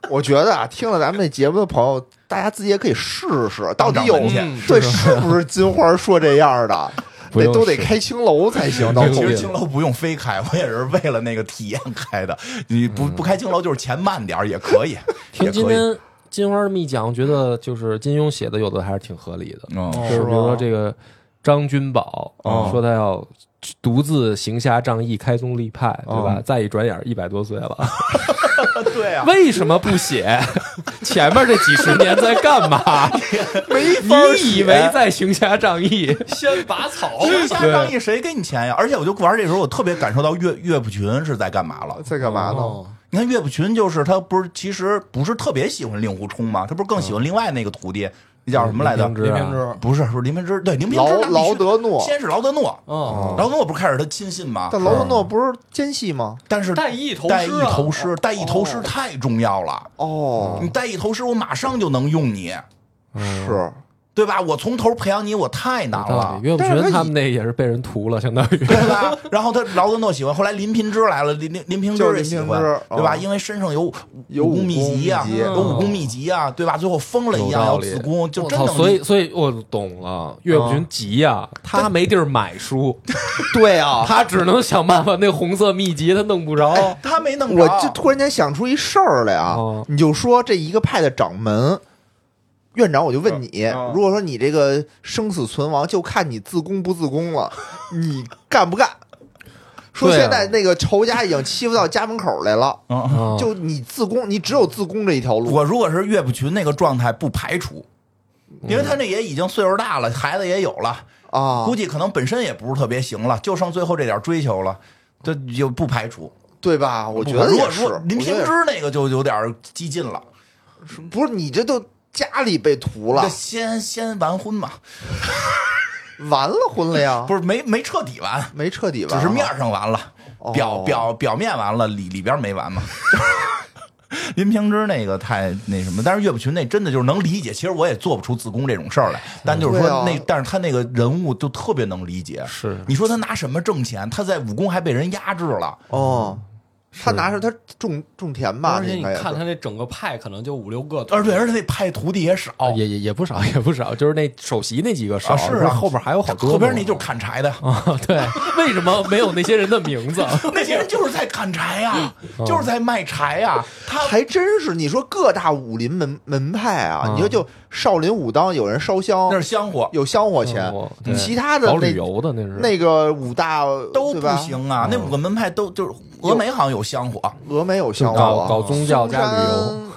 D: 我觉得啊，听了咱们这节目的朋友，大家自己也可以试试，到底有
B: 当掌门去 [laughs]
D: 嗯对是不是金花说这样的，
A: 不
D: 得
A: 用
D: 都得
A: 试
D: 开青楼才行。到
B: 其
D: 后
B: 实 [laughs]
D: 面
B: 青楼不用非开，我也是为了那个体验开的。你不不开青楼，就是钱慢点儿也可以，也
A: 听今
B: 可以。
A: 天金花这么一讲，我觉得就是金庸写的有的还是挺合理的，
B: 嗯，
A: 就是比
D: 是
A: 如说
D: 吧
A: 这个张君宝
B: 哦
A: 说他要独自行侠仗义、开宗立派，对
D: 哦
A: 吧？再一转眼一百多岁
D: [laughs]
A: 了，
B: 对啊，
A: 为什么不写？前面这几十年在干嘛？
D: 没法儿
A: 你以为在行侠仗义？
C: 先
B: [laughs]
C: 拔草，
B: 行侠仗义谁给你钱呀？而且我就玩这时候，我特别感受到岳岳不群是在干嘛了
D: 写。在干
B: 哦
D: 嘛呢？
B: 你看岳不群就是他不是其实不是特别喜欢令狐冲嘛，他不是更喜欢另外那个徒弟，那叫什么来着？
A: 林平之啊林平
C: 之
B: 不是，是林平之，对林平
D: 劳
B: 之，那必须
D: 劳德诺
B: 先是劳德诺，
C: 嗯，
B: 劳德诺不是开始他亲信嘛？
D: 但劳德诺不是奸细吗？
B: 但是
C: 带一头
B: 带
C: 师
B: 一
C: 啊
B: 头师，带一头师太重要了。
D: 哦，
B: 你带一头师，我马上就能用你。
D: 是 [laughs]
B: 对吧？我从头培养你，我太难了
A: 因。为我们
D: 但是
A: 觉得
D: 他
A: 他
D: 以
A: 们那也是被人屠了，相当于。
B: [laughs] 对吧？然后他劳顿诺喜欢，后来林平之来了，林林林平之
D: 就是
B: 也
D: 林
B: 喜
D: 平
B: 欢
D: 之，
B: 对吧？
D: 啊
B: 因为身上有
D: 有
B: 武
D: 武
B: 秘
D: 功
B: 籍啊，
D: 秘籍嗯
B: 有武功秘籍啊，对吧？最后疯了一样
A: 有
B: 要
A: 道理
B: 自宫，就
A: [laughs] 我
B: 真
A: 操！
B: 的
A: 所以，所以我懂了，岳不
D: 哦
A: 群急呀、他没地儿买书，
D: 对啊，哎
A: 他只能想办法。那红色秘籍他弄不着，
B: 哦他没弄着。
D: 我就突然间想出一事儿来啊
A: 哦！
D: 你就说这一个派的掌门。院长，我就问你
B: 嗯，
D: 如果说你这个生死存亡，就看你自宫不自宫了，你干不干？说
A: 对啊
D: 现在那个仇家已经欺负到家门口来了，
B: 嗯
A: 啊
D: 就你自宫，你只有自宫这一条路。
B: 我如果是岳不群那个状态，不排除，因为他那也已经岁数大了，孩子也有了，
D: 啊，
B: 估计可能本身也不是特别行了，就剩最后这点追求了。这就不排除，
D: 对吧？我觉
B: 不
D: 得
B: 如果
D: 也是
B: 如果，林
D: 我觉
B: 平
D: 得也
B: 之那个就有点激进了，
D: 是不是你这都家里被屠了
B: 就，先先完婚嘛，
D: 完了婚了呀？
B: 不是没没彻底完，
D: 没彻底完
B: 只
D: 啊，
B: 是面儿上完了，
D: 哦
B: 表表表面完了，里里边没完嘛。 [laughs] 林平之那个太那什么，但是岳不群那真的就是能理解。其实我也做不出自宫这种事儿来，但就是说
D: 对啊
B: 那，但是他那个人物就特别能理解。
A: 是
B: 你说他拿什么挣钱？他在武功还被人压制了，
D: 哦。
B: 嗯
D: 他拿着他种种田吧，
C: 而且
D: 那
C: 你
D: 应该也是
C: 看他那整个派，可能就五六个头，
B: 而且而且那派徒弟也少，
A: 啊也也也不少， [laughs] 也不少，就是那首席那几个少，
B: 啊是啊
A: 不后边还有好多呢。
B: 后边那就是砍柴的，
A: 啊， [laughs] 对， [laughs] 为什么没有那些人的名字？
B: [laughs]
A: 啊 [laughs]
B: 那些人就是在砍柴呀、就是在卖柴呀、他
D: 还真是，你说各大武林门门派啊，
A: 嗯
D: 你说就少林武当有人烧香
B: 那，是香火，
D: 有香火钱
A: 香火，
D: 嗯
A: 对
D: 其他的
A: 搞
D: 那
A: 旅游啊的那是
D: 那个五大
B: 都
D: 对
B: 不
D: 吧，
B: 行
A: 嗯
B: 啊。那五个门派都就是峨眉好像有香火，
D: 峨眉有
A: 就
D: 香火
A: 搞搞
D: 啊，
A: 宗教
D: 嵩
A: 加旅游，
D: 山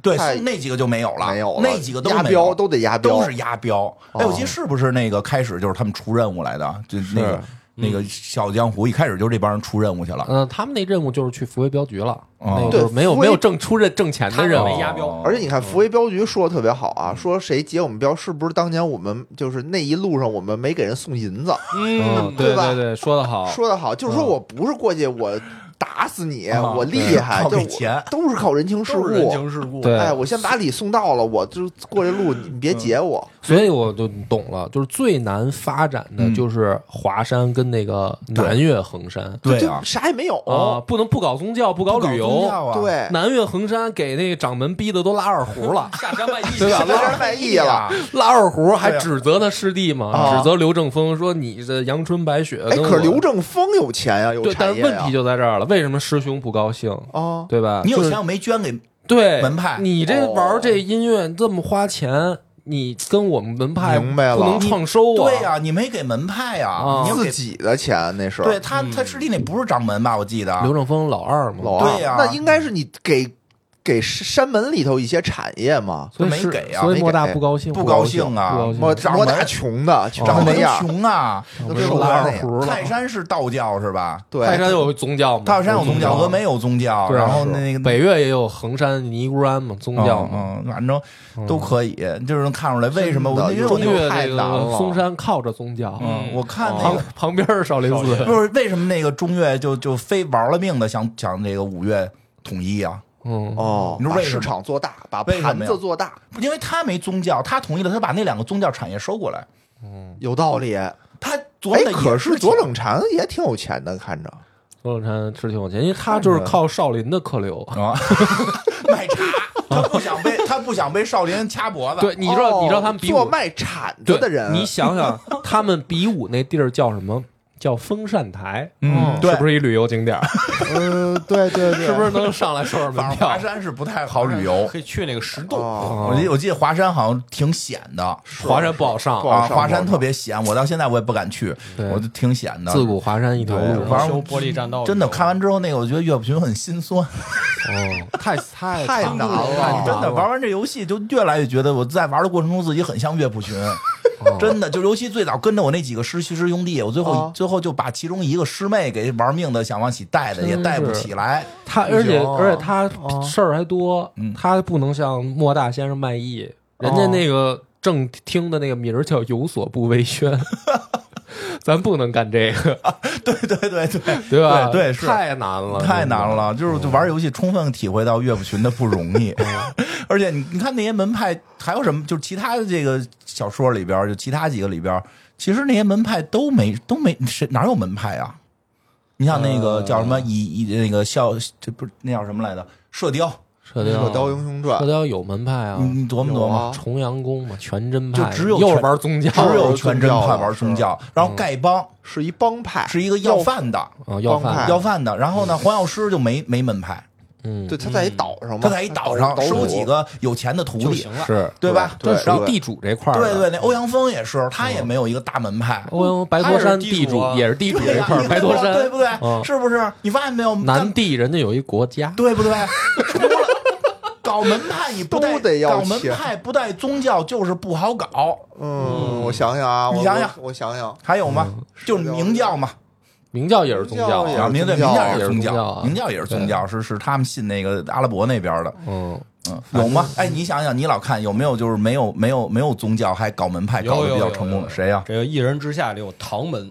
B: 对，
D: 太
B: 那几个就没有了，
D: 没有了，
B: 那几个都
D: 压
B: 没有
D: 标都得压标，
B: 都是押镖。哎，我记得是不是那个开始就是他们出任务来的？就那个那个小江湖一开始就是这帮人出任务去了。
A: 嗯、他们那任务就是去扶危镖局了，
B: 哦
A: 那个就是没有
D: 对
A: 没有挣出这挣钱
C: 他
A: 的
C: 们
A: 任
C: 没
A: 务，
C: 押标，
D: 而且
A: 嗯
D: 你看，福威镖局说的特别好啊，说谁劫我们镖，是不是当年我们就是那一路上我们没给人送银子？
A: 嗯，
D: 对
A: 对
D: 吧
A: 对对，说的好，
D: 说的好，就
A: 嗯
D: 是说我不是过去我打死你，
B: 啊
D: 我厉害，
B: 对
D: 就是
B: 靠这钱
D: 我都是靠人情世
C: 都是人
D: 故。
C: 情世故。，
A: 对
D: 哎，我先把礼送到了，我就过这路，你
B: 嗯
D: 别劫我。
A: 所以我就懂了，就是最难发展的
B: 嗯
A: 就是华山跟那个南岳衡山
B: 对
D: 就
B: 啊，
D: 啥也没有。
A: 啊，不能不搞宗教，不哎搞旅
B: 不搞宗
A: 游
B: 教，啊，
D: 对，
A: 南岳衡山给那个掌门逼的都拉二胡了 [laughs]
C: 下山卖艺，
A: 对吧
D: 什么
A: 拉
D: 人卖艺了？
A: 拉二胡还
B: 对啊
A: 指责他师弟
D: 啊
A: 嘛，指责刘正风说你这阳春白雪
D: 哎，
A: 跟我。
D: 可是刘正风有钱呀，有
A: 对，但
D: 产
A: 是
D: 业
B: 啊
A: 问
D: 呀
A: 题。就在这儿了，为什么师兄不高兴？
D: 啊，
A: 对吧？
B: 你有
A: 就是
B: 钱我没捐给，
A: 对
B: 门派
A: 你这
D: 哦
A: 玩这音乐这么花钱，你跟我们门派
D: 明白了
A: 不能创收啊？
B: 对呀，你没给门派呀，
A: 啊嗯
B: 你要
D: 自
B: 给
D: 己的钱那是。
B: 嗯对他他师弟那不是掌门吧？我记得
A: 刘正风老二嘛，
D: 老二，
B: 对呀
D: 那应该是你给给山门里头一些产业嘛。
A: 所以
B: 没
A: 是
B: 给啊
A: 所以
D: 没
A: 莫大
D: 给
A: 不高兴，
B: 不
A: 不
B: 高
A: 兴
B: 兴啊
A: 不高兴
D: 莫
B: 掌
D: 莫
B: 门哦
D: 大穷的，穷
B: 掌
D: 成那
B: 门
D: 样，
B: 穷啊，
D: 都
A: 没
D: 跟
A: 有
D: 我
A: 拉
D: 那
A: 二
D: 样。
A: 胡了。
B: 泰山是道教是吧？
D: 对，
A: 泰山有宗教嘛？
B: 泰山有宗教，
A: 有
B: 峨眉有宗教，
A: 嗯对啊
B: 然后
A: 是
B: 那个
A: 北岳也有衡山尼姑庵嘛，宗教嘛。
B: 嗯，嗯反正都可以，嗯就是能看出来为什么
D: 真
B: 我
D: 的
B: 因为我
A: 中
B: 那
D: 中
B: 个
A: 岳
D: 太
A: 这
D: 难了
A: 个嵩山靠着宗教，
B: 嗯，哦我看那
A: 旁
B: 个。
A: 旁边是少林
C: 少林
A: 寺，
B: 不是为什么那个中越就就非玩了命的想想这个五月统一啊？
A: 嗯，
D: 哦，
B: 你说
D: 把
B: 为什
D: 市
B: 么
D: 场做大，把
B: 为什么
D: 盘
B: 呀
D: 子做大，
B: 因为他没宗教，他统一了，他把那两个宗教产业收过来。
D: 有道理。哎，
B: 他左嗯冷的
D: 可是
B: 左
D: 左冷禅也挺有钱的，看着
A: 左冷禅吃挺有钱，因为他就是靠少林的客流。
B: 啊， [laughs] 卖茶，他不想被他不想被少林掐脖子。
A: 对，你知道，
D: 哦
A: 你知道他们比
D: 做
A: 武
D: 卖铲子
A: 对
D: 的人，
A: 你想想，他们比武那地儿叫什么？叫风扇台，
B: 嗯，对
A: 是不，是一旅游景点儿？
D: 呃，对对对，
A: 是不是能上来收点
B: 反
A: 门
B: 正
A: 票
B: 华？山是不太好旅游。
C: 可以去那个石洞，
D: 哦，
B: 我记得我记得华山好像挺险的。
A: 华山不好上
D: 不，好
B: 啊，
D: 上
B: 华山
D: 不好上
B: 特别险，我到现在我也不敢去，
A: 对
B: 我就挺险的。
A: 自古华山一条
B: 对
A: 路。
B: 反正
C: 修玻璃栈道，啊
B: 真的看完之后，那个我觉得岳不群很心酸，
A: 哦，太太
D: 太难
A: 啊
D: 了
B: 真的玩完这游戏就越来越觉得我在玩的过程中自己很像岳不群，真的就尤其最早跟着我那几个师师兄弟，我最后、
D: 啊
B: 最后就把其中一个师妹给玩命的想往起带的
A: 真
B: 也
A: 是
B: 带不起来， [laughs]
A: 他，
D: 不
A: 而且
D: 行啊
A: 而且他事儿还多
B: 嗯，
A: 他不能像莫大先生卖艺，人家那个正听的那个名儿叫“有所不为宣”， [laughs] 咱不能干这个，
B: 对对对对。
A: 对吧？
B: 对对是
A: 太难了，
B: 太难了，就是就玩游戏，充分体会到岳不群的不容易。 [laughs] 而且你你看那些门派还有什么？就是其他的这个小说里边，就其他几个里边，其实那些门派都没都没谁哪有门派啊？你像那个叫什么以以那个笑，这不是那叫什么来的？射雕，
A: 射
D: 《射
A: 雕
D: 雕英雄传
A: 射》雕有门派啊
B: 你，你琢磨琢
D: 有
B: 磨
D: 啊，
A: 重阳宫嘛，全真派，
B: 就只有
A: 又是
B: 全
A: 玩宗教，
B: 只有全真派玩宗
D: 是
B: 教，然后丐帮
D: 是一帮派，
B: 是一个要饭的，
A: 啊要
D: 帮派
A: 饭，
B: 要饭的，然后呢，黄药师就没没门派，
A: 嗯，
D: 对，他在一岛上嘛，
B: 他在一岛上
D: 岛主
B: 收几个有钱的徒
C: 就
B: 弟
C: 行，了。
D: 是
B: 对吧
A: 这
D: 对，
A: 属于地主这块儿的，嗯哦
B: 对对，那欧阳锋也是，他也没有一个大门派，
A: 欧阳白驼山
C: 他也
A: 地
C: 是地主
A: 主
C: 啊
A: 也是地主
B: [laughs] 对
A: 这
B: 呀
A: 块儿，
B: 你
A: 白
B: 看
A: 驼
B: 我对
A: 山
B: 不对？
A: 嗯
B: 是不是？你发现没有，
A: 南
B: 干
A: 地人家有一国家，
B: 对不对？除了搞门派，你不带
D: 都得要
B: 搞门
D: 钱
B: 派，不带宗教就是不好搞。
D: 嗯，我想想啊，
B: 你
D: 我
B: 想想
D: 我我想想，
B: 还有
A: 嗯
B: 吗？就是明教嘛，
A: 明教也是宗教啊，
D: 明教也
B: 啊，
D: 是
B: 明对
D: 宗
B: 明
A: 也
B: 教也是
D: 教
A: 是
B: 宗
A: 宗教
B: 教，
A: 啊
B: 明教也是宗教，是是他们信那个阿拉伯那边的。
A: 嗯，
B: 嗯，有吗？哎，你想想，你老看有没有就是没有没有没有宗教还搞门派
C: 有
B: 搞得比
C: 有
B: 较
C: 有
B: 成功的
C: 有
B: 谁啊呀？
C: 这个一人之下里有唐门，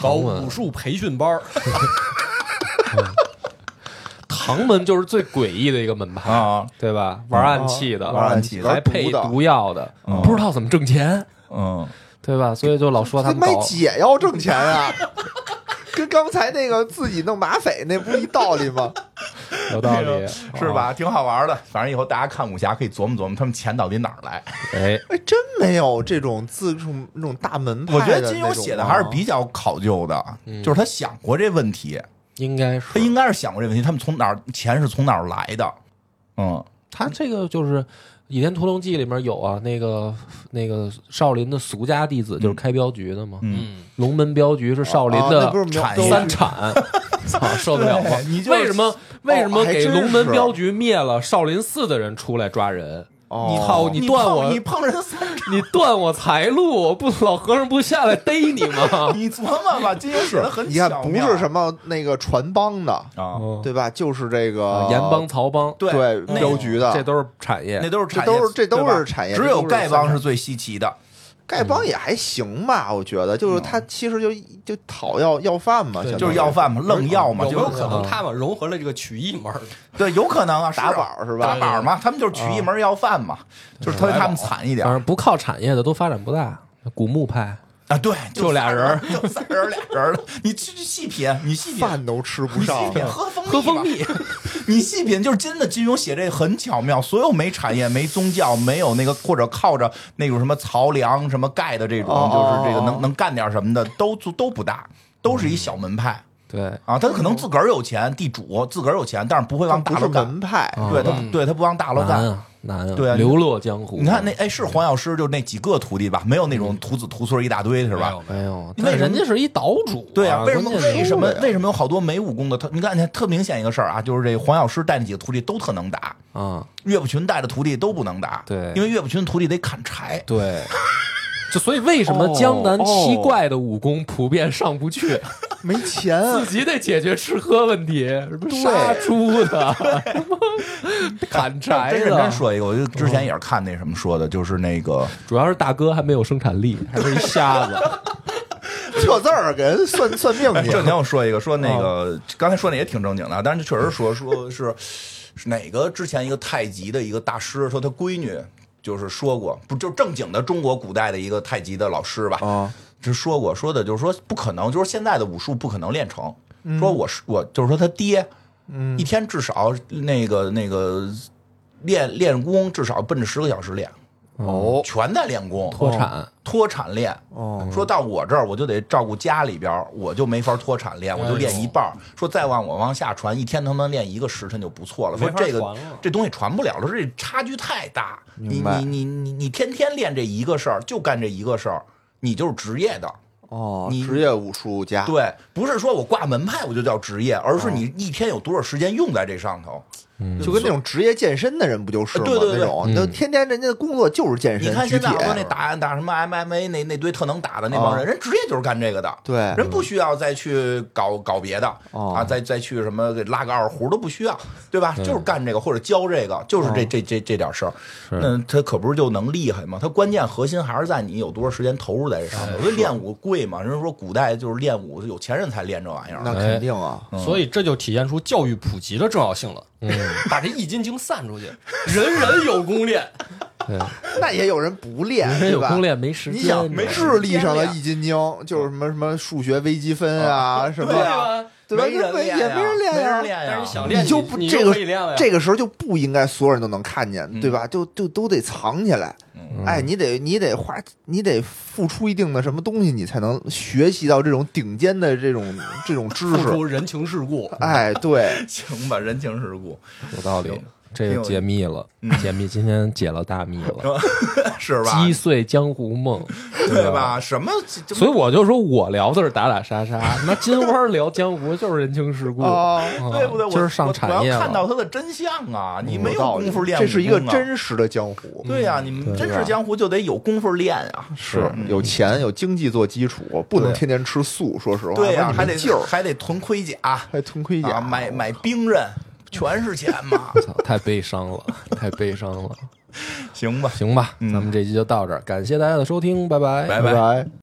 C: 搞
A: 门
C: 武术培训班儿，
A: 唐门就是最诡异的一个门派
B: 啊
A: 对吧？玩暗器的，
D: 啊
B: 玩暗器的
A: 还配
D: 玩毒的
A: 毒药的，
B: 嗯
A: 不知道怎么挣钱，
B: 嗯，
A: 对吧？所以就老说他
D: 他
A: 们
D: 卖
A: 搞
D: 解药挣钱啊， [laughs] 跟刚才那个自己弄马匪那不是一道理吗？ [laughs]
A: 有
B: [laughs]
C: [laughs]
A: 道理，
B: 啊
D: 哦
B: 是吧？挺好玩的。反正以后大家看武侠可以琢磨琢磨，他们钱到底哪儿来。
A: 啊？哎，
D: 哎，真没有这种自助那种大门派
B: 我
D: 的那种
B: 觉
D: 啊。
B: 得金庸写的还是比较考究的，
A: 嗯
B: 就是他想过这问题，
A: 应该
B: 他
A: 是
B: 应该是想过这问题，他们从哪儿钱是从哪儿来的？嗯，
A: 他这个就是《倚天屠龙记》里面有啊，那个那个少林的俗家弟子就是开镖局的嘛，
B: 嗯哦
C: 嗯，
A: 龙门镖局是少林
D: 啊那
A: 的
D: 不是苗
B: 产
D: 都
B: 业
A: 三产， [laughs] 操，受得了吗啊
B: 对 [laughs] 你？就是哦
A: 为什么为什么
D: 还
A: 给
D: 真
A: 龙门
D: 是
A: 镖局灭了少林寺的人出来抓人？
D: 哦
A: 你操，
B: 你
A: 断
B: 碰
A: 我
B: 你碰人三指，？
A: 你断我财路，我不老和尚不下来逮你吗
B: [laughs] 你琢磨
D: [laughs]
B: 吧，金庸写的很
D: 你看
B: 巧
D: 不
B: 妙
D: 是什哦么那个船帮的，
B: 啊，
D: 对吧？就是这个
A: 啊，盐帮、曹帮，
B: 哦对
D: 对
B: 那
D: 镖局的，
A: 这都是产业
B: 那。都是
D: 这
B: 产业
D: 都是
B: 对
D: 这都
B: 吧
D: 是产业，
B: 只
D: 这
B: 有
D: 都是
B: 丐帮
D: 三
B: 是最稀奇的。
D: 丐帮
B: 嗯
D: 也还行吧，我觉得就是他其实就就讨要要饭嘛，
A: 对
D: 相
B: 就
D: 当于
B: 是要饭嘛，愣要嘛，
C: 有
B: 就
C: 没有可能
A: 啊
C: 他们融合了这个曲艺门儿？
B: 对，有可能啊，是啊
D: 打板是
B: 打
D: 吧？嗯
B: 板嘛，他们就是曲艺门要饭嘛，就是他比他们惨一点
A: 反正不靠产业的都发展不大。古墓派，
B: 啊。对，
A: 就俩人儿
B: 仨，就仨人儿俩人儿了。你去去细品，你细品，
D: 饭都吃不
B: 你细
D: 上，
B: 品，喝蜂
A: 喝蜂
B: 吧
A: 蜜，
B: 你细品，就是真的。金庸写这很巧妙，所有没产业、没宗教、没有那个或者靠着那种什么曹梁、什么盖的这种，
D: 哦
B: 就是这个
D: 哦
B: 能能干点什么的，都都不大，都是一小门派
A: 对，
B: 啊。他可能自个儿有钱，地主自个儿有钱，但是不会
D: 他
B: 往
D: 不
B: 大
D: 是
B: 了干。
D: 门派，
A: 啊
B: 对他，
C: 嗯
B: 对他不往大了干
A: 难。啊难啊，
B: 对啊
A: 流落江湖。
B: 你看那哎，是黄药师，就是那几个徒弟吧，没有那种徒子徒孙一大堆是
C: 没
B: 吧
C: 有？
A: 没有，
B: 为
A: 哎但
B: 什么
A: 人家是一岛主啊，
B: 对呀、为什么
A: 关键是
B: 为什么
D: 呀
B: 为什么有好多没武功的？他你看，特明显一个事儿啊，就是这黄药师带那几个徒弟都特能打，
A: 啊？
B: 岳不群带的徒弟都不能打，
A: 对
B: 因为岳不群徒弟得砍柴，
A: 对， [laughs] 就所以为什么
B: 哦
A: 江南七怪的武功普遍上不去？
B: 哦
D: 没钱啊
A: [laughs] 自
D: [laughs]
A: 己得解决吃喝问题，什么杀猪
B: [laughs]
A: 的，什么 [laughs] 砍柴啊
B: 真认真
A: 的，
B: 说一个，我就之
A: 嗯
B: 前也是看那什么说的，就是那个
A: 主要是大哥还没有生产力，还是一瞎子。
D: 这字儿给人算算命
B: [laughs]
D: 去，
B: 正经我说一个，说那
A: 嗯
B: 个 [laughs] 刚才说那也挺正经的，但是确实说说是是哪个之前一个太极的一个大师说他闺女就是说过，不就正经的中国古代的一个太极的老师吧，
D: 啊，
B: 就说过说的就是说不可能，就是现在的武术不可能练成，说我是我就是说他爹，一天至少那个那个练练功至少奔着十个小时练，
D: 哦
B: 全在练功
A: 脱产，
B: 脱产练。
D: 哦，
B: 说到我这儿，我就得照顾家里边儿，我就没法脱产练，我就练一半儿。说再往我往下传，一天能不能练一个时辰就不错了。
C: 没
B: 说
C: 法
B: 这个
C: 传了
B: 这东西传不了了，说这差距太大。你
D: 明白
B: 你你你你天天练这一个事儿，就干这一个事儿，你就是职业的。
D: 哦，
B: 你
D: 职业武术家，
B: 对，不是说我挂门派我就叫职业，而
D: 啊
B: 是你一天有多少时间用在这上头。
D: 就跟那种职业健身的人不就是吗？
B: 呃对对对嗯
D: 那种就天天人家的工作就是健身，
B: 你看现在
D: 举
B: 好
D: 铁
B: 多那打打什么 MMA 那那堆特能打的那帮人，
D: 啊
B: 人职业就是干这个的。
D: 对
B: 人不需要再去搞搞别的、
D: 哦
B: 啊，再再去什么给拉个二胡都不需要，对
A: 嗯
B: 吧？就是干这个或者教这个，就是
D: 哦
B: 这、这这这点事儿。嗯，他可不是就能厉害吗？他关键核心还是在你有多少时间投入在这
A: 哎
B: 上面。因为练武贵嘛，人家说古代就是练武，有钱人才练这玩意儿。
D: 那肯定啊，
B: 嗯
C: 所以这就体现出教育普及的重要性了。
A: 嗯
C: [laughs] 把这易筋经散出去，人人有功练，
A: 对，
D: 那也有人不练，
A: 人有
D: 对吧
A: 功。练没时
D: 你
A: 间，
D: 想
B: 没时
D: 智力上的
B: 间呀
D: 易筋经，就是什么什么数学微积分啊，什么
B: 对
D: 呀，
C: 吧？
D: 对吧？
B: 没人
D: 那没也
B: 练呀
D: 没人
B: 没
D: 练呀
B: 人。练
C: 但
B: 呀
C: 是你想练，
D: 你就
C: 就
D: 不
C: 你
D: 这
C: 就可以练
D: 个
C: 了呀。
D: 这个时候就不应该所有人都能看见，对吧？就就都得藏起来。
B: 嗯
D: 哎，你得你得花，你得付出一定的什么东西，你才能学习到这种顶尖的这种这种知
C: 付
D: 识。
C: 出人情世故，
D: 哎，
B: [laughs]
D: 对，
B: 行吧，人情世
A: [laughs]
B: 故
A: 有道理
B: 行。
A: 这个
B: 挺有
A: 解密了，
D: 嗯
A: 解密今天解了大密了，
B: 是吧？
A: 击碎江湖梦，
B: 对？吧？什么？这
A: 啊所以我就说我聊的是打打杀杀，那金花聊江湖就是人情世故，
D: 哦
A: 啊
B: 对不对？我
A: 今儿上产
B: 我
A: 业
B: 要看到
A: 了，
B: 它的真相啊！你没
D: 嗯有
B: 有
D: 道
B: 功啊
D: 理
B: 夫练，
D: 这是一个。真实的江湖，
B: 嗯对呀、你们
A: 对
B: 真是江湖就得有功夫练啊！
D: 是有钱有经济做基础，不能
A: 对
D: 天天吃素。说实话，
B: 对呀、啊
D: 不然
B: 还
D: 没
B: 得
D: 劲儿，
B: 还得囤盔甲，
D: 还囤盔甲，
B: 啊，买买兵刃，全是钱嘛。
A: 操，太悲伤了， [laughs] 太悲伤了。
B: 行吧，
A: 行吧，
B: 嗯
A: 咱们这期就到这儿，感谢大家的收听，拜拜，
B: 拜
D: 拜拜。